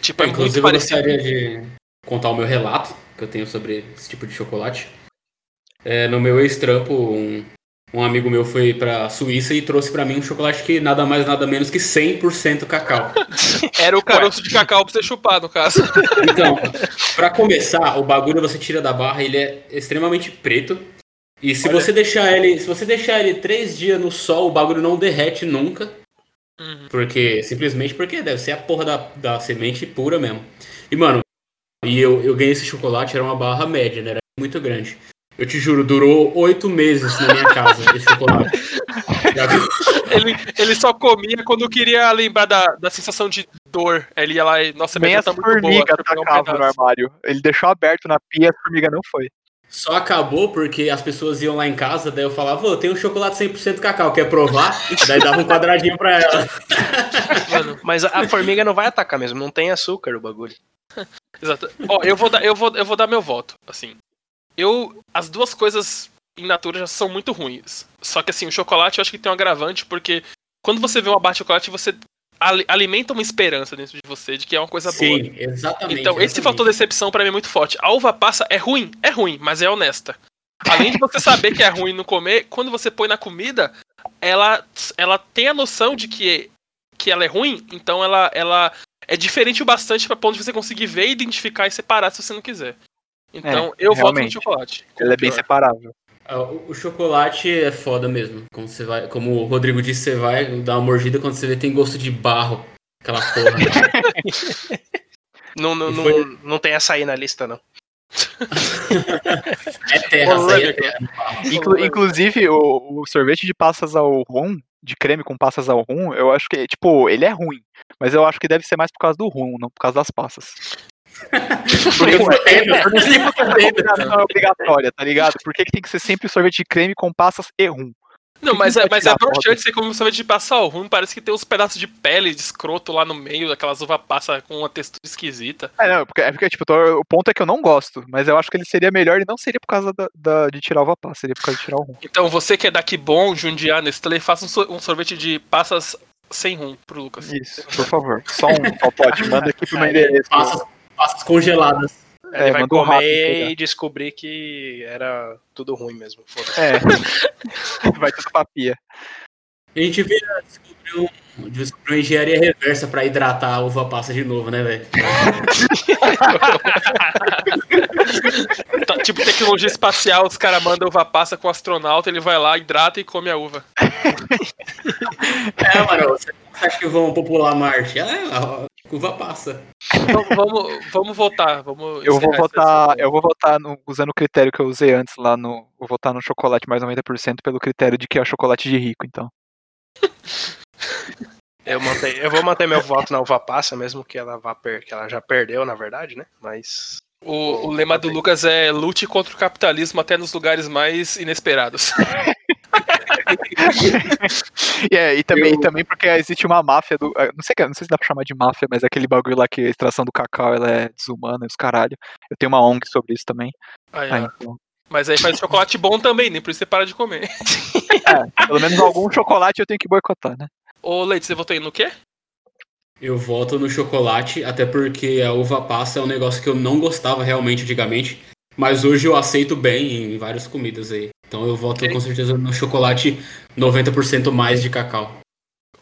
Tipo, é muito
Inclusive, eu
parecido.
gostaria de contar o meu relato que eu tenho sobre esse tipo de chocolate. É, no meu ex-trampo, um, um amigo meu foi pra Suíça e trouxe pra mim um chocolate que nada mais, nada menos que 100% cacau.
Era o caroço de cacau pra você chupar, no caso. <laughs>
Então, pra começar, o bagulho você tira da barra, ele é extremamente preto. E se você deixar ele, se você deixar ele três dias no sol, o bagulho não derrete nunca,
Uhum.
porque simplesmente porque deve ser a porra da, da semente pura mesmo. E mano, e eu, eu ganhei esse chocolate, era uma barra média, né? Era muito grande. Eu te juro, durou oito meses na minha casa esse chocolate. E agora-
Ele, ele só comia quando queria lembrar da, da sensação de dor. Ele ia lá e, nossa,
Nem
minha dor
as
tá muito boa.
formigas
deixa eu pegar um
atacavam no
pedaço.
armário. Ele deixou aberto na pia, a formiga não foi.
Só acabou porque as pessoas iam lá em casa, daí eu falava, ô, tem um chocolate 100% cacau, quer provar? daí dava um quadradinho pra ela.
Mano,
Mas a, a formiga não vai atacar mesmo, não tem açúcar o bagulho.
Exato. Ó, eu vou dar, eu vou, eu vou dar meu voto, assim. Eu, as duas coisas em natura já são muito ruins. Só que assim, o chocolate eu acho que tem um agravante porque quando você vê uma barra de chocolate, você ali- alimenta uma esperança dentro de você de que é uma coisa boa.
Sim, exatamente.
Então, esse
exatamente.
fator decepção pra mim é muito forte. A uva passa é ruim, é ruim, mas é honesta. Além de você saber que é ruim não comer, quando você põe na comida, ela, ela tem a noção de que, que ela é ruim, então ela, ela é diferente o bastante pra ponto de você conseguir ver, identificar e separar se você não quiser. Então, eu voto no
É, realmente.
chocolate.
Ele é bem
Pior.
separável.
Ah, O, o chocolate é foda mesmo. Como, você vai, como o Rodrigo disse, você vai dar uma mordida quando você vê tem gosto de barro. Aquela porra.
Não, não,
E
não,
foi-
não tem açaí na lista, não.
é terra, isso aí é
Polêmica.
terra.
Inclu- inclusive, o, o sorvete de passas ao rum, de creme com passas ao rum, eu acho que, tipo, ele é ruim. Mas eu acho que deve ser mais por causa do rum, não por causa das passas.
Eu entendo, eu não sei
<laughs>
Essa
porquê.
combinação é obrigatória, tá ligado? Por que, que tem que ser sempre sorvete de creme com passas e rum?
Não,
que
mas
que
é,
vai
mas
tirar
é
a foto?
broxante você comer um sorvete de passa ao ruim, parece que tem uns pedaços de pele de escroto lá no meio, daquelas uva passa com uma textura esquisita.
É, não, porque, é porque, tipo, tô- o ponto é que eu não gosto, mas eu acho que ele seria melhor e não seria por causa da, da- de tirar o vapá, seria por causa de tirar o rum.
Então, você que é daqui bom, Jundiá, Nestlé, faça um, so- um sorvete de passas sem rum pro Lucas.
Isso, por favor. Só um, só pode, manda aqui pro meu endereço.
Passas, passas congeladas.
É,
Ele vai
mandou
comer
rápido,
e
entendeu?
descobrir que era tudo ruim mesmo. foda-se.
É.
<laughs>
Vai tudo pra pia.
A gente vira descobrir, um, descobrir uma engenharia reversa pra hidratar a uva passa de novo, né, velho?
Tá, tipo tecnologia espacial, os caras mandam uva passa com o astronauta, ele vai lá, hidrata e come a uva.
É, mano, você acha que vão popular Marte? Ah, a uva passa.
Então, vamos, vamos votar. Vamos
Eu vou
encerrar essa
votar,
sessão.
eu vou votar no- usando o critério que eu usei antes lá no. Vou votar no chocolate mais 90% pelo critério de que é chocolate de rico, então.
Eu, mantei- eu vou manter meu voto na uva passa, mesmo que ela, vá per- que ela já perdeu, na verdade, né? Mas.
O, o lema do Lucas é lute contra o capitalismo até nos lugares mais
<laughs>
inesperados.
E, é, e também,
Eu-
também porque existe uma máfia do. ah, Não sei, não sei se dá pra chamar de máfia, mas é aquele bagulho lá que a extração do cacau ela é desumana e os caralho. Eu tenho uma ONG sobre isso também.
É.
Aí,
Ah,
ó.
então.
Mas aí faz chocolate bom também, nem por isso você para de comer.
Pelo menos algum chocolate eu tenho que boicotar, né?
Ô, Leite, você votou aí no quê?
Eu voto no chocolate, até porque a uva passa é um negócio que eu não gostava realmente antigamente, mas hoje eu aceito bem em várias comidas aí. Então eu voto
Ok.
com certeza no chocolate 90% mais de cacau.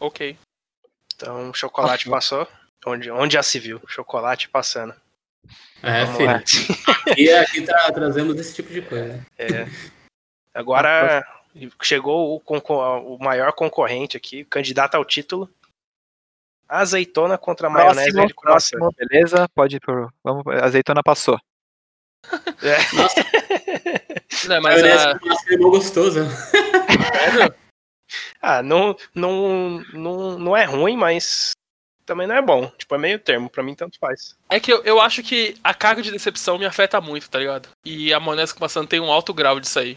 Ok.
Então, chocolate passou. Onde, onde já se viu? Chocolate passando.
É,
Vamos
filho.
lá.
E aqui tá, trazemos esse tipo de coisa.
É. Agora chegou o, concor- o maior concorrente aqui, candidato ao título. Azeitona contra a maionese
Próximo,
de croissant.
próximo, beleza? Pode ir pro. Vamos, azeitona passou.
Não, mas
Mas
a,
a... é mó gostoso.
Ah, não, não, não, não é ruim, mas também não é bom. Tipo, é meio termo, pra mim tanto faz.
é que eu, eu acho que a carga de decepção me afeta muito, tá ligado? E a maionese com maçã tem um alto grau disso aí.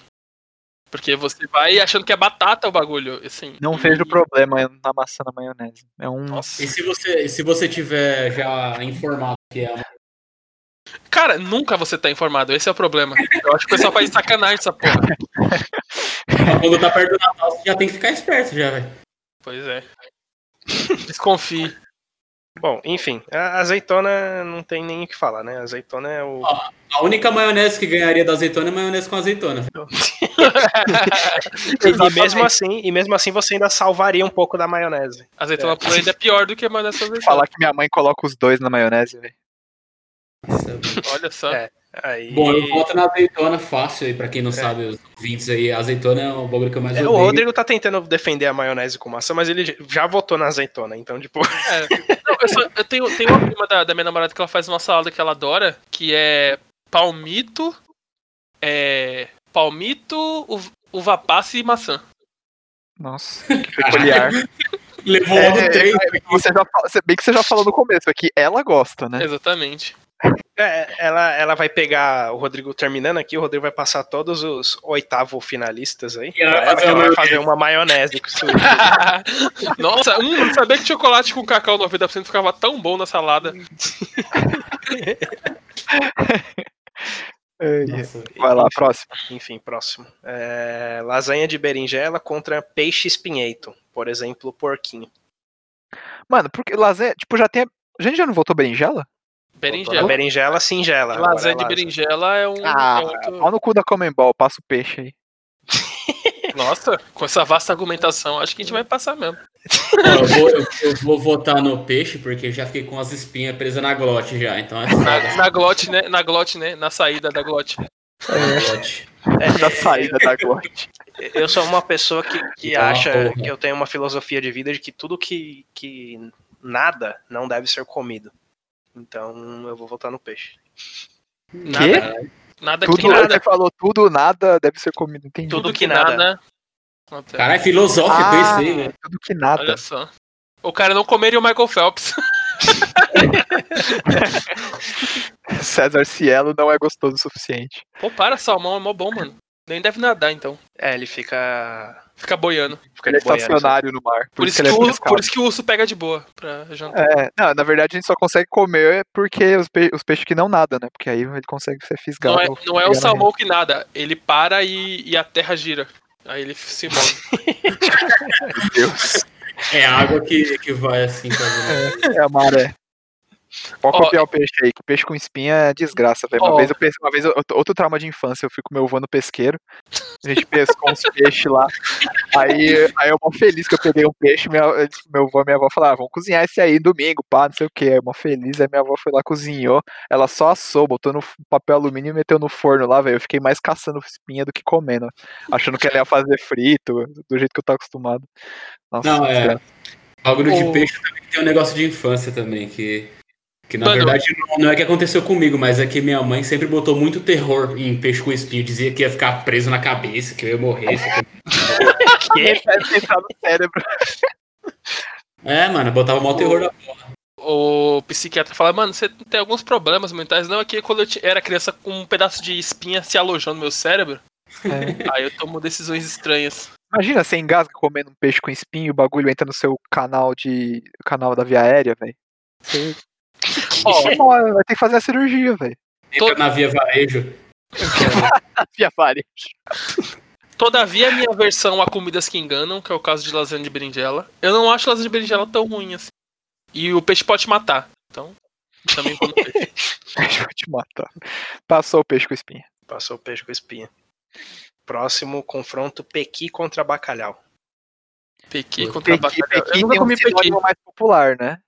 Porque você vai achando que é batata o bagulho, assim.
Não
e-
vejo problema na maçã na maionese. É um.
Nossa.
E se você, e se você tiver já informado que é uma...
Cara, nunca você tá informado, esse é o problema. Eu acho que o pessoal faz sacanagem essa porra.
Quando tá perto do Natal, você já tem que ficar esperto já, velho.
Pois é. <laughs> Desconfie.
Bom, enfim, a azeitona não tem nem o que falar, né? Azeitona é o.
A única maionese que ganharia da azeitona é maionese com azeitona.
e, mesmo assim, e mesmo assim você ainda salvaria um pouco da maionese.
Azeitona pura ainda é pior do que a maionese com azeitona.
Falar que minha mãe coloca os dois na maionese, velho.
Nossa.
Olha só.
É. Aí... É,
Bom, eu voto na azeitona fácil aí, pra quem não sabe, os ouvintes aí, a azeitona é o bagulho que eu mais
É,
odeio.
o Rodrigo tá tentando defender a maionese com maçã, mas ele já votou na azeitona, então, tipo. <laughs>
É. Não, eu, só- eu tenho, tenho uma prima da, da minha namorada que ela faz uma salada que ela adora, que é palmito, é, palmito, uv- uva passa e maçã.
Nossa,
<laughs>
que peculiar.
Levou
É,
o ano três.
Você já fala- você- bem que você já falou no começo, é que ela gosta, né?
Exatamente. <laughs>
É, ela, ela vai pegar o Rodrigo terminando aqui, o Rodrigo vai passar todos os oitavo finalistas aí.
E ela vai
Ela
fazer uma
vai fazer uma maionese com isso.
Nossa, hum, não sabia que chocolate com cacau 90% ficava tão bom na salada.
É,
Nossa,
Vai lá, próximo.
Enfim, próximo. É, lasanha de berinjela contra peixe espinheito. Por exemplo, porquinho.
Mano, porque lasanha, tipo, já tem. A gente já não voltou berinjela?
A
Berinjela.
berinjela singela. agora é
Lasanha de berinjela é um.
Ah,
é outro-
Pau no cu da Comembol, passa o peixe aí.
Nossa, com essa vasta argumentação, acho que a gente vai passar mesmo.
Ó, eu, vou, eu, eu vou votar no peixe, porque já fiquei com as espinhas presas na glote já, então é
Na,
foda.
na glote, né? Na glote, né? Na saída da glote.
na
É.
glote.
É Da saída da
<laughs>
glote.
Eu sou uma pessoa que, que
Tá uma
acha
porra.
que eu tenho uma filosofia de vida de que tudo que, que nada não deve ser comido. Então eu vou votar no peixe.
Nada, nada
Tudo, é
que nada.
Você falou tudo, nada deve ser comido, entendi.
Tudo
Tudo
que
que nada.
Caralho, é filosófico
Ah.
esse aí, velho.
Tudo que nada.
Olha só. O cara não comeria o Michael Phelps. <laughs>
César Cielo não é gostoso o suficiente.
Pô, para, salmão é mó bom, mano. Nem deve nadar, então.
É, ele fica.
Fica boiando.
fica
Ele é
de boiada, sabe?
estacionário no mar.
Por, isso, que é o, urso- por isso que o urso pega de boa pra jantar.
É, não, na verdade a gente só consegue comer porque os, pe- os peixes que não nadam, né? Porque aí ele consegue ser fisgado.
não, é, não é o
pegar na
salmão que nada. Ele para e, e a terra gira. Aí ele se move.
rede, meu Deus.
É água que, que vai assim, tá
É a maré. Pode
Ó.
copiar o peixe aí, que peixe com espinha é desgraça, velho. Uma
Ó.
vez eu pensei, uma vez, eu- outro trauma de infância, eu fui com meu avô no pesqueiro. A gente pescou uns peixes lá. Aí, aí eu mó feliz que eu peguei um peixe, minha, eles- meu avô e minha avó falaram, ah, vamos cozinhar esse aí domingo, pá, não sei o que. Aí mó feliz, aí minha avó foi lá, cozinhou. Ela só assou, botou no f- papel alumínio e meteu no forno lá, velho. Eu fiquei mais caçando espinha do que comendo. Achando que ela ia fazer frito, do jeito que eu tava acostumado. Nossa,
Não, é.
desgraça.
Bagulho
O-
de peixe também tem um negócio de infância também, que, que na
Mano.
verdade não, não é que aconteceu comigo, mas é que minha mãe sempre botou muito terror em peixe com espinho, dizia que ia ficar preso na cabeça, que eu ia morrer. isso aqui.
Deve entrar no cérebro.
É, mano, botava mal terror na
O psiquiatra fala, mano, você tem alguns problemas mentais. Não, é que quando eu ti- era criança com um pedaço de espinha se alojando no meu cérebro, aí eu tomo decisões estranhas.
Imagina, você engasga comendo um peixe com espinho, o bagulho entra no seu canal de. canal da via aérea, velho. Você-
<laughs> Ó,
Você morre, vai ter que fazer a cirurgia,
<laughs>
velho.
entra na via varejo.
Via <laughs> varejo.
Todavia, minha versão a comidas que enganam, que é o caso de lasanha de berinjela, eu não acho lasanha de berinjela tão ruim assim. E o peixe pode matar. Então, também vou no
<laughs>
peixe.
Deixa eu te matar. Passou o peixe com espinha.
Passou o peixe com espinha. Próximo confronto: Pequi contra bacalhau.
Pequi
Pequi,
contra
Pequi,
bacalhau. Eu
pequi
nunca
tem um
comi pequi.
sinônimo mais popular, né?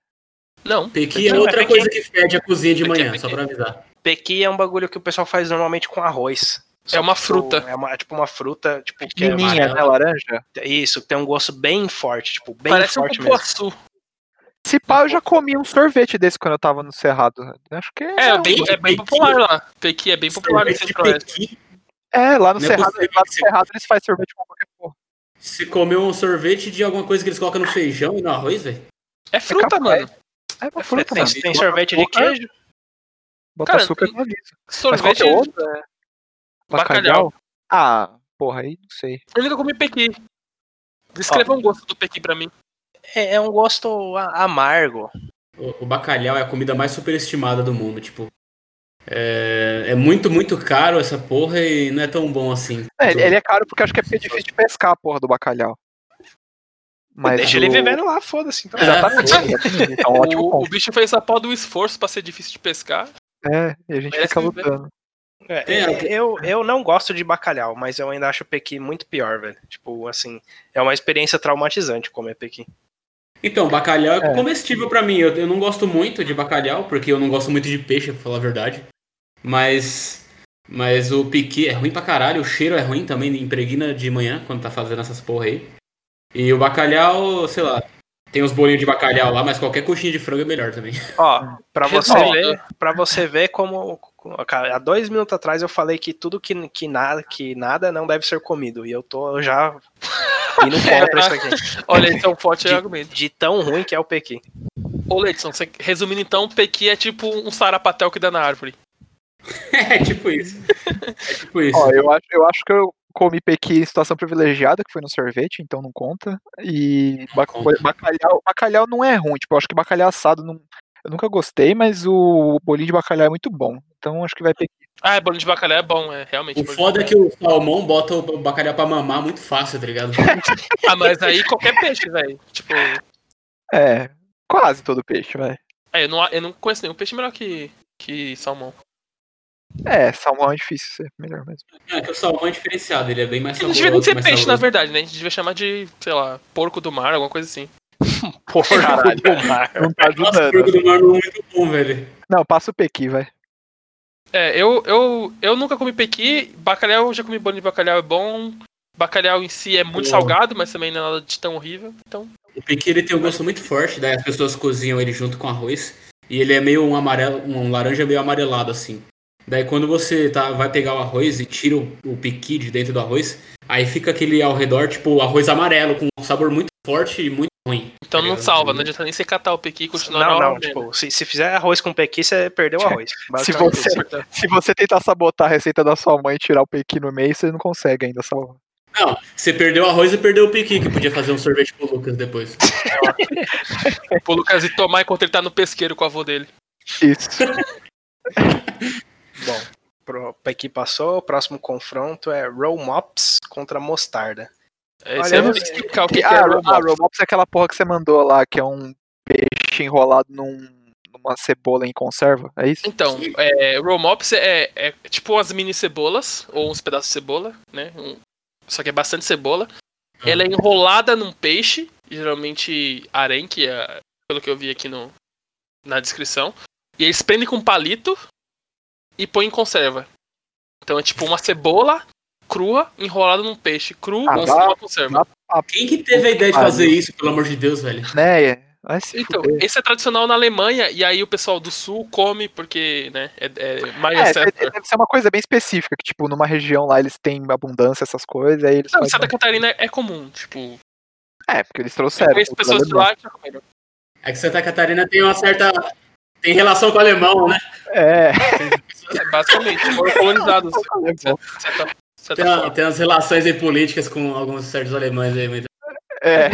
Não.
Pequi é
Não, é
outra
pequi.
coisa que fede a cozinha de
Pequi,
manhã,
pequi.
só pra avisar.
Pequi é um bagulho que o pessoal faz normalmente com arroz. Só
É uma
que, tipo,
fruta.
É, uma- é tipo uma fruta, tipo, que é
Pequenininha,
amarela.
né? Laranja.
Isso, tem um gosto bem forte, tipo, bem
Parece um
forte mesmo.
cupuaçu.
Se pá, eu já comi um sorvete desse quando eu tava no Cerrado. Acho que é.
É,
um-
bem, é bem popular lá. Pequi é bem popular no
Sorvete de
Centro-Oeste.
pequi.
É, lá no
Não é
Cerrado,
possível
lá no
que você-
Cerrado eles fazem sorvete com qualquer porra.
Se comeu um sorvete de alguma coisa que eles colocam no feijão e no arroz, velho.
É fruta,
capaz.
mano.
É uma fruta,
tem,
né?
mano.
tem sorvete de queijo.
Bota
Cara,
açúcar
tem-
no aviso. Mas qual
Sorvete.
que é o outro? É
Bacalhau.
Ah, porra, aí não sei.
Eu nunca comi pequi. Descreva um gosto do pequi pra mim.
É, é um gosto a- amargo.
O, o bacalhau é a comida mais superestimada do mundo, tipo. É, é muito, muito caro essa porra e não é tão bom assim.
É, ele ele é caro porque acho que é porque é difícil de pescar a porra do bacalhau. Mas
Deixa
o-
ele vivendo lá, foda-se. Então.
Exatamente.
É,
exatamente. É um ótimo
o, o
ponto.
bicho fez a pó do esforço pra ser difícil de pescar.
É, e a gente
Parece
fica
que-
lutando.
É,
Tem
é,
algo-
eu, eu não gosto de bacalhau, mas eu ainda acho pequi muito pior, velho. Tipo, assim, é uma experiência traumatizante comer pequi.
Então, bacalhau é,
É.
comestível pra mim. Eu, eu não gosto muito de bacalhau, porque eu não gosto muito de peixe, pra falar a verdade. Mas. Mas o piqui é ruim pra caralho, o cheiro é ruim também, impregna de manhã quando tá fazendo essas porra aí. E o bacalhau, sei lá, tem uns bolinhos de bacalhau lá, mas qualquer coxinha de frango é melhor também. <laughs>
Ó, pra você
Resolve.
né?
ver, para você ver como cara, há dois minutos atrás eu falei que tudo que, que nada que nada não deve ser comido e eu tô
<laughs>
já indo contra isso aqui.
Olha, esse é um forte
De-
argumento.
De tão ruim que é o pequi.
Ô, Leidson, você- resumindo então, pequi é tipo um sarapatel que dá na árvore.
é tipo isso. É tipo isso.
Ó, eu acho, eu acho que eu comi pequi em situação privilegiada, que foi no sorvete, então não conta. E ba-
conta.
Bacalhau, bacalhau não é ruim, tipo, eu acho que bacalhau assado não, eu nunca gostei, mas o bolinho de bacalhau é muito bom. Então acho que vai pequi.
Ah, é bolinho de bacalhau é bom, é realmente.
O
bolinho de
foda é que o salmão bota o bacalhau pra mamar muito fácil, tá ligado? <laughs>
bacalhau. Ah, mas aí qualquer peixe, velho. Tipo,
É, quase todo peixe, vai.
é, eu, não, eu não conheço nenhum peixe melhor que, que
Tá
salmão.
É, salmão é difícil ser melhor mesmo.
É, que o salmão é diferenciado, ele é bem mais
A gente devia
saboroso.
nem ser
mais
peixe, na
saboroso.
verdade, né? A gente devia chamar de, sei lá, porco do mar, alguma coisa assim.
Porra, caralho.
Não tá
Nossa, o porco
ajudando.
do mar é muito bom, velho.
Não, passa o pequi, vai.
É, eu, eu, eu nunca comi pequi, bacalhau, eu já comi bolinho de bacalhau, é bom. Bacalhau em si é muito
Boa.
salgado, mas também não é nada de tão horrível. Então,
O piqui ele tem um gosto muito forte, daí as pessoas cozinham ele junto com arroz. E ele é meio um amarelo, um laranja meio amarelado assim. Daí quando você tá, vai pegar o arroz e tira o, o piqui de dentro do arroz, aí fica aquele ao redor, tipo, arroz amarelo, com um sabor muito forte e muito ruim.
então não
Obrigado.
salva, não adianta nem você catar o pequi e continuar
Não,
na
não,
hora mesmo.
tipo, se, se fizer arroz com pequi, você perdeu o arroz.
Se
basicamente
você,
isso.
se você tentar sabotar a receita da sua mãe e tirar o pequi no meio, você não consegue ainda salvar.
Não, você perdeu o arroz e perdeu o piqui, que podia fazer um sorvete pro Lucas depois.
Pro Lucas e tomar enquanto ele tá no pesqueiro com o avô dele.
<laughs> Isso.
Bom, pro pequi passou, o próximo confronto é Roll Mops contra Mostarda.
É,
Olha,
isso eu não
eu-
sei explicar o que,
Que,
que
ah,
é
ro- ah,
Roblox.
Robops é aquela porra que você mandou lá, que é um peixe enrolado num- numa cebola em conserva, é isso?
Então, é, roll mops é, é tipo umas mini cebolas, ou uns pedaços de cebola, né? Um- só que é bastante cebola. Ela é enrolada num peixe, geralmente harém, que é pelo que eu vi aqui no, na descrição. E eles prendem com um palito e põem em conserva. Então é tipo uma cebola crua enrolada num peixe cru
Ah,
nossa,
vá-
numa conserva.
Quem que teve a ideia de fazer isso, pelo amor de Deus, velho?
Né? é. Vai se
Então,
fuder.
esse é tradicional na Alemanha, e aí o pessoal do sul come porque, né, é, é mais
É,
ancestral.
deve deve ser uma coisa bem específica, que tipo, numa região lá eles têm abundância, essas coisas, aí eles
Não, em
fazem-
Santa Catarina é comum, tipo,
É, porque eles
eu
trouxeram.
conheço
cultura
pessoas de
alemã.
lá que já comeram.
É que Santa Catarina tem uma certa. tem relação com o alemão, né?
É,
É, basicamente,
<laughs>
foram colonizados.
alemão.
de certa- de certa
Tem, uma-
forma. É,
tem umas relações aí políticas com alguns certos alemães aí, mas
é.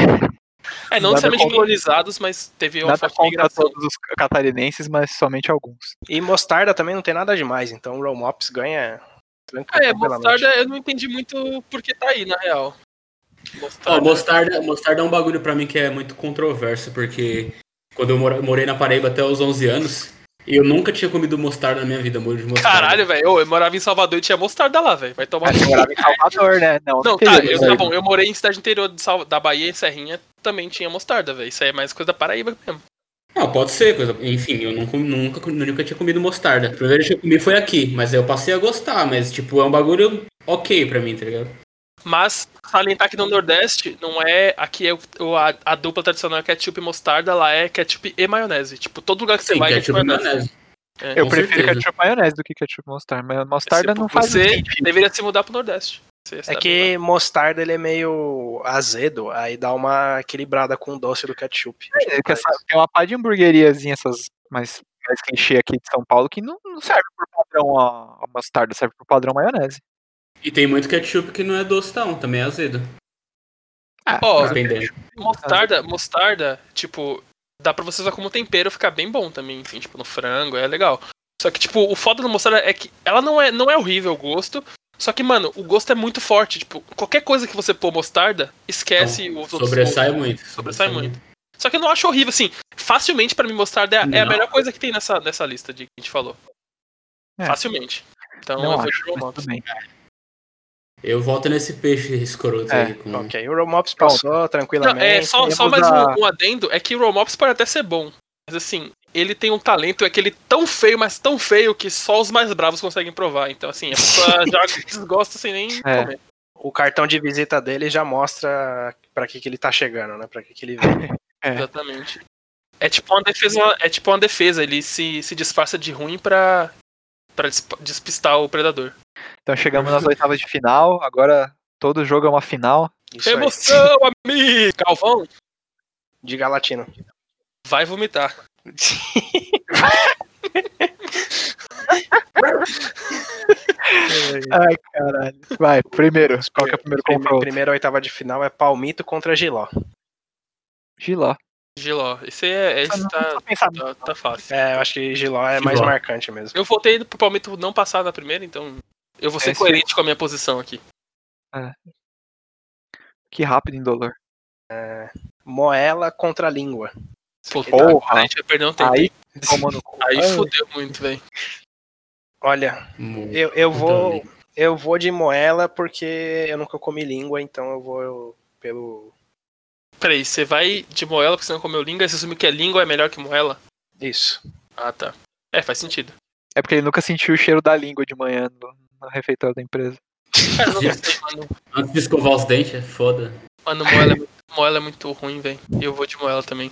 É, não
Nada
necessariamente
contra-
colonizados, mas teve uma
Nada
forte
contra
migração.
todos os catarinenses, mas somente alguns.
E Mostarda também não tem nada demais, então o Roll Mops ganha tranqu-
Ah, é,
tranquilamente.
mostarda eu não entendi muito porque tá aí, na real.
Ó,
Mostarda.
mostarda, mostarda é um bagulho pra mim que é muito controverso, porque quando eu mora- morei na Paraíba até os 11 anos, eu nunca tinha comido mostarda na minha vida, molho de mostarda.
Caralho, velho, ô, eu morava em Salvador e tinha mostarda lá, velho, vai
<laughs>
tomar...
Mas você morava em Salvador, né? Não,
Não,
tem
tá,
jeito,
eu,
né?
tá bom, eu morei em cidade interior de Sal- da Bahia, em Serrinha, também tinha mostarda, velho, isso aí é mais coisa da Paraíba mesmo.
Ah, pode ser, coisa. Enfim, eu não comi- nunca, comi- nunca tinha comido mostarda. A primeira vez que eu comi foi aqui, mas aí eu passei a gostar, mas tipo, é um bagulho ok pra mim, tá ligado?
Mas salientar que no Nordeste não é. Aqui é o, o- a, a dupla tradicional é ketchup e mostarda, lá é ketchup e maionese. Tipo, todo lugar que você
Sim,
vai é
ketchup e maionese.
É.
Eu
Com
prefiro
certeza.
ketchup maionese do que ketchup mostarda, mas mostarda
Você-
não faz
você
sentido.
Deveria se mudar pro Nordeste. Você
É
sabe, né?
que mostarda ele é meio azedo, aí dá uma equilibrada com o doce do ketchup.
É que essa- tem uma pá de hamburgueriazinha, essas mais, mais clichê aqui de São Paulo, que não, não serve pro padrão a, a mostarda, serve pro padrão maionese.
E tem muito ketchup que não é doce, não, também é azedo.
Ah,
Ó,
mas-
Dependendo.
Mostarda, mostarda, tipo, dá pra você usar como tempero, ficar bem bom também, enfim, tipo, no frango, é legal. Só que, tipo, o foda da mostarda é que ela não é, não é horrível o gosto, só que, mano, o gosto é muito forte, tipo, qualquer coisa que você pôr mostarda, esquece os outros
Então, Sobressai
gostos.
muito.
Sobressai muito. Só que eu não acho horrível, assim, facilmente pra mim mostarda é a, é a
Não.
melhor coisa que tem nessa, nessa lista de que a gente falou.
É.
Facilmente. Então eu
não
vou
acho,
de João
mas
Lopes.
tudo bem.
Eu volto nesse peixe escroto
É,
aí. Com...
Ok, o Romops passou
Não,
tranquilamente.
é, só, só
Vamos
mais
né? a-
um, um adendo, é que o Romops pode até ser bom. Mas assim, ele tem um talento, é que ele é tão feio, mas tão feio, que só os mais bravos conseguem provar. Então, assim, a pessoa
<laughs>
já desgosta sem nem
É.
comer.
O cartão de visita dele já mostra pra que, que ele tá chegando, né? Pra que, que ele veio.
<laughs>
É.
Exatamente. É tipo uma defesa, é tipo uma defesa, ele se, se disfarça de ruim pra, pra desp- despistar o predador.
Então chegamos nas oitavas de final, agora todo jogo é uma final.
Isso aí.
Emoção, amigo! Calvão,
Diga latino.
vai vomitar.
É,
Ai, caralho. Vai, primeiro. Qual que é o primeiro
Primeiro,
confronto?
primeira oitava de final é Palmito contra Giló.
Giló.
Giló, esse é. Esse tá, tá, tá fácil.
É, eu acho que Giló é mais
Giló.
marcante mesmo.
Eu voltei pro Palmito não passar na primeira, então eu vou ser
É isso aí.
coerente com a minha posição aqui.
Que rápido, indolor.
Moela contra Língua.
Pô,
Porra.
a gente vai perder um tempo.
Aí, toma no cu.
Aí
Ai.
fudeu muito, velho.
Olha,
Mu-
eu, eu vou
Muito
eu vou de Moela porque eu nunca comi língua, então eu vou pelo
Peraí, você vai de moela porque você não comeu língua e você assume que a língua é melhor que moela?
isso.
Ah, tá. É, faz sentido.
É porque ele nunca sentiu o cheiro da língua de manhã no, no refeitório da empresa.
Cara, eu não gostei, mano.
Antes de escovar os dentes, é foda.
Mano, moela é muito, <laughs> moela é muito ruim, velho. Eu vou de moela também.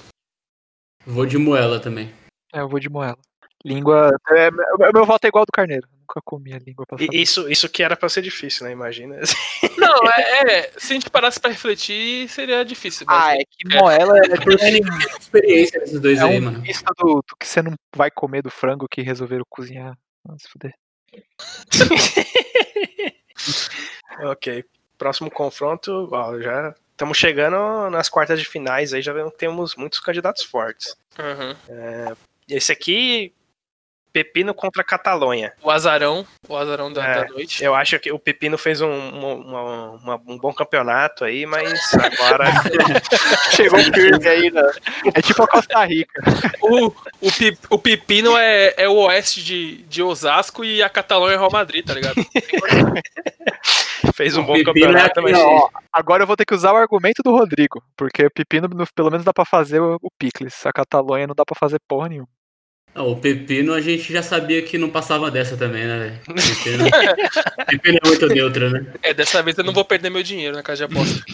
Vou de moela também.
É, eu vou de moela. Língua. É, meu, meu voto é igual ao do carneiro. Nunca comi a língua pra <laughs> saber.
E isso, isso que era pra ser difícil, né? Imagina. <laughs>
<laughs> Não, é, é, Se a gente parasse pra refletir, seria difícil. né? mas-
Ah, é que moela é,
Porque é uma experiência desses dois
é
aí,
um
mano.
misto do, do que você não vai comer do frango que resolveram cozinhar. Ah, se fuder.
Ok. Próximo confronto, ó, já estamos chegando nas quartas de finais, aí já temos muitos candidatos fortes.
é.
Aham.
Esse aqui, Pepino contra Catalonha.
O azarão. O azarão da,
É.
da noite.
<laughs>
Eu acho que o Pepino fez um, uma- uma- uma- um bom campeonato aí, mas agora.
<laughs> Chegou firme aí, né? É tipo a Costa Rica.
O, o, pi- o Pepino é, é o oeste de, de Osasco e a Catalonha é Real Madrid, tá <laughs> ligado?
fez um bom
Pepino
campeonato,
é
mas.
aquele, ó,
Agora eu vou ter que usar o argumento do Rodrigo, porque o pepino, no- pelo menos, dá pra fazer o, o picles. A Catalunha não dá pra fazer porra <laughs> nenhuma.
Ah, o pepino a gente já sabia que não passava dessa também, né, velho? Pepino, pepino é muito neutro, né?
É, dessa vez eu não vou perder meu dinheiro na casa de aposta.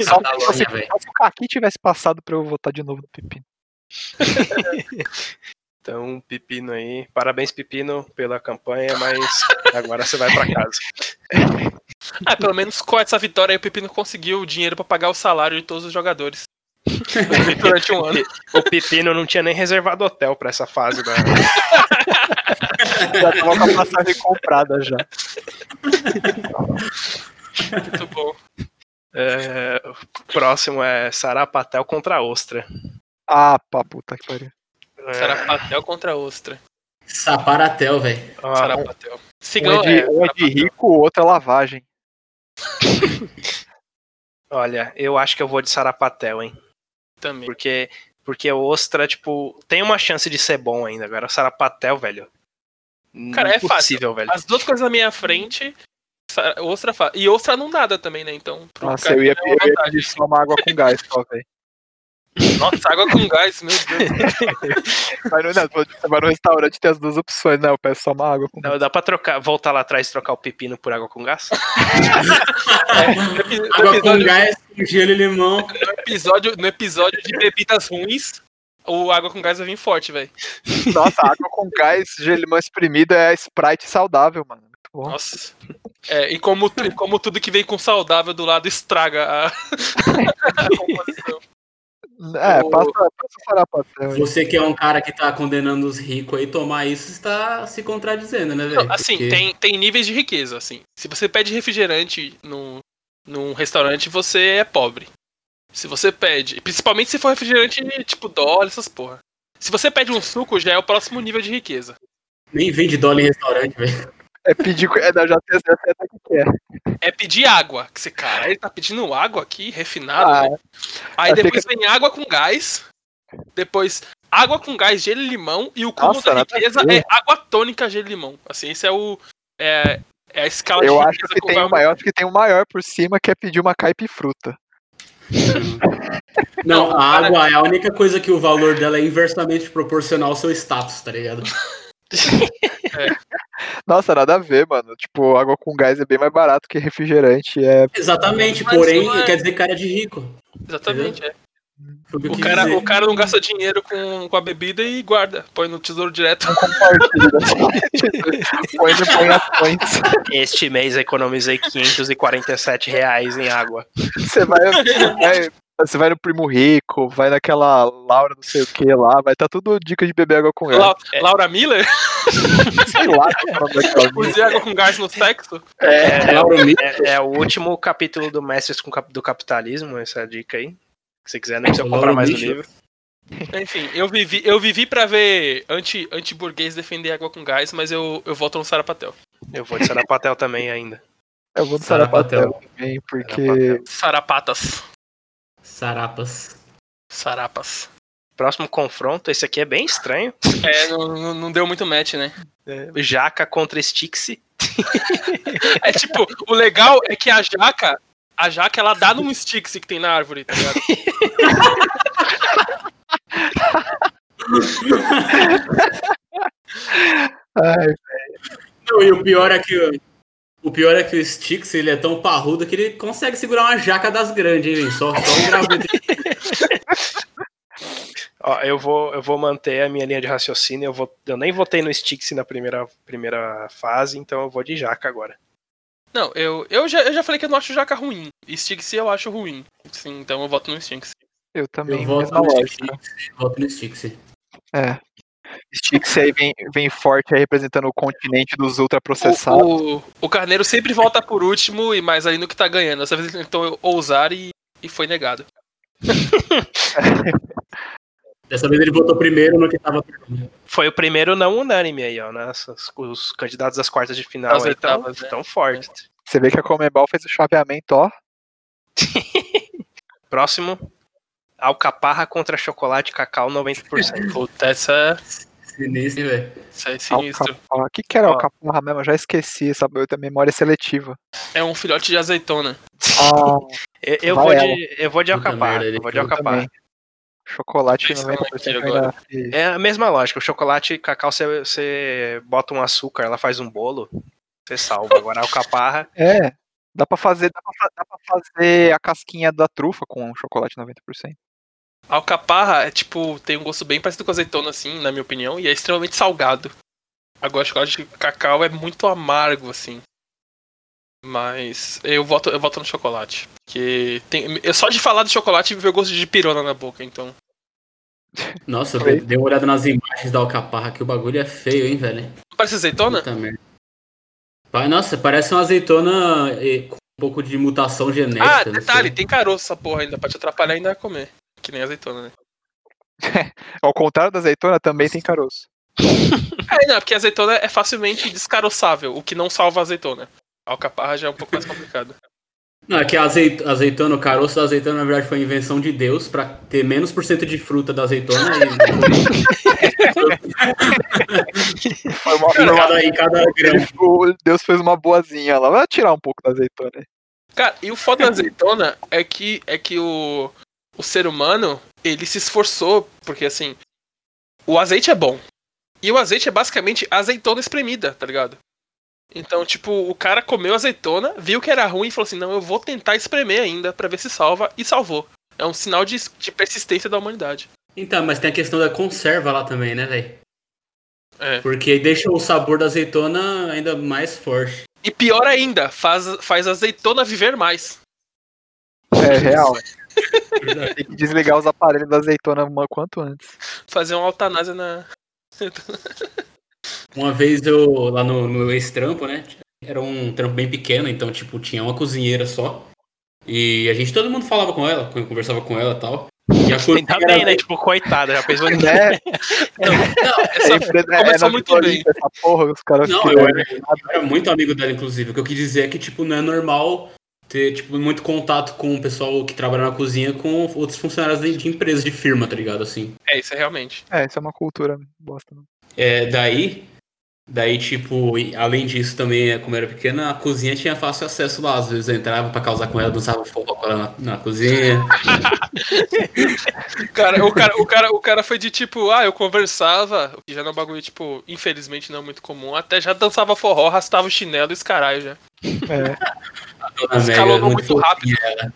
Só
Catalunha,
se,
velho.
só se o Kaki tivesse passado pra eu votar de novo no pepino.
Então, Pepino aí. Parabéns, Pepino, pela campanha,
<laughs>
mas agora você vai pra casa.
Ah, pelo menos com essa vitória aí o Pepino conseguiu o dinheiro pra pagar o salário de todos os jogadores. Durante um ano.
O Pepino não tinha nem reservado hotel pra essa fase né? da.
Já tava com a passagem comprada já.
Muito bom.
É, o próximo é Sarapatel contra Ostra.
Ah, pá, puta que pariu.
É,
Sarapatel contra Ostra.
Saparatel, velho.
ó,
Sarapatel.
Um é
Sigam,
de,
é,
um é de rico, o outro é lavagem.
olha, eu acho que eu vou de Sarapatel, hein?
também.
Porque, porque Ostra, tipo, tem uma chance de ser bom ainda. Agora, Sarapatel, velho.
Cara, é fácil.
impossível, velho.
As duas coisas na minha frente, Sara- Ostra fa... E Ostra não nada também, né? Então, pro
Nossa,
cara,
eu ia,
é uma
eu ia
vantagem.
pedir só uma água com gás só, velho.
Nossa, água com gás, meu Deus.
Mas não, não, você vai no restaurante tem as duas opções, né? Eu peço só uma água. com-
Não, dá pra trocar, voltar lá atrás e trocar o pepino por água com gás?
No epi- no
Água com
episódio-
gás, com gelo e limão.
no episódio, no episódio de bebidas ruins, o água com gás vai vir forte, velho.
Nossa, água com gás, gelimão espremido é Sprite saudável, mano. Muito bom.
Nossa. É, e como, tu- e como tudo que vem com saudável do lado estraga a, <laughs> a composição.
é,
o-
passa, passa o farapatão. aí.
Você que é um cara que tá condenando os ricos aí, tomar isso está se contradizendo, né, velho?
Não, assim,
Porque-
tem, tem níveis de riqueza, assim. Se você pede refrigerante num, num restaurante, você é pobre. Se você pede. Principalmente se for refrigerante tipo dólar, essas porra. Se você pede um suco, já é o próximo nível de riqueza.
Nem vende dólar em restaurante,
<laughs>
velho.
É pedir. co- É, não, já sei já sei até o que que é.
É pedir água. Que você, cara, ele tá pedindo água aqui, refinado.
Ah,
né? Aí
achei
depois vem água com gás. Depois, água com gás, gelo e limão. E o cúmulo
Nossa,
da
nada a
riqueza
ver.
é água tônica, gelo e limão. Assim, esse é o. É, é a escala
eu
de
acho que tem o maior, acho que tem o maior por cima que é pedir uma caipifruta.
Não, a
cara-
água é a única coisa que o valor dela é inversamente proporcional ao seu status, tá ligado?
Nossa, nada a ver, mano. Tipo, água com gás é bem mais barato que refrigerante. É,
Exatamente,
Mas
porém,
não é.
quer dizer cara de rico.
Exatamente, é.
Foi que eu
O
quis
cara,
dizer.
o cara não gasta dinheiro com, com a bebida e guarda. Põe no tesouro direto.
põe, põe <laughs> ações.
Este mês eu economizei 547 reais em água.
Você vai, vai- você vai no Primo Rico, vai naquela Laura não sei o que lá, vai tá tudo dica de beber água com ela.
Lau- Laura Miller? <laughs>
Sei lá, qual é o nome daquela mina.
Usei água com gás no <laughs> sexo?
<laughs>
É,
Lauro Miller.
é- é o último capítulo do Mestres com Cap- do Capitalismo, essa é dica aí. Se quiser, não precisa comprar
Lauro
mais o
Miller.
livro.
Enfim, eu vivi, eu vivi pra ver anti, anti-burguês defender água com gás, mas eu, eu voto no Sarapatel.
Eu vou de Sarapatel também ainda.
Eu vou no
Sarapatel.
Sarapatel também, porque.
Sarapatel.
Sarapatas.
Sarapas.
Sarapas.
Próximo confronto, esse aqui é bem estranho.
É, não, não- não deu muito match, né?
Jaca contra Stixi.
É tipo, o legal é que a jaca, a jaca ela dá num Stix que tem na árvore, tá ligado?
Ai,
Não, e o pior é que o, o pior é que o Stix, ele é tão parrudo que ele consegue segurar uma jaca das grandes, hein, velho? Só, só um graveto.
Ó, eu vou, eu vou manter a minha linha de raciocínio. Eu, vou, eu nem votei no Stixi na primeira, primeira fase, então eu vou de Jaca agora.
Não, eu, eu, já, eu já falei que eu não acho jaca ruim. Stix eu acho ruim. Sim, então eu voto no Stix.
eu
<laughs>
Eu
também,
voto
mesma
no
é,
lógica.
né?
Stix. Voto no Stix.
É. Stix aí vem, vem forte aí representando o continente dos ultraprocessados.
O, o, o Carneiro sempre volta por último, e mais ali no que tá ganhando. Dessa vez ele tentou ousar e, e foi negado.
Dessa vez ele votou primeiro no que tava perdendo.
Foi o primeiro não unânime aí, ó. Né? Os, os candidatos das quartas de final
Das
aí tão,
oitavas, né?
tão fortes.
Você vê que a Comebol fez o chaveamento, ó.
Próximo, alcaparra contra chocolate cacau 90%.
<laughs>
Puta, essa, é,
Sinistro, hein, velho.
essa é sinistro.
Alcaparra. O que, que era
Ó.
alcaparra mesmo? Eu já esqueci, sabe? Eu tenho memória seletiva.
É um filhote de azeitona.
Ah,
Eu, eu
Vai
vou
ela.
de, eu vou de
Puta
alcaparra.
merda, ele
Eu vou de
falou
alcaparra.
também. chocolate
Isso,
90%
tá eu
ainda. e-
É a mesma lógica. O chocolate e cacau, você, você bota um açúcar, ela faz um bolo, você salva. Agora a
<laughs>
alcaparra,
É. Dá pra fazer, dá pra, fa- dá pra fazer a casquinha da trufa com chocolate 90%.
Alcaparra é tipo, tem um gosto bem parecido com azeitona, assim, na minha opinião, e é extremamente salgado. Agora, chocolate de cacau é muito amargo, assim. Mas eu voto, eu voto no chocolate. Porque tem, eu só de falar do chocolate me veio gosto de pirona na boca, então.
Nossa, eu
Foi.
dei- dei uma olhada nas imagens da Alcaparra que o bagulho é feio, hein, velho?
Parece azeitona?
Puta merda. Pa- Nossa, parece uma azeitona eh, com um pouco de mutação genética.
Ah,
não
detalhe,
sei.
tem caroço essa porra ainda, pra te atrapalhar ainda a comer. Que nem azeitona, né?
Ao contrário da azeitona, também tem caroço.
É, não, porque azeitona é facilmente descaroçável, o que não salva a azeitona. A alcaparra já é um pouco mais complicado.
Não, é que a azeit- azeitona, o caroço da azeitona, na verdade, foi invenção de Deus pra ter menos por cento de fruta da azeitona e,
Foi uma-
e cada, e cada grão.
o Deus fez uma boazinha lá. Vai tirar um pouco da azeitona. aí.
Cara, e o foda da azeitona é que, é que o, o ser humano, ele se esforçou, porque assim, o azeite é bom. E o azeite é basicamente azeitona espremida, tá ligado? Então, tipo, o cara comeu azeitona, viu que era ruim e falou assim: não, eu vou tentar espremer ainda pra ver se salva, e salvou. É um sinal de, de persistência da humanidade.
Então, mas tem a questão da conserva lá também, né, velho?
É.
Porque deixa o sabor da azeitona ainda mais forte.
E pior ainda, faz, faz a azeitona viver mais.
É real.
Verdade.
Tem que desligar os aparelhos da azeitona uma quanto antes.
Fazer uma eutanásia na.
Uma vez eu, lá no no meu ex-trampo, né? Era um trampo bem pequeno, então, tipo, tinha uma cozinheira só. E a gente, todo mundo falava com ela, conversava com ela e tal. E a cozinha
Ainda
era
bem, né? Tipo, coitada, já pensou nisso.
Né?
<laughs> Essa-
é,
começou muito bem.
Essa porra, os caras
Não, eu
fizeram.
era, eu era muito amigo dela, inclusive. O que eu quis dizer é que, tipo, não é normal ter, tipo, muito contato com o pessoal que trabalha na cozinha com outros funcionários de, de empresa, de firma, tá ligado? Assim.
É, isso é realmente.
É, isso é uma cultura bosta. né?
É, daí, daí, tipo, e além disso também, é, como eu era pequena, a cozinha tinha fácil acesso lá. Às vezes eu entrava pra causar com ela, dançava forró com ela na, na
<laughs>
cozinha.
Cara, o cara, o cara, o cara foi de tipo, ah, eu conversava, o que já não é um bagulho, tipo, infelizmente não é muito comum, até já dançava forró, arrastava o chinelo e os caralho já.
É,
Dona
Escalonou
Amélia,
muito
fofinha
rápido.
ela.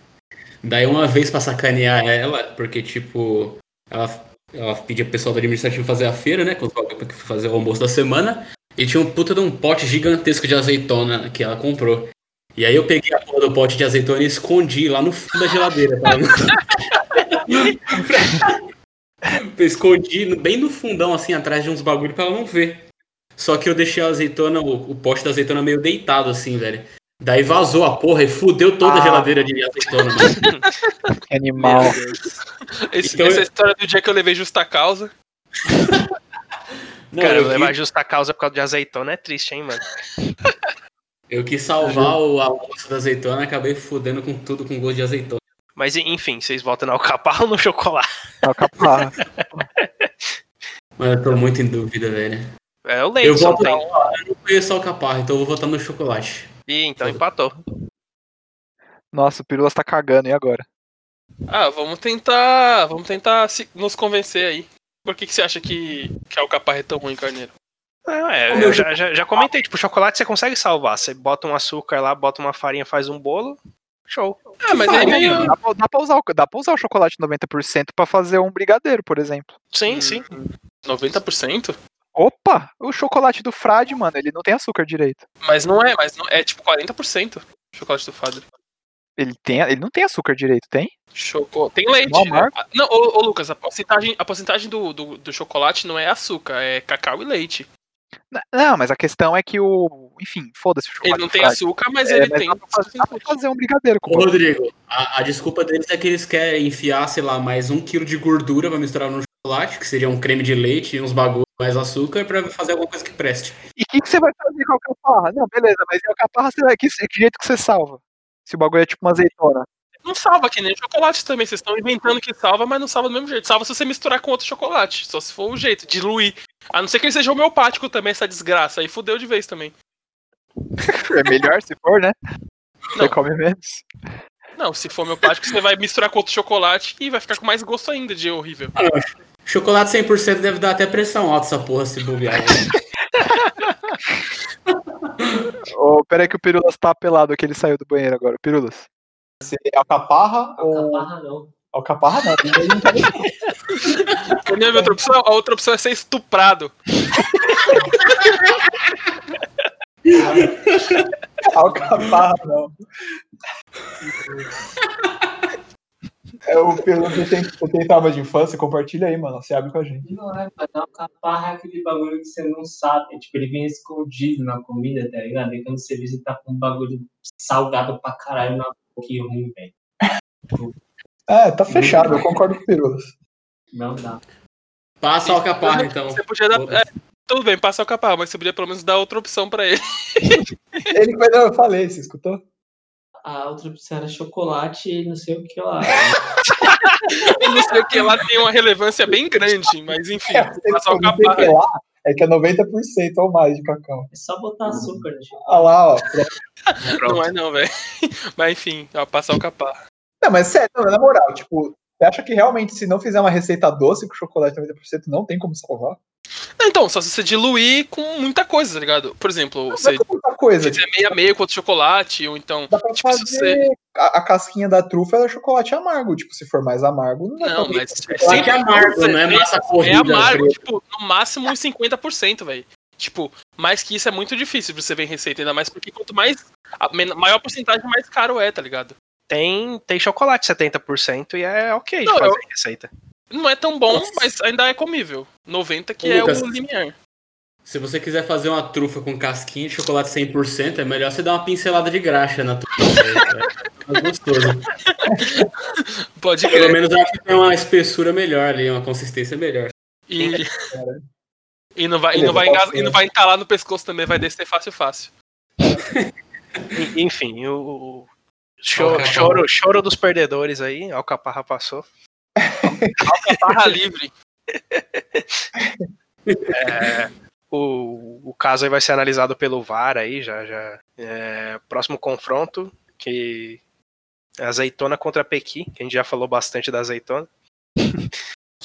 Daí uma vez pra sacanear ela, porque tipo, ela, ela pedia pro pessoal do administrativo fazer a feira, né? Com os bagulho pra fazer o almoço da semana. E tinha um puta de um pote gigantesco de azeitona que ela comprou. E aí eu peguei a porra do pote de azeitona e escondi lá no fundo da geladeira. tá Pra... ela não- <laughs> eu escondi no- bem no fundão, assim, atrás de uns bagulho pra ela não ver. Só que eu deixei a azeitona, o, o pote da azeitona meio deitado, assim, velho. Daí vazou a porra e fudeu toda a
Ah.
geladeira de azeitona, mano.
que animal.
Esse-
Então
essa
eu-
história do dia que eu levei justa causa.
Não,
Cara,
eu,
levar
quis,
justa causa por causa de azeitona é triste, hein, mano?
eu quis salvar o almoço da azeitona e acabei fudendo com tudo com gosto de azeitona.
Mas enfim, vocês voltam no alcaparro ou no chocolate?
Tá capaz.
Mas eu tô muito em dúvida, velho.
É o leite,
Eu
só
voto na
tem.
hora, eu não conheço alcaparra, então eu vou votar no chocolate.
Ih, então empatou.
Nossa, o Pirulas tá cagando, e agora?
Ah, vamos tentar. Vamos tentar se- nos convencer aí. Por que, que você acha que, que a alcaparra é tão ruim, carneiro?
Não, é,
Ô,
eu
meu,
já, já, já comentei, tipo, chocolate você consegue salvar. Você bota um açúcar lá, bota uma farinha, faz um bolo, show.
Ah, mas é meio.
Dá pra, dá pra usar, o- dá pra usar o chocolate 90% pra fazer um brigadeiro, por exemplo.
Hum.
Sim, sim.
90%?
Opa! O chocolate do Frade, mano, ele não tem açúcar direito.
Mas não é, mas não, é tipo 40% chocolate do padre.
Ele, tem, ele não tem açúcar direito, tem?
Choco... Tem leite.
Mó amargo.
Ah, Não, ô, ô, Lucas, a porcentagem, a porcentagem do, do, do chocolate não é açúcar, é cacau e leite.
N- Não, mas a questão é que o. Enfim, foda-se o chocolate.
Ele não
do
tem
Frade.
açúcar, mas
É,
ele
mas
tem.
dá pra fazer, dá pra fazer um brigadeiro com
Ô, Rodrigo, a, a desculpa deles é que eles querem enfiar, sei lá, mais um quilo de gordura pra misturar no chocolate, que seria um creme de leite e uns bagulho mais açúcar, pra fazer alguma coisa que preste.
E o que, que você vai fazer com a alcaparra? Não, beleza, mas e a alcaparra, você vai, que, que jeito que você salva? Se o bagulho é tipo uma azeitona.
Não salva que nem chocolate também. Vocês estão inventando que salva, mas não salva do mesmo jeito. Salva se você misturar com outro chocolate. Só se for o jeito, diluir. A não ser que ele seja homeopático também, essa desgraça. Aí fudeu de vez também.
É melhor se for, né? Você
Não.
come menos.
Não, se for homeopático, você vai misturar com outro chocolate e vai ficar com mais gosto ainda de horrível.
Chocolate 100% deve dar até pressão alta essa porra se bobear. né? velho. <laughs>
Oh, pera aí que o Pirulas tá pelado que ele saiu do banheiro agora. Pirulas.
É alcaparra ou.
Caparra não.
Alcaparra não. ninguém não tá-
Qual é a minha outra opção? A outra opção é ser estuprado.
Alcaparra não. É o Fernando que tem, que tem trauma de infância, compartilha aí, mano. Você abre com a gente.
Não é, mas alcaparra é aquele bagulho que você não sabe. Tipo, ele vem escondido na comida, tá ligado? E quando você vê, você tá com um bagulho salgado pra caralho na boca que ruim, velho.
É, tá fechado, eu concordo com o Perulas.
Não dá.
Passa a alcaparra, então.
Você podia dar.
Foda-se.
é, tudo bem, passa o caparro, mas você podia pelo menos dar outra opção pra ele.
Ele foi, não, eu falei, você escutou?
A outra opção era chocolate e não sei o que lá.
Eu não sei o que lá tem uma relevância bem grande, mas enfim,
É.
passa o
Não sei o É, que
caparro.
lá, é que é 90% ou mais de cacau.
É só botar açúcar no chocolate.
Olha lá, ó.
Não é não, velho. <laughs> Mas enfim, ó, passar o caparro.
Não, mas sério, não, na moral, tipo,
Você acha que realmente, se não fizer uma receita doce com chocolate 90%, não tem como salvar?
Não, então, só se você diluir com muita coisa, tá ligado? Por exemplo,
Não,
você
é muita coisa.
tipo,
fizer meia-meia com outro chocolate, ou então.
Dá pra
tipo, se
fazer a, a casquinha da trufa ela é chocolate amargo. Tipo, se for mais amargo, não dá
Não,
pra-
mas. é
Só que
sempre
é amargo,
bom,
não é
você
massa
É
corrida. né?
amargo, tipo, no máximo uns 50%, velho. Tipo, mais que isso é muito difícil de você ver em receita, ainda mais porque quanto mais. A men- maior porcentagem, mais caro é, tá ligado?
Tem, tem chocolate 70% e é ok
Não,
de fazer receita.
Não é tão bom, mas ainda é comível. 90 que
Lucas.
é o limiar.
Se você quiser fazer uma trufa com casquinha de chocolate 100%, é melhor você dar uma pincelada de graxa na trufa. É mais <laughs> gostoso.
Pode
Pelo
crer.
menos acho que tem uma espessura melhor ali, uma consistência melhor.
E,
é
<laughs> e não vai, e não vai, engas- e não vai entalar no pescoço também, vai descer fácil, fácil.
E- Enfim, o, o- o cho-
Alcaparra.
choro, choro dos perdedores aí, Alcaparra passou.
<laughs>
Barra livre.
O, o caso aí vai ser analisado pelo VAR aí, já já. É, próximo confronto, que é azeitona contra Pequi, que a gente já falou bastante da azeitona.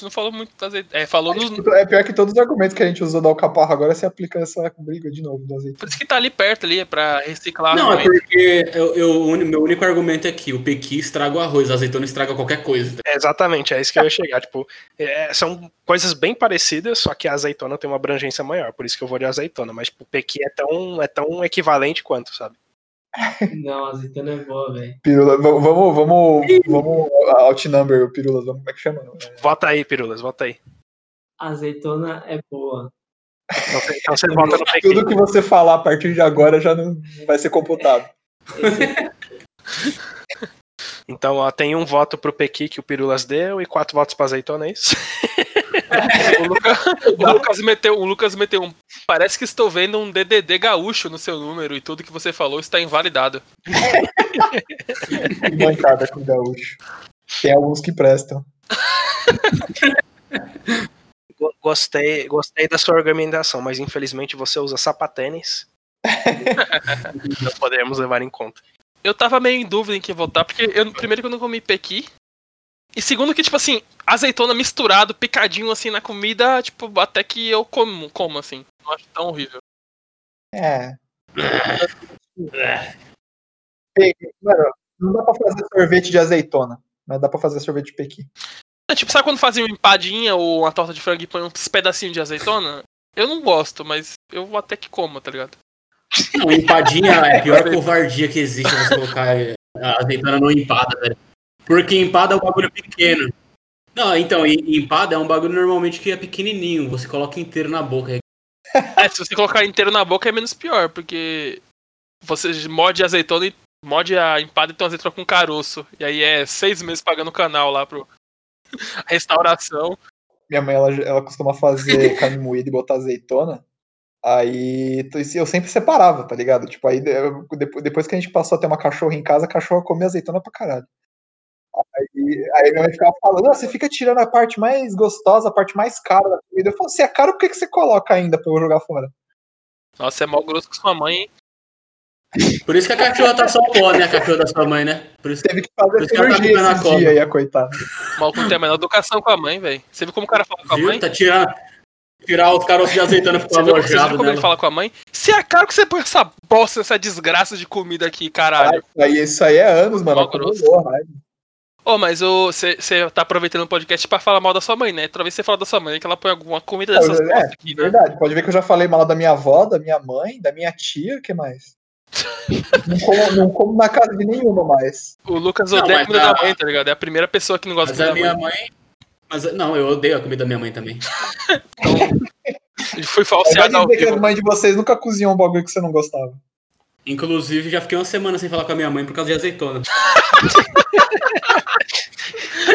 A gente Não falou muito das. É, falou nos.
É pior que todos os argumentos que a gente usou do Alcaparra agora se aplica essa briga de novo do azeite.
Por isso que tá ali perto ali, é pra reciclar.
Não, é
argumento.
porque eu, eu- o uni- meu único argumento é que o pequi estraga o arroz, a azeitona estraga qualquer coisa. tá?
É, exatamente, é isso que eu ia chegar. Tipo, é, são coisas bem parecidas, só que a azeitona tem uma abrangência maior, por isso que eu vou de azeitona, mas tipo, Pequi é tão, é tão equivalente quanto, sabe?
Não, a azeitona é boa, velho.
Pirula, v- vamos, vamos, vamos outnumber o Pirula, vamos, como é que chama?
Vota aí, Pirulas, vota aí.
A azeitona é <laughs> boa.
Então, você- então você vota no Pequi.
Tudo que você falar a partir de agora já não vai ser computado.
Então, ó, tem um voto pro Pequi que o Pirulas deu e quatro votos pra azeitona, é isso?
O,
<laughs>
Luca- o Lucas meteu, o Lucas meteu um. Parece que estou vendo um DDD gaúcho no seu número e tudo que você falou está invalidado.
Que bancada com o gaúcho. Tem alguns que prestam.
<laughs> Go- Gostei, gostei da sua organização, mas infelizmente você usa sapatênis. Não podemos levar em conta.
Eu tava meio em dúvida em que votar, porque eu, primeiro que eu não comi pequi. E segundo que, tipo assim, azeitona misturado, picadinho assim na comida, tipo, até que eu como, como assim. Não acho tão horrível.
É. Pe- Mano, não dá pra fazer sorvete de azeitona, mas dá pra fazer sorvete de pequi.
É tipo, sabe quando fazem uma empadinha ou uma torta de frango e põe uns pedacinhos de azeitona? Eu não gosto, mas eu até que como, tá ligado?
Não, empadinha é a pior covardia que existe você colocar é, a azeitona não empada, velho. Porque empada é um bagulho pequeno. Não, então, e- empada é um bagulho normalmente que é pequenininho, você coloca inteiro na boca. É
É, se você colocar inteiro na boca é menos pior, porque você morde a azeitona e morde a empada e tem uma azeitona com caroço. E aí é seis meses pagando o canal lá pro <laughs> a restauração.
Minha mãe, ela, ela costuma fazer carne moída e botar azeitona. Aí tu- eu sempre separava, tá ligado? Tipo, aí eu- depo- depois que a gente passou a ter uma cachorra em casa, a cachorra comia azeitona pra caralho. Aí, aí minha mãe ficava falando, "Ah, você fica tirando a parte mais gostosa, a parte mais cara da comida. Eu falo, se é caro, por que, que você coloca ainda pra eu jogar fora?
Nossa, é mal grosso com sua mãe, hein?
Por isso que a cachorra tá só pó, né? A cachorra da sua mãe, né? Por isso que
Teve que fazer
Os caras
cirurgia
tá
esses
ficando na
dias aí, a coitada.
Mal com tem a menor educação com a mãe, velho. Você viu como o cara fala com a
viu?
mãe?
Tá tirar, tirar os caroços de azeitona e ficar
Você viu, você viu
alojado
como ele
nela.
fala com a mãe? Se é caro que você põe essa bosta, essa desgraça de comida aqui, caralho.
Isso aí, isso aí é anos, mano.
Mal grosso.
acumulou, raiva.
Ô, mas ô, você você tá aproveitando o podcast pra falar mal da sua mãe, né? Outra vez você fala da sua mãe, que ela põe alguma comida dessas
É,
bosta aqui, né?
Verdade, pode ver que eu já falei mal da minha avó, da minha mãe, da minha tia, o que mais? não, como, não como na casa de nenhuma mais.
O Lucas
Não,
odeia a
mas
comida
a-
da mãe, tá ligado? É a primeira pessoa que não gosta
Mas
da
a
comida da
minha
mãe.
mãe. Mas não, eu odeio a comida da minha mãe também.
então Ele foi
Vai
falseado ao
dizer que
vivo.
a mãe de vocês nunca cozinhou um bagulho que você não gostava.
Inclusive, já fiquei uma semana sem falar com a minha mãe por causa de azeitona. <laughs>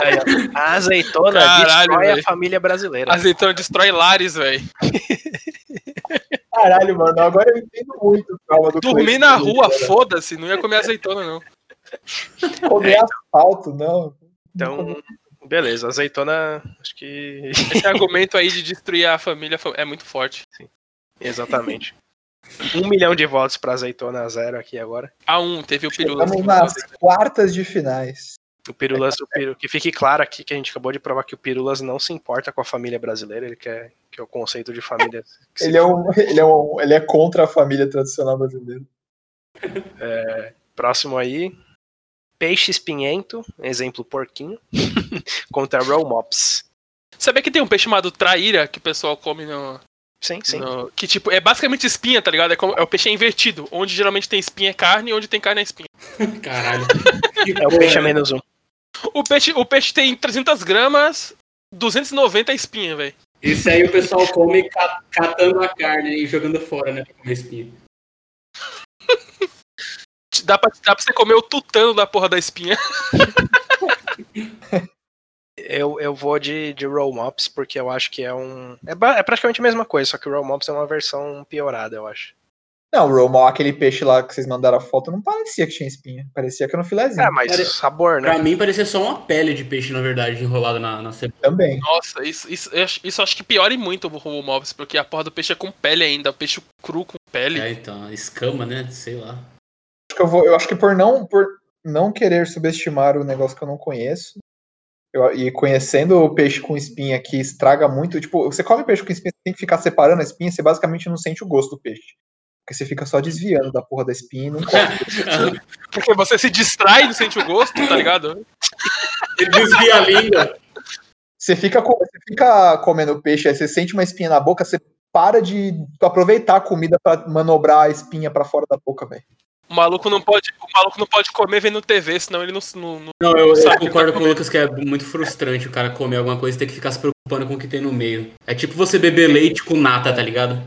Aí, ó, a azeitona
Caralho,
destrói a
velho.
família
é
brasileira.
Azeitona destrói lares, velho.
Caralho, mano, agora eu entendo muito o trauma do
Dormir
Cleiton,
na
né,
rua,
cara?
foda-se, não ia comer azeitona, não. É.
Comer asfalto, não.
Então, beleza, azeitona, acho que. <laughs>
Esse argumento aí de destruir a família fa- é muito forte.
Exatamente. Um milhão de votos pra azeitona zero aqui agora.
tá
A um, teve o pirula.
Estamos nas quartas de finais.
O Pirulas,
É,
o Piru- que fique claro aqui que a gente acabou de provar que o Pirulas não se importa com a família brasileira, ele quer que é o conceito de
<laughs>
família. que se
Ele é, um, ele, é um, ele é contra a família tradicional brasileira.
Próximo aí, Peixe Espinhento, exemplo porquinho, <laughs> contra Roll Mops.
Sabia que tem um peixe chamado traíra que o pessoal come no.
Sim, sim.
no- que tipo, é basicamente espinha, tá ligado? É, como- é o peixe invertido. Onde geralmente tem espinha é carne e onde tem carne é espinha.
Caralho.
É o peixe a menos um.
O peixe, o peixe tem 300 gramas, 290 é espinha, velho.
Isso aí o pessoal come ca- catando a carne e jogando fora, né? Pra comer espinha.
Dá pra, dá pra você comer o tutano da porra da espinha. <laughs>
Eu, eu vou de, de Roll Mops, porque eu acho que é um. É, ba- é praticamente a mesma coisa, só que o Roll Mops é uma versão piorada, eu acho.
Não, Romal, aquele peixe lá que vocês mandaram a foto, não parecia que tinha espinha. Parecia que era um filézinho.
É, mas
Cara,
sabor, né?
Pra mim parecia só uma pele de peixe, na verdade, enrolada na, na cebola.
Também.
Nossa, isso, isso, eu acho- isso acho que piora e muito o Homo mobs, porque a porra do peixe é com pele ainda, peixe cru com pele.
É, então, escama, né? Sei lá.
Acho que eu, vou, eu acho que por não, por não querer subestimar o negócio que eu não conheço, eu- e conhecendo o peixe com espinha que estraga muito, tipo, você come peixe com espinha, você tem que ficar separando a espinha, você basicamente não sente o gosto do peixe. Porque você fica só desviando da porra da espinha e não come.
Porque você se distrai e não sente o gosto, tá ligado?
Ele desvia a língua.
Você fica, co- você fica comendo peixe, aí você sente uma espinha na boca, você para de aproveitar a comida pra manobrar a espinha pra fora da boca, velho.
O maluco não pode, o maluco não pode comer vendo TV, senão ele não, não, não-
Não, eu, eu
Sabe,
concordo com o Lucas que é muito frustrante o cara comer alguma coisa e ter que ficar se preocupando com o que tem no meio. É tipo você beber leite com nata, tá ligado?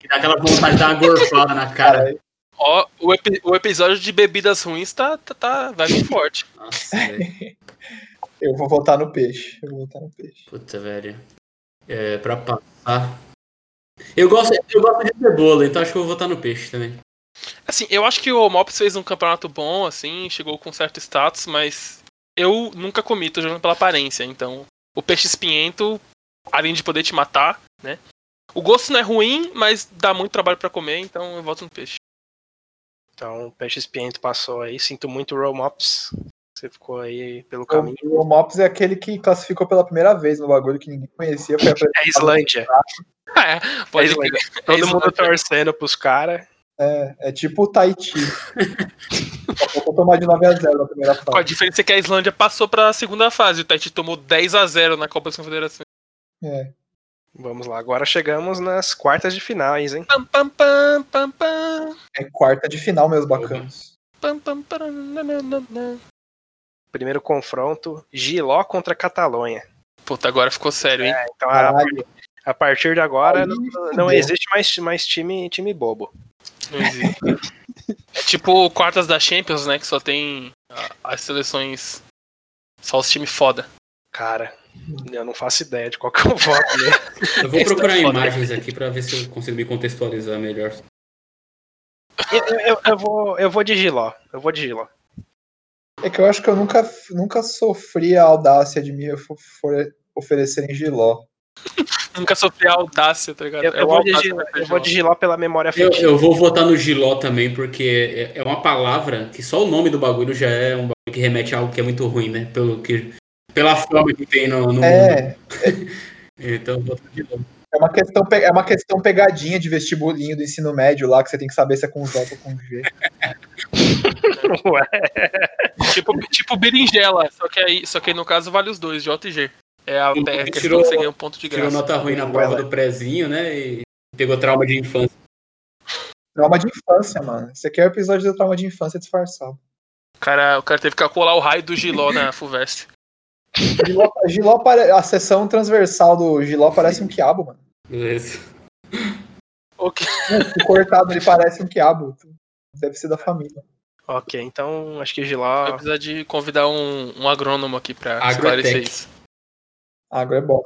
Que dá aquela vontade de dar uma gorfada na cara.
Ó, o, epi- o episódio de bebidas ruins tá, tá, tá- vai vir forte.
Nossa, velho.
Eu vou voltar no peixe. Eu vou voltar no peixe.
Puta, velho. É, pra passar. Eu gosto, eu gosto de cebola, então acho que eu vou votar no peixe também.
Assim, eu acho que o Mops fez um campeonato bom, assim, chegou com certo status, mas eu nunca comi, tô jogando pela aparência, então. O peixe espinhento, além de poder te matar, né? O gosto não é ruim, mas dá muito trabalho pra comer, então eu volto no peixe.
Então, o peixe espinhento passou aí. Sinto muito, Roll Mops. Você ficou aí pelo caminho.
O, o Mops é aquele que classificou pela primeira vez no bagulho que ninguém conhecia. Foi a
É Islândia.
É,
É
pode
Islândia.
crer.
Todo
É
mundo
Islândia.
torcendo pros caras.
É, é tipo o Tahiti. Só faltou tomar de 9 a 0 na primeira
Com a
fase.
diferença é que a Islândia passou pra segunda fase. O Tahiti tomou 10 a 0 na Copa das Confederações.
É.
Vamos lá, agora chegamos nas quartas de finais, hein?
Pam, pam, pam, pam, pam,
É quarta de final, meus bacanos.
pam, pam, pam, nananana.
Primeiro confronto, Giló contra Catalonha.
Puta, agora ficou sério, hein?
Então, a,
Caralho.
a partir de agora,
Aí
não, é
fudeu.
não existe mais, mais time, time bobo.
Não existe. é tipo quartas da Champions, né? Que só tem a- as seleções. Só os times foda.
Cara, eu não faço ideia de qual que eu <laughs> voto. Né?
Eu vou
Esse tá
procurar
foda.
imagens aqui pra ver se eu consigo me contextualizar melhor.
eu, eu- eu- eu vou, eu vou de Giló. Eu vou de Giló.
É que eu acho que eu nunca, nunca sofri a audácia de me ofo- fore- oferecerem giló.
Nunca sofri a audácia, tá ligado?
Eu,
É
eu
o
vou de
audácia
Giló,
da
eu vou de Giló pela memória
Eu,
afetiva.
eu vou votar no Giló também, porque é é uma palavra que só o nome do bagulho já é um bagulho que remete a algo que é muito ruim, né? Pelo que, pela fama que tem no, no mundo.
É,
Então eu voto no Giló.
é uma, questão, pe- é uma questão pegadinha de vestibulinho do ensino médio lá, que você tem que saber se é com J ou com G.
Ué,
Tipo, tipo berinjela. Só que, aí, só que aí no caso vale os dois, J e G. É a,
Tirou-
é a questão que você ganha um ponto de
Tirou
graça.
nota ruim na prova do prezinho, né? E pegou trauma de infância. <laughs>
Trauma de infância, mano. Esse aqui é o episódio do trauma de infância disfarçado.
O cara, o cara teve que colar o raio do Giló
<laughs>
na Fulvestre.
Giló, giló pare- a seção transversal do giló parece um quiabo, mano.
Beleza.
Ok.
Se cortado, ele parece um quiabo. Deve ser da família.
<laughs> ok, então acho que
Vai
Giló.
precisar de convidar um, um agrônomo aqui pra
Agrotec.
esclarecer isso.
Agro é bom.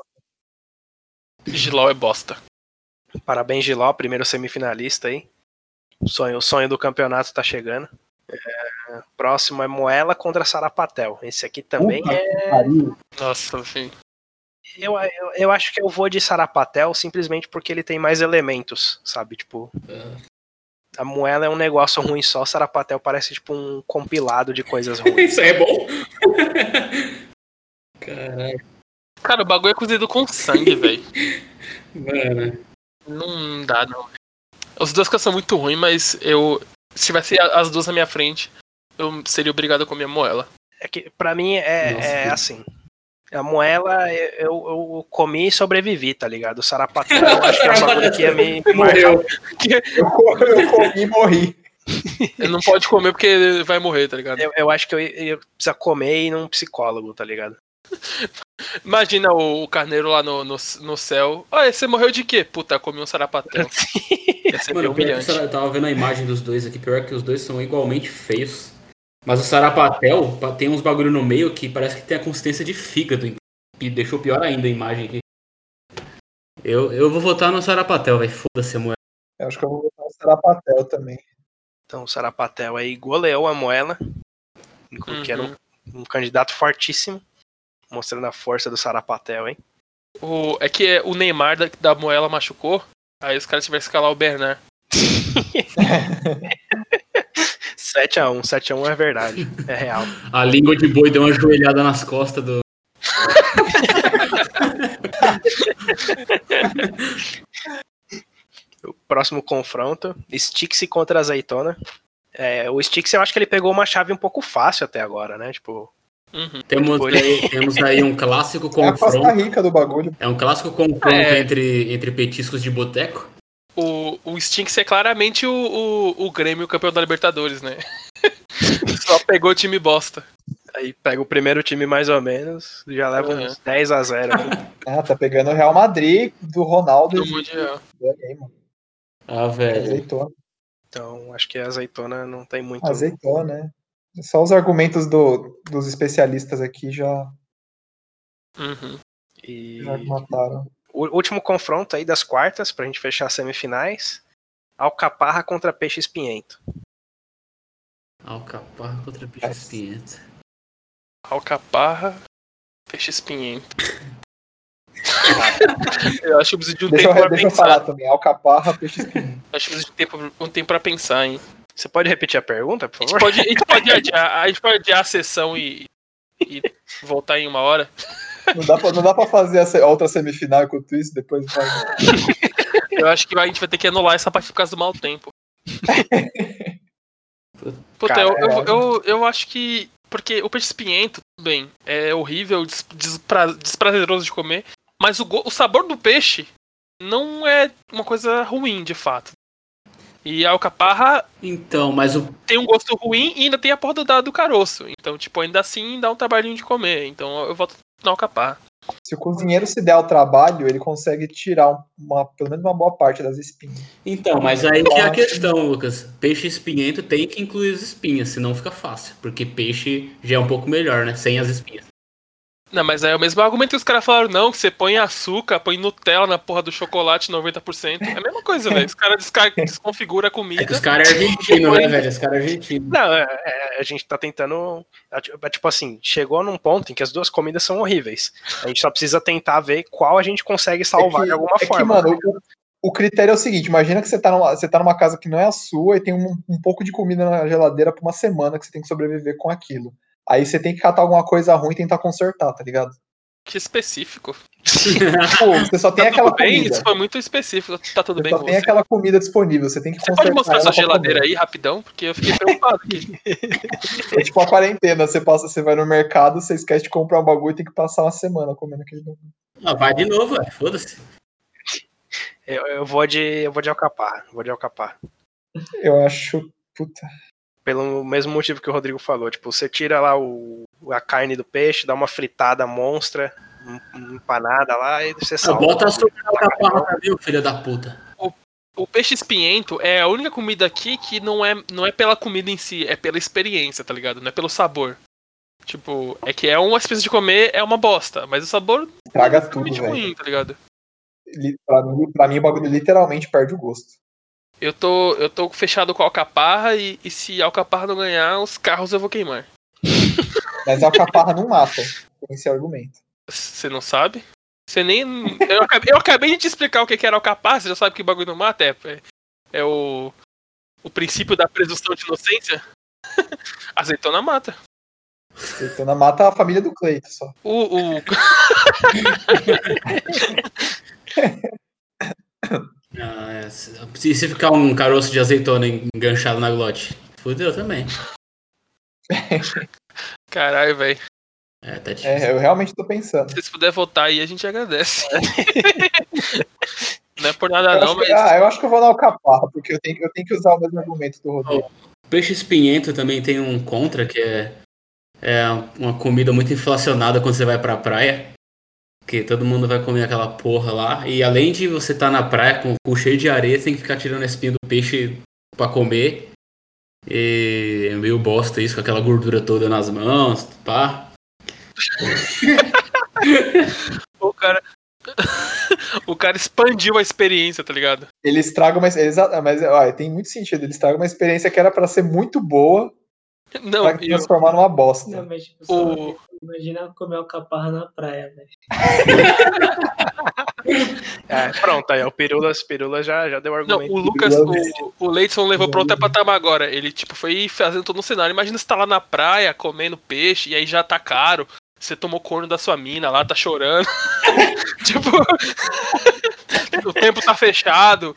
Giló é bosta.
Parabéns, Giló, primeiro semifinalista aí. O sonho, o sonho do campeonato tá chegando. É, próximo é Moela contra Sarapatel. Esse aqui também
Puta
é.
Nossa, enfim.
Eu, eu, eu acho que eu vou de Sarapatel simplesmente porque ele tem mais elementos, sabe? Tipo, A moela é um negócio ruim só, sarapatel parece tipo um compilado de coisas
<laughs>
ruins.
Isso aí é bom. Caralho,
Cara, o bagulho é cozido com sangue,
<laughs>
velho.
mano.
Não dá, não. As duas coisas são muito ruins, mas eu. Se tivesse a- as duas na minha frente, eu seria obrigado a comer a moela.
É que pra mim é,
Nossa,
é
que-
assim. A moela eu, eu- eu comi e sobrevivi, tá ligado? O sarapatel eu acho que é um bagulho que ia me
Morreu.
Eu, co- eu comi e morri.
Ele não pode comer porque vai morrer, tá ligado?
Eu, eu acho que eu ia, ia precisar comer e ir num psicólogo, tá ligado?
Imagina o, o carneiro lá no, no, no céu. Olha, você morreu de quê? Puta, comi um sarapatel. Ia ser
Mano, pior que o
humilhante.
Sara- eu um tava vendo a imagem dos dois aqui. Pior que os dois são igualmente feios. Mas o Sarapatel pa- tem uns bagulho no meio que parece que tem a consistência de fígado. E deixou pior ainda a imagem aqui. Eu, eu vou votar no Sarapatel, velho. Foda-se, moeda.
Eu acho que eu vou botar o Sarapatel também.
Então o sarapatel aí goleou a moela, que era um, um candidato fortíssimo, mostrando a força do sarapatel, hein?
O- é que é, o Neymar da, da Moela machucou. Aí os caras tiveram que escalar o Bernard.
7x1, 7x1 é verdade, é real.
A língua de boi deu uma joelhada nas costas do.
O próximo confronto, Stix contra Azeitona. É, o Stix eu acho que ele pegou uma chave um pouco fácil até agora, né? Tipo,
Uhum.
Temos
Foi.
aí, temos aí um clássico
É a Costa
confronto.
Rica do bagulho.
É um clássico confronto
É.
entre, entre petiscos de boteco.
O, o Stinks é claramente o, o, o Grêmio campeão da Libertadores, né? <laughs> Só pegou o time bosta.
aí pega o primeiro time mais ou menos, já leva
Uhum.
uns 10 a né? 0
Ah, tá pegando o Real Madrid do Ronaldo.
Do
e
Mundial.
Olha aí, mano.
Ah, velho.
Azeitona.
Então, acho que a azeitona não tem muito.
Azeitona, né? Só os argumentos do- dos especialistas aqui já,
Uhum.
E
já mataram.
o último confronto aí das quartas, pra gente fechar as semifinais. Alcaparra contra Peixe
<laughs>
Espinhento.
Alcaparra contra bicho
Nossa.
espinhento.
Alcaparra, peixe espinhento. <laughs> eu acho que eu preciso de um
Deixa,
tempo
eu,
pra
deixa eu
pensar.
falar também. Alcaparra, peixe espinho.
Acho que eu preciso de tempo, um tempo pra pensar, hein?
Você pode repetir a pergunta, por
A
favor?
gente pode, a gente pode, adiar, a, gente pode adiar a sessão e, e voltar em uma hora.
Não dá pra, não dá pra fazer essa outra semifinal enquanto isso, depois vai.
Eu acho que a gente vai ter que anular essa parte por causa do mau tempo. Puta, eu, eu, eu, eu acho que. Porque o peixe espinhento, tudo bem, é horrível, des- despra- desprazeroso de comer. Mas o, go- o sabor do peixe não é uma coisa ruim, de fato. E a alcaparra
Então, mas o
tem um gosto ruim e ainda tem a porra do, da- do caroço. Então, tipo, ainda assim dá um trabalhinho de comer. Então eu voto na alcaparra.
Se o cozinheiro se der ao trabalho, ele consegue tirar um- uma, pelo menos uma boa parte das espinhas.
Então, mas aí que é a
Nossa.
questão, Lucas. Peixe espinhento tem que incluir as espinhas, senão fica fácil. Porque peixe já é um pouco melhor, né? Sem as espinhas.
Não, mas aí é o mesmo argumento que os caras falaram, não, que você põe açúcar, põe Nutella na porra do chocolate 90%. É a mesma coisa, velho. Os caras
<laughs>
desca- desconfiguram a
É que os <laughs>
comida.
caras é argentino, né, velho? Os caras é argentino.
Não, é- é- a gente tá tentando. é ti- é Tipo assim, chegou num ponto em que as duas comidas são horríveis. A gente só precisa tentar ver qual a gente consegue salvar
é que,
Tá, de alguma
é que,
forma.
mano, o, o critério é o seguinte: imagina que você tá numa, você tá numa casa que não é a sua e tem um, um pouco de comida na geladeira por uma semana que você tem que sobreviver com aquilo. Aí você tem que catar alguma coisa ruim e tentar consertar,
<laughs>
tá ligado?
Que é específico.
Tipo, você só tem
Tá
aquela
tudo bem?
comida.
Isso foi muito específico. Tá tudo
Você
bem
só
com
tem
você?
aquela comida disponível, você tem que
Você pode mostrar
ela
sua
pra
geladeira
comer.
aí rapidão? Porque eu fiquei preocupado
<laughs>
aqui.
É tipo a quarentena, você passa, você vai no mercado, você esquece de comprar um bagulho e tem que passar uma semana comendo aquele bagulho.
<laughs> Ah, vai de novo, velho. Foda-se.
Eu, eu vou de. Eu vou de alcaparra. Vou de alcaparra.
Eu acho, puta,
Pelo mesmo motivo que o Rodrigo falou. Tipo, você tira lá o, a carne do peixe, dá uma fritada monstra, um- um empanada lá e você
Ah,
salva.
bota açúcar na alcaparra pra mim, ô filho da puta.
O peixe espinhento é a única comida aqui que não é, não é pela comida em si, é pela experiência, tá ligado? Não é pelo sabor. Tipo, é que é uma espécie de comer, é uma bosta, mas o sabor
estraga
é
tudo,
realmente
velho.
ruim, tá ligado?
Li- Pra mim, pra mim, o bagulho literalmente perde o gosto.
Eu tô, eu tô fechado com a Alcaparra e, e se a Alcaparra não ganhar, os carros eu vou queimar.
Mas a alcaparra não mata, com esse argumento.
Você não sabe? Você nem. Eu acabei, eu acabei de te explicar o que que era Alcaparra, você já sabe que bagulho não mata? É, é, é o. o princípio da presunção de inocência, <laughs> azeitona mata.
Azeitona mata a família do Cleito só.
O, o-
Ah, é, se, se se ficar um caroço de azeitona enganchado na glote, fudeu também.
<laughs> Caralho, velho.
É, tá difícil.
É, eu realmente tô pensando.
Se vocês puderem votar aí, a gente <laughs> agradece. não é por nada
Eu
não,
acho
mas
que, ah, eu acho que eu vou dar o caparra, porque eu tenho, eu tenho que usar o mesmo argumento do Rodrigo.
Peixe espinhento também tem um contra, que é, é uma comida muito inflacionada quando você vai pra praia. Que todo mundo vai comer aquela porra lá. E além de você estar na praia com o cu cheio de areia, você tem que ficar tirando a espinha do peixe pra comer. E é meio bosta isso, com aquela gordura toda nas mãos, pá.
o cara. <laughs> o cara expandiu a experiência, tá ligado?
Ele estraga uma. Eles, ah, mas ó, tem muito sentido. Ele estraga uma experiência que era pra ser muito boa,
Não,
pra
e o-
transformar numa bosta.
Não, mas tipo, só
O-
imagina comer alcaparra na praia, né? velho.
É, <laughs> pronto, aí, ó, o Pirula, Pirula já, já deu
Não,
argumento.
o Lucas, o, o Leidson levou pra outro patamar agora. Ele, tipo, foi fazendo todo um cenário. Imagina você tá lá na praia, comendo peixe, e aí já tá caro. Você tomou corno da sua mina lá, tá chorando. <laughs> tipo, <laughs> o tempo tá fechado.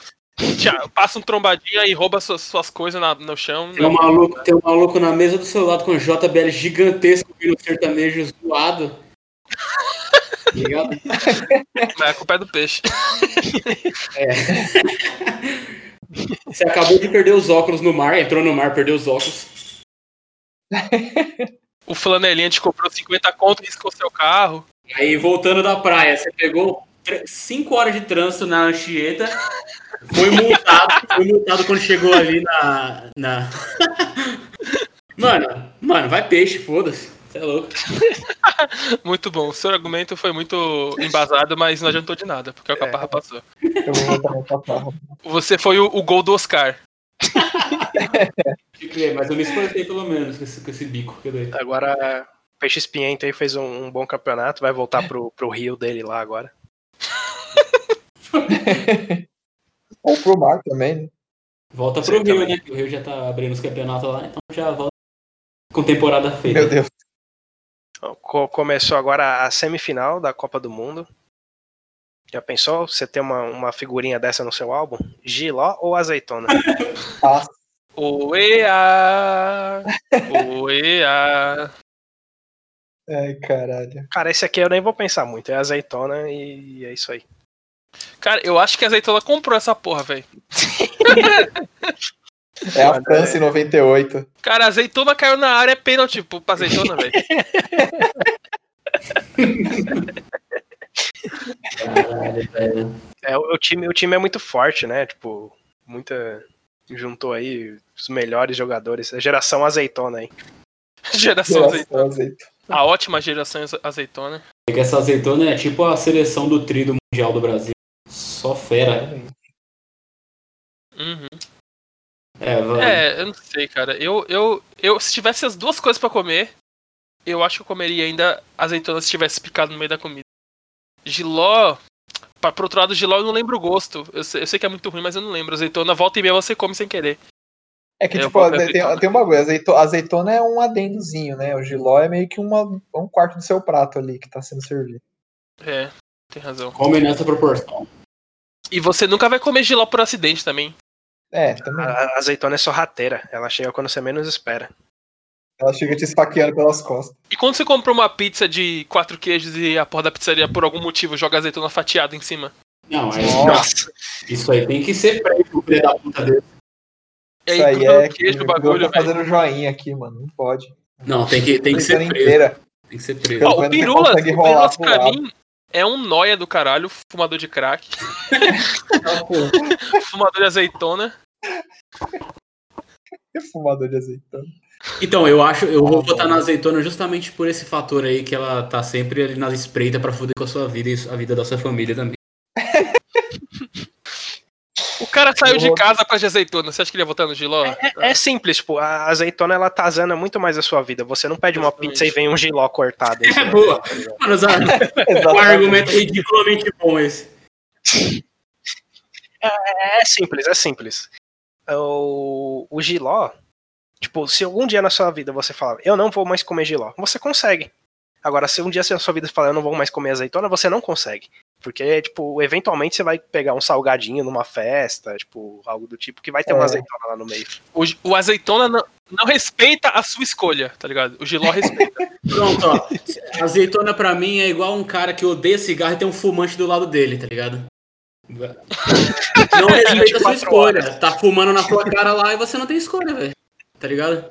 Tia- Passa um trombadinho aí, rouba suas, suas coisas na- no chão.
<laughs> Tem um maluco, tem um maluco na mesa do seu lado com JBL gigantesco vindo sertanejo zoado. <laughs> Tá Ligado?
Mas a culpa é do peixe.
Você acabou de perder os óculos no mar, entrou no mar, perdeu os óculos.
O flanelinha te comprou 50 conto, riscou seu carro.
Aí voltando da praia, você pegou 5 horas de trânsito na Anchieta, foi multado, <laughs> foi multado quando chegou ali na. na... <laughs> Mano, mano, vai peixe, foda-se. Você é louco.
Muito bom. O seu argumento foi muito embasado, mas não adiantou de nada, porque o caparra passou.
Eu vou botar no caparra.
Você foi o- o gol do Oscar.
Pode crer, Mas eu me esforcei pelo menos com esse, com esse bico que eu dei.
Agora, Peixe Espinhento aí fez um, um bom campeonato, vai voltar pro, pro Rio dele lá agora.
Ou pro mar também, né?
Volta
Sim,
pro Rio,
também.
né? Que o Rio já tá abrindo os campeonatos lá, então já volta com temporada feita.
Meu Deus.
Ó, Então, co- Começou agora a semifinal da Copa do Mundo. Já pensou? Você ter uma, uma figurinha dessa no seu álbum? Giló ou azeitona?
Ah,
Oea! Oea!
ai, caralho.
Cara, esse aqui eu nem vou pensar muito. É azeitona e é isso aí.
Cara, eu acho que a azeitona comprou essa porra, velho.
É a
Mano,
França em 98.
Cara, a azeitona caiu na área, é pênalti pro- pra azeitona, velho.
Caralho, velho.
É, o, o time, o time é muito forte, né? Tipo, muita. Juntou aí os melhores jogadores. A geração azeitona aí.
Geração
Nossa,
azeitona.
azeite.
A ótima geração aze- azeitona.
É que essa azeitona é tipo a seleção do tri do Mundial do Brasil. Só fera.
Uhum.
É, vai.
É, eu não sei, cara. Eu, eu, eu, se tivesse as duas coisas pra comer, eu acho que eu comeria ainda azeitona se tivesse picado no meio da comida. Giló. Pra, pro outro lado, giló eu não lembro o gosto. Eu sei, eu sei que é muito ruim, mas eu não lembro. Azeitona, volta e meia você come sem querer.
É que,
Eu
tipo,
vou pra
tem,
azeitona.
tem um bagulho. Azeito, azeitona é um adendozinho, né? O giló é meio que uma, um quarto do seu prato ali que tá sendo servido.
É, tem razão.
Come nessa proporção.
E você nunca vai comer giló por acidente também.
É, também.
A, a azeitona é sorrateira. Ela chega quando você menos espera.
Ela chega te esfaqueando pelas costas.
E quando você comprou uma pizza de quatro queijos e a porra da pizzaria, por algum motivo, joga azeitona fatiada em cima?
Não, é,
Nossa!
isso aí tem que ser preso o filho da puta dele.
E aí,
Isso aí
gruda
é.
no queijo, o
eu
bagulho,
tô
velho.
fazendo joinha aqui, mano. Não pode.
Não, tem que, tem que ser
Brincando
preso.
inteira.
Tem que ser preso.
Ó,
pelo
o
menos você
Pirulas, o
consegue rolar
Pirulas
pro
pra
lado.
mim é um noia do caralho, fumador de crack, fumador de azeitona.
Que fumador de azeitona.
<laughs>
Então, eu acho, eu vou botar na azeitona justamente por esse fator aí que ela tá sempre ali na espreita pra foder com a sua vida e a vida da sua família também.
O cara saiu de
Boa.
casa com as de azeitona. Você acha que ele ia votar no Giló?
É, é simples, tipo, a azeitona ela tazana muito mais a sua vida. Você não pede uma
Exatamente.
pizza e vem um giló cortado.
<laughs> É boa. Mano, Zá, um argumento ridiculamente bom esse.
É simples, é simples. o, o giló, tipo, se algum dia na sua vida você falar, eu não vou mais comer giló, você consegue. Agora, se um dia na sua vida você falar, eu não vou mais comer azeitona, você não consegue. Porque, tipo, eventualmente você vai pegar um salgadinho numa festa, tipo, algo do tipo, que vai ter uma
É.
azeitona lá no meio.
O, o azeitona não, não respeita a sua escolha, tá ligado? O Giló
<laughs>
respeita.
Pronto, ó. Azeitona pra mim é igual um cara que odeia cigarro e tem um fumante do lado dele, tá ligado? Não respeita a
24
sua escolha. Tá fumando na sua cara lá e você não tem escolha, velho. Tá ligado?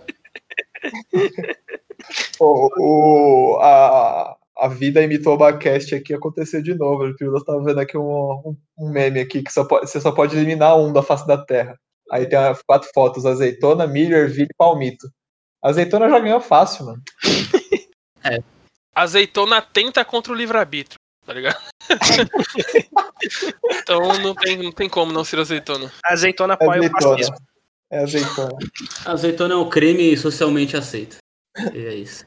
O, o- a, a vida imitou o Bacast aqui, aconteceu de novo. O Pirulas tava vendo aqui um, um- um meme aqui que só pode- você só pode eliminar um da face da terra. Aí tem a- quatro fotos: azeitona, milho, ervilha e palmito. Azeitona já ganhou fácil, mano.
Azeitona tenta contra o livre-arbítrio, tá ligado? <laughs> então não tem, não tem como não ser azeitona.
A azeitona
É
apoia o
azeitona.
fascismo.
É azeitona.
Azeitona é um crime socialmente aceito. E é isso.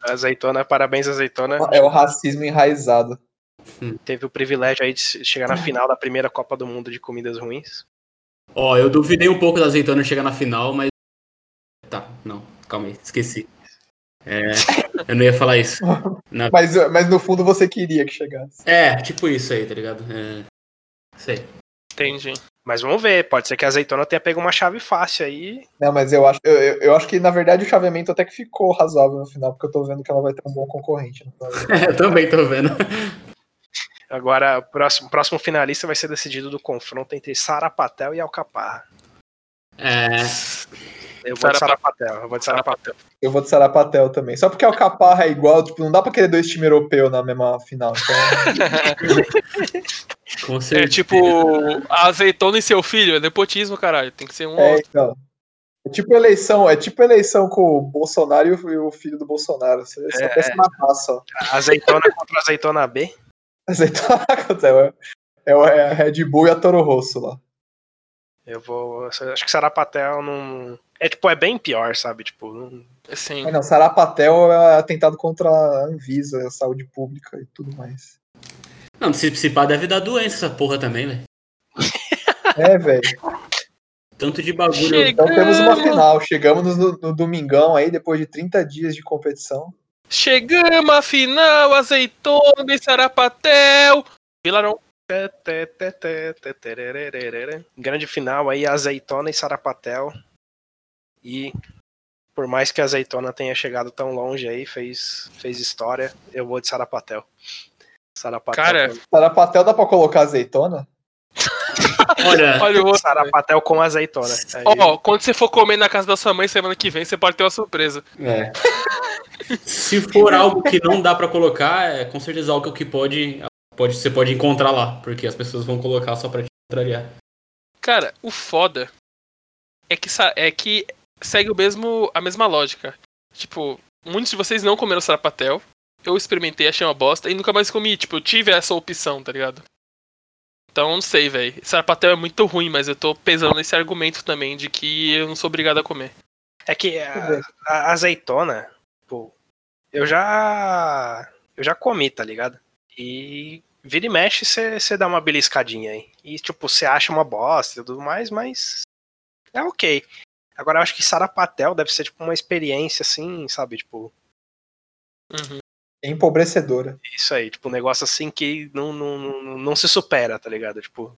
Azeitona, parabéns, azeitona.
É o racismo enraizado.
Teve o privilégio aí de chegar na final da primeira Copa do Mundo de comidas ruins.
Ó, eu duvidei um pouco da azeitona chegar na final, mas. Tá, não. Calma aí, esqueci. É, eu não ia falar isso. Na-
Mas, mas no fundo você queria que chegasse.
É, tipo isso aí, tá ligado? É. Sei. <laughs>
Entendi.
Mas vamos ver, pode ser que a azeitona tenha pego uma chave fácil aí.
Não, mas eu acho, eu, eu- eu acho que na verdade o chaveamento até que ficou razoável no final, porque eu tô vendo que ela vai ter um bom concorrente. no final.
eu também tô vendo.
Agora, o próximo, próximo finalista vai ser decidido do confronto entre Sarapatel e Alcaparra.
É.
Eu vou de
Sarapatel.
Sarapatel, eu vou de Sarapatel.
Eu vou de Sarapatel também. Só porque o Caparra é igual, tipo, não dá pra querer dois times europeus na mesma final. Então,
Com certeza.
É tipo, a azeitona e seu filho, é nepotismo, caralho. Tem que ser um ou
é,
outro.
então. É tipo eleição, é tipo eleição com o Bolsonaro e o, e o filho do Bolsonaro. Você só
É.
peça uma <laughs> massa.
Azeitona <laughs> contra azeitona B.
tá É o é a Red Bull e a Toro Rosso lá.
Eu vou. Acho que Sarapatel não. É tipo, é bem pior, sabe? Tipo, não-
Assim,
Mas Ah, não, Sarapatel é atentado contra a Anvisa, a saúde pública e tudo mais.
Não, se se pá, deve dar doença essa porra também, velho.
É, velho.
Tanto de bagulho.
Chega.
Então temos uma
Chegamos!
final. Chegamos no, no domingão aí, depois de 30 dias de competição.
chegamos à final, azeitona e sarapatel. Vilarão.
Tê, tê, tê, tê, tê, terererererê. Grande final aí, azeitona e Sarapatel. E por mais que a azeitona tenha chegado tão longe aí, fez, fez história, eu vou de Sarapatel. Sarapatel.
Cara,
Sarapatel dá pra colocar azeitona?
Olha,
olha o outro.
Sarapatel com azeitona. Aí,
Ó, quando você for comer na casa da sua mãe semana que vem, você pode ter uma surpresa.
É. Se for algo que não dá pra colocar, é com certeza algo que pode, pode você pode encontrar lá, porque as pessoas vão colocar só pra te contrariar.
Cara, o foda é que, sa- é que segue o mesmo, a mesma lógica. Tipo, muitos de vocês não comeram sarapatel. Eu experimentei, achei uma bosta e nunca mais comi. Tipo, eu tive essa opção, tá ligado? Então, não sei, velho. Sarapatel é muito ruim, mas eu tô pesando nesse argumento também de que eu não sou obrigado a comer.
É que
Deixa eu
a,
ver.
a azeitona, pô, eu já. Eu já comi, tá ligado? E vira e mexe, você dá uma beliscadinha aí. E, tipo, você acha uma bosta e tudo mais, mas. É ok. Agora eu acho que Sarapatel deve ser, tipo, uma experiência assim, sabe? Tipo,
Uhum.
É empobrecedora.
isso aí. Tipo, um negócio assim que não, não, não, não se supera, tá ligado? Tipo,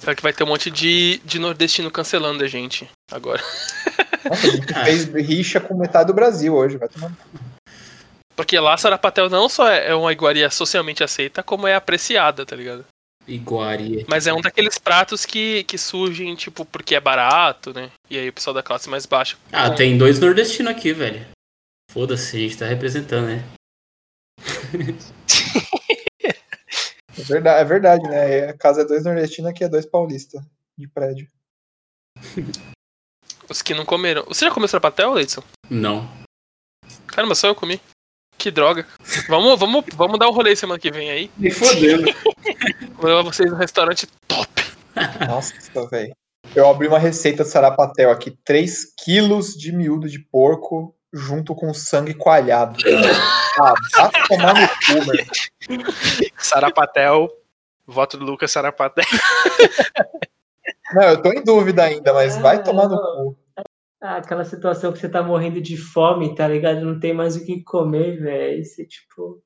Será que vai ter um monte de, de nordestino cancelando a gente agora? <laughs>
Nossa, a gente fez rixa com metade do Brasil hoje, vai tomar.
Porque lá, sarapatel não só é é uma iguaria socialmente aceita, como é apreciada, tá ligado?
Iguaria.
Mas é um daqueles pratos que, que surgem, tipo, porque é barato, né? E aí o pessoal da classe mais baixa.
Ah, tem dois nordestinos aqui, velho. Foda-se, a gente tá representando, né?
É verdade, é verdade, né? A casa é dois nordestinos, aqui é dois paulistas de prédio.
Os que não comeram. Você já comeu sarapatel, Leidson?
Não.
Caramba, só eu comi. Que droga. Vamos, vamos, vamos dar um rolê semana que vem aí.
Me <laughs> fodendo.
Vou levar vocês no restaurante top.
Nossa, velho. Eu abri uma receita de sarapatel aqui: 3 quilos de miúdo de porco junto com sangue coalhado. Ah, vai tomar no cu, meu.
<laughs> Sarapatel, voto do Lucas Sarapatel.
Não, eu tô em dúvida ainda, mas vai tomar no cu.
Ah, aquela situação que você tá morrendo de fome, tá ligado? Não tem mais o que comer, velho. Você, tipo.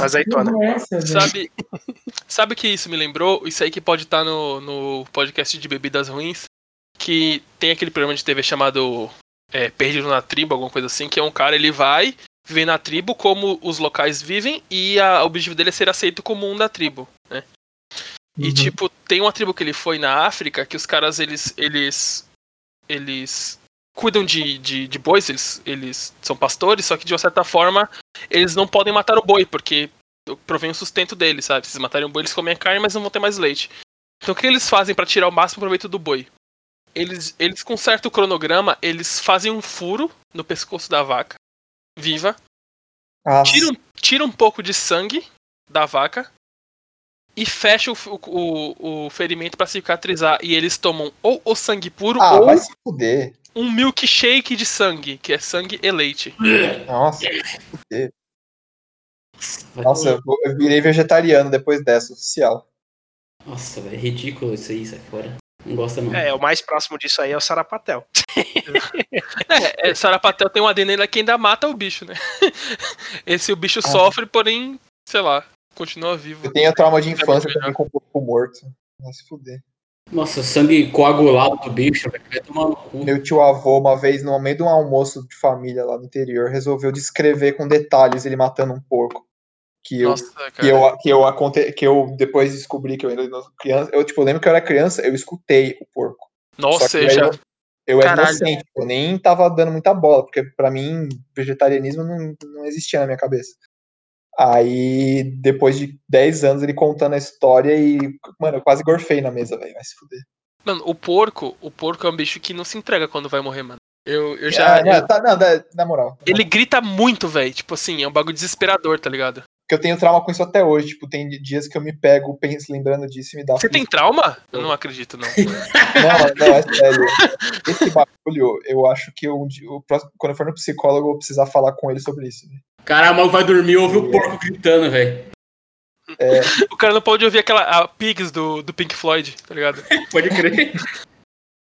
Azeitona.
Não é essa, velho.
Sabe, sabe que isso me lembrou? Isso aí que pode estar no, no podcast de bebidas ruins, que tem aquele programa de TV chamado é, Perdido na Tribo, alguma coisa assim, que é um cara, ele vai viver na tribo como os locais vivem e a- o objetivo dele é ser aceito como um da tribo, né? E
Uhum.
tipo, tem uma tribo que ele foi na África que os caras, eles eles eles cuidam de, de, de bois, eles, eles são pastores, só que de uma certa forma eles não podem matar o boi, porque provém o sustento deles, sabe? Se eles matarem o boi, eles comem a carne, mas não vão ter mais leite. Então o que eles fazem pra tirar o máximo proveito do boi? Eles, eles com certo cronograma, eles fazem um furo no pescoço da vaca, viva,
Nossa,
tira, um- tira um pouco de sangue da vaca e fecha o, f- o- o, o ferimento pra cicatrizar. E eles tomam ou o sangue puro
ah,
ou
vai se fuder.
um milkshake de sangue, que é sangue e leite.
Nossa, vai se fuder. Nossa, eu, vou- eu virei vegetariano depois dessa, oficial.
Nossa, velho, é ridículo isso aí, sai fora. Não gosta não.
É, o mais próximo disso aí é o Sarapatel.
É, é, Sarapatel tem um ADN lá que ainda mata o bicho, né? <laughs> Esse o bicho
Ah.
sofre, porém, sei lá, continua vivo.
Eu tenho trauma de infância também com o corpo morto. Vai se fuder.
Nossa, sangue coagulado do bicho, velho. Vai tomar no cu.
Meu tio avô, uma vez, no meio de um almoço de família lá no interior, resolveu descrever com detalhes ele matando um porco. Que eu,
Nossa,
que
cara.
eu, que eu, aconte, que eu depois descobri que eu ainda era criança. Eu, tipo, lembro que eu era criança, eu escutei o porco. Só
Nossa,
que
eu já.
era- Eu era
Caralho.
inocente, tipo, eu nem tava dando muita bola, porque pra mim vegetarianismo não, não existia na minha cabeça. Aí, depois de 10 anos, ele contando a história e, mano, eu quase gorfei na mesa, velho. Vai se fuder.
Mano, o porco, o porco é um bicho que não se entrega quando vai morrer, mano. Eu, eu já.
É, né?
Ah, não,
eu-
tá- não, na, na moral.
ele grita muito, velho. Tipo assim, é um bagulho desesperador, tá ligado?
Porque eu tenho trauma com isso até hoje. Tipo, tem dias que eu me pego penso, lembrando disso e me dá
Você tem
frio.
trauma? Eu não acredito,
<laughs>
não.
Não, não, é sério. Esse bagulho, eu acho que eu, um dia- o próximo- quando eu for no psicólogo, eu vou precisar falar com ele sobre isso. né?
Caralho, o maluco vai dormir, ouve o porco gritando, velho.
O cara não pode ouvir aquela a Pigs do, do Pink Floyd, tá ligado?
Pode crer.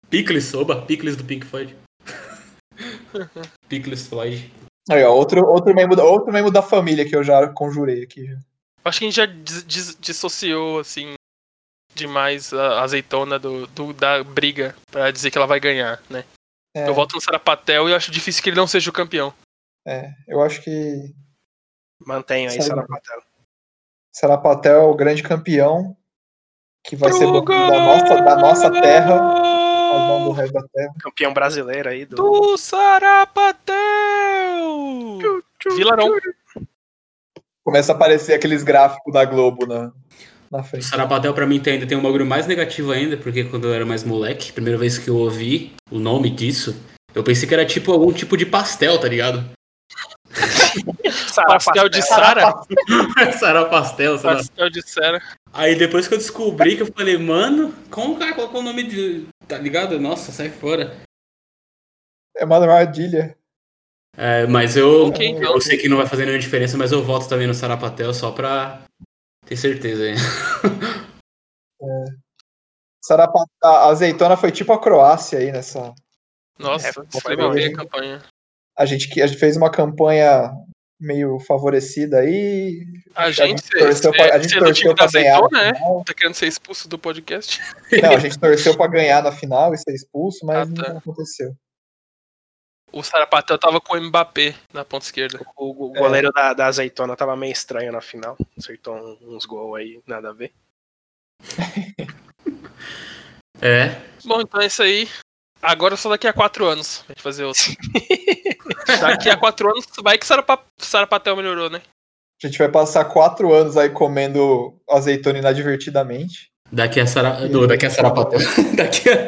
Pickles, oba, Pickles do Pink Floyd. Pickles Floyd.
Aí, ó, outro, outro, membro, da- outro membro da família que eu já conjurei aqui. já.
Eu Acho que a gente já dis- dis- dissociou, assim, demais a azeitona do, do- da briga pra dizer que ela vai ganhar, né?
É.
Eu volto no Sarapatel e eu acho difícil que ele não seja o campeão.
É, eu acho que
Mantenho aí
Sabe.
Sarapatel.
Sarapatel é o grande campeão que vai ser
Pro
botado da nossa, da nossa terra, mas não do
gol
resto da terra.
Campeão brasileiro aí do.
Do Sarapatel! Vilarão.
Começa a aparecer aqueles gráficos da Globo na, na
O
frente.
Sarapatel pra mim tem- ainda tem um bagulho mais negativo ainda, porque quando eu era mais moleque, primeira vez que eu ouvi o nome disso, eu pensei que era tipo algum tipo de pastel, tá ligado? <laughs>
Pastel de Sara.
Sarapastel, sei lá.
Pastel de Sara.
Aí depois que eu descobri que eu falei, mano, como o cara colocou o nome de. Tá ligado? Nossa, sai fora.
É uma armadilha.
É, mas eu,
Ok, então.
eu sei que não vai fazer nenhuma diferença, mas eu voto também no Sarapatel só pra ter certeza aí.
Sarapa- a azeitona foi tipo a Croácia aí nessa.
Nossa,
É,
descreveu
foi
bem a
bom.
campanha.
A gente, que- a gente fez uma campanha meio favorecida aí.
A gente,
torceu pra, a gente
você é do time
torceu
da
pra ganhar na
azeitona, é?
final.
Tá querendo ser expulso do podcast?
Não, a gente torceu pra ganhar na final e ser expulso, mas
Ah, tá.
não aconteceu.
O Sarapatel tava com o Mbappé na ponta esquerda.
O go- goleiro da, da azeitona tava meio estranho na final. Acertou um- uns gols aí, nada a ver.
É.
Bom, então é isso aí. Agora só daqui a quatro anos pra gente fazer <laughs> outro. daqui a quatro anos, vai que Sarapa- Sarapatel melhorou, né?
A gente vai passar quatro anos aí comendo azeitona inadvertidamente.
Daqui a Sara... não, daqui a Sarapatel. <laughs> daqui a.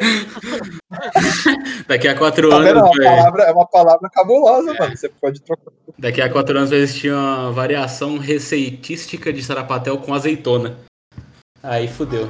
daqui a quatro
Tá vendo? É
anos,
uma
velho.
palavra, é uma palavra cabulosa, mano. Você pode trocar.
Daqui a quatro anos vai existir uma variação receitística de Sarapatel com azeitona. Aí fudeu.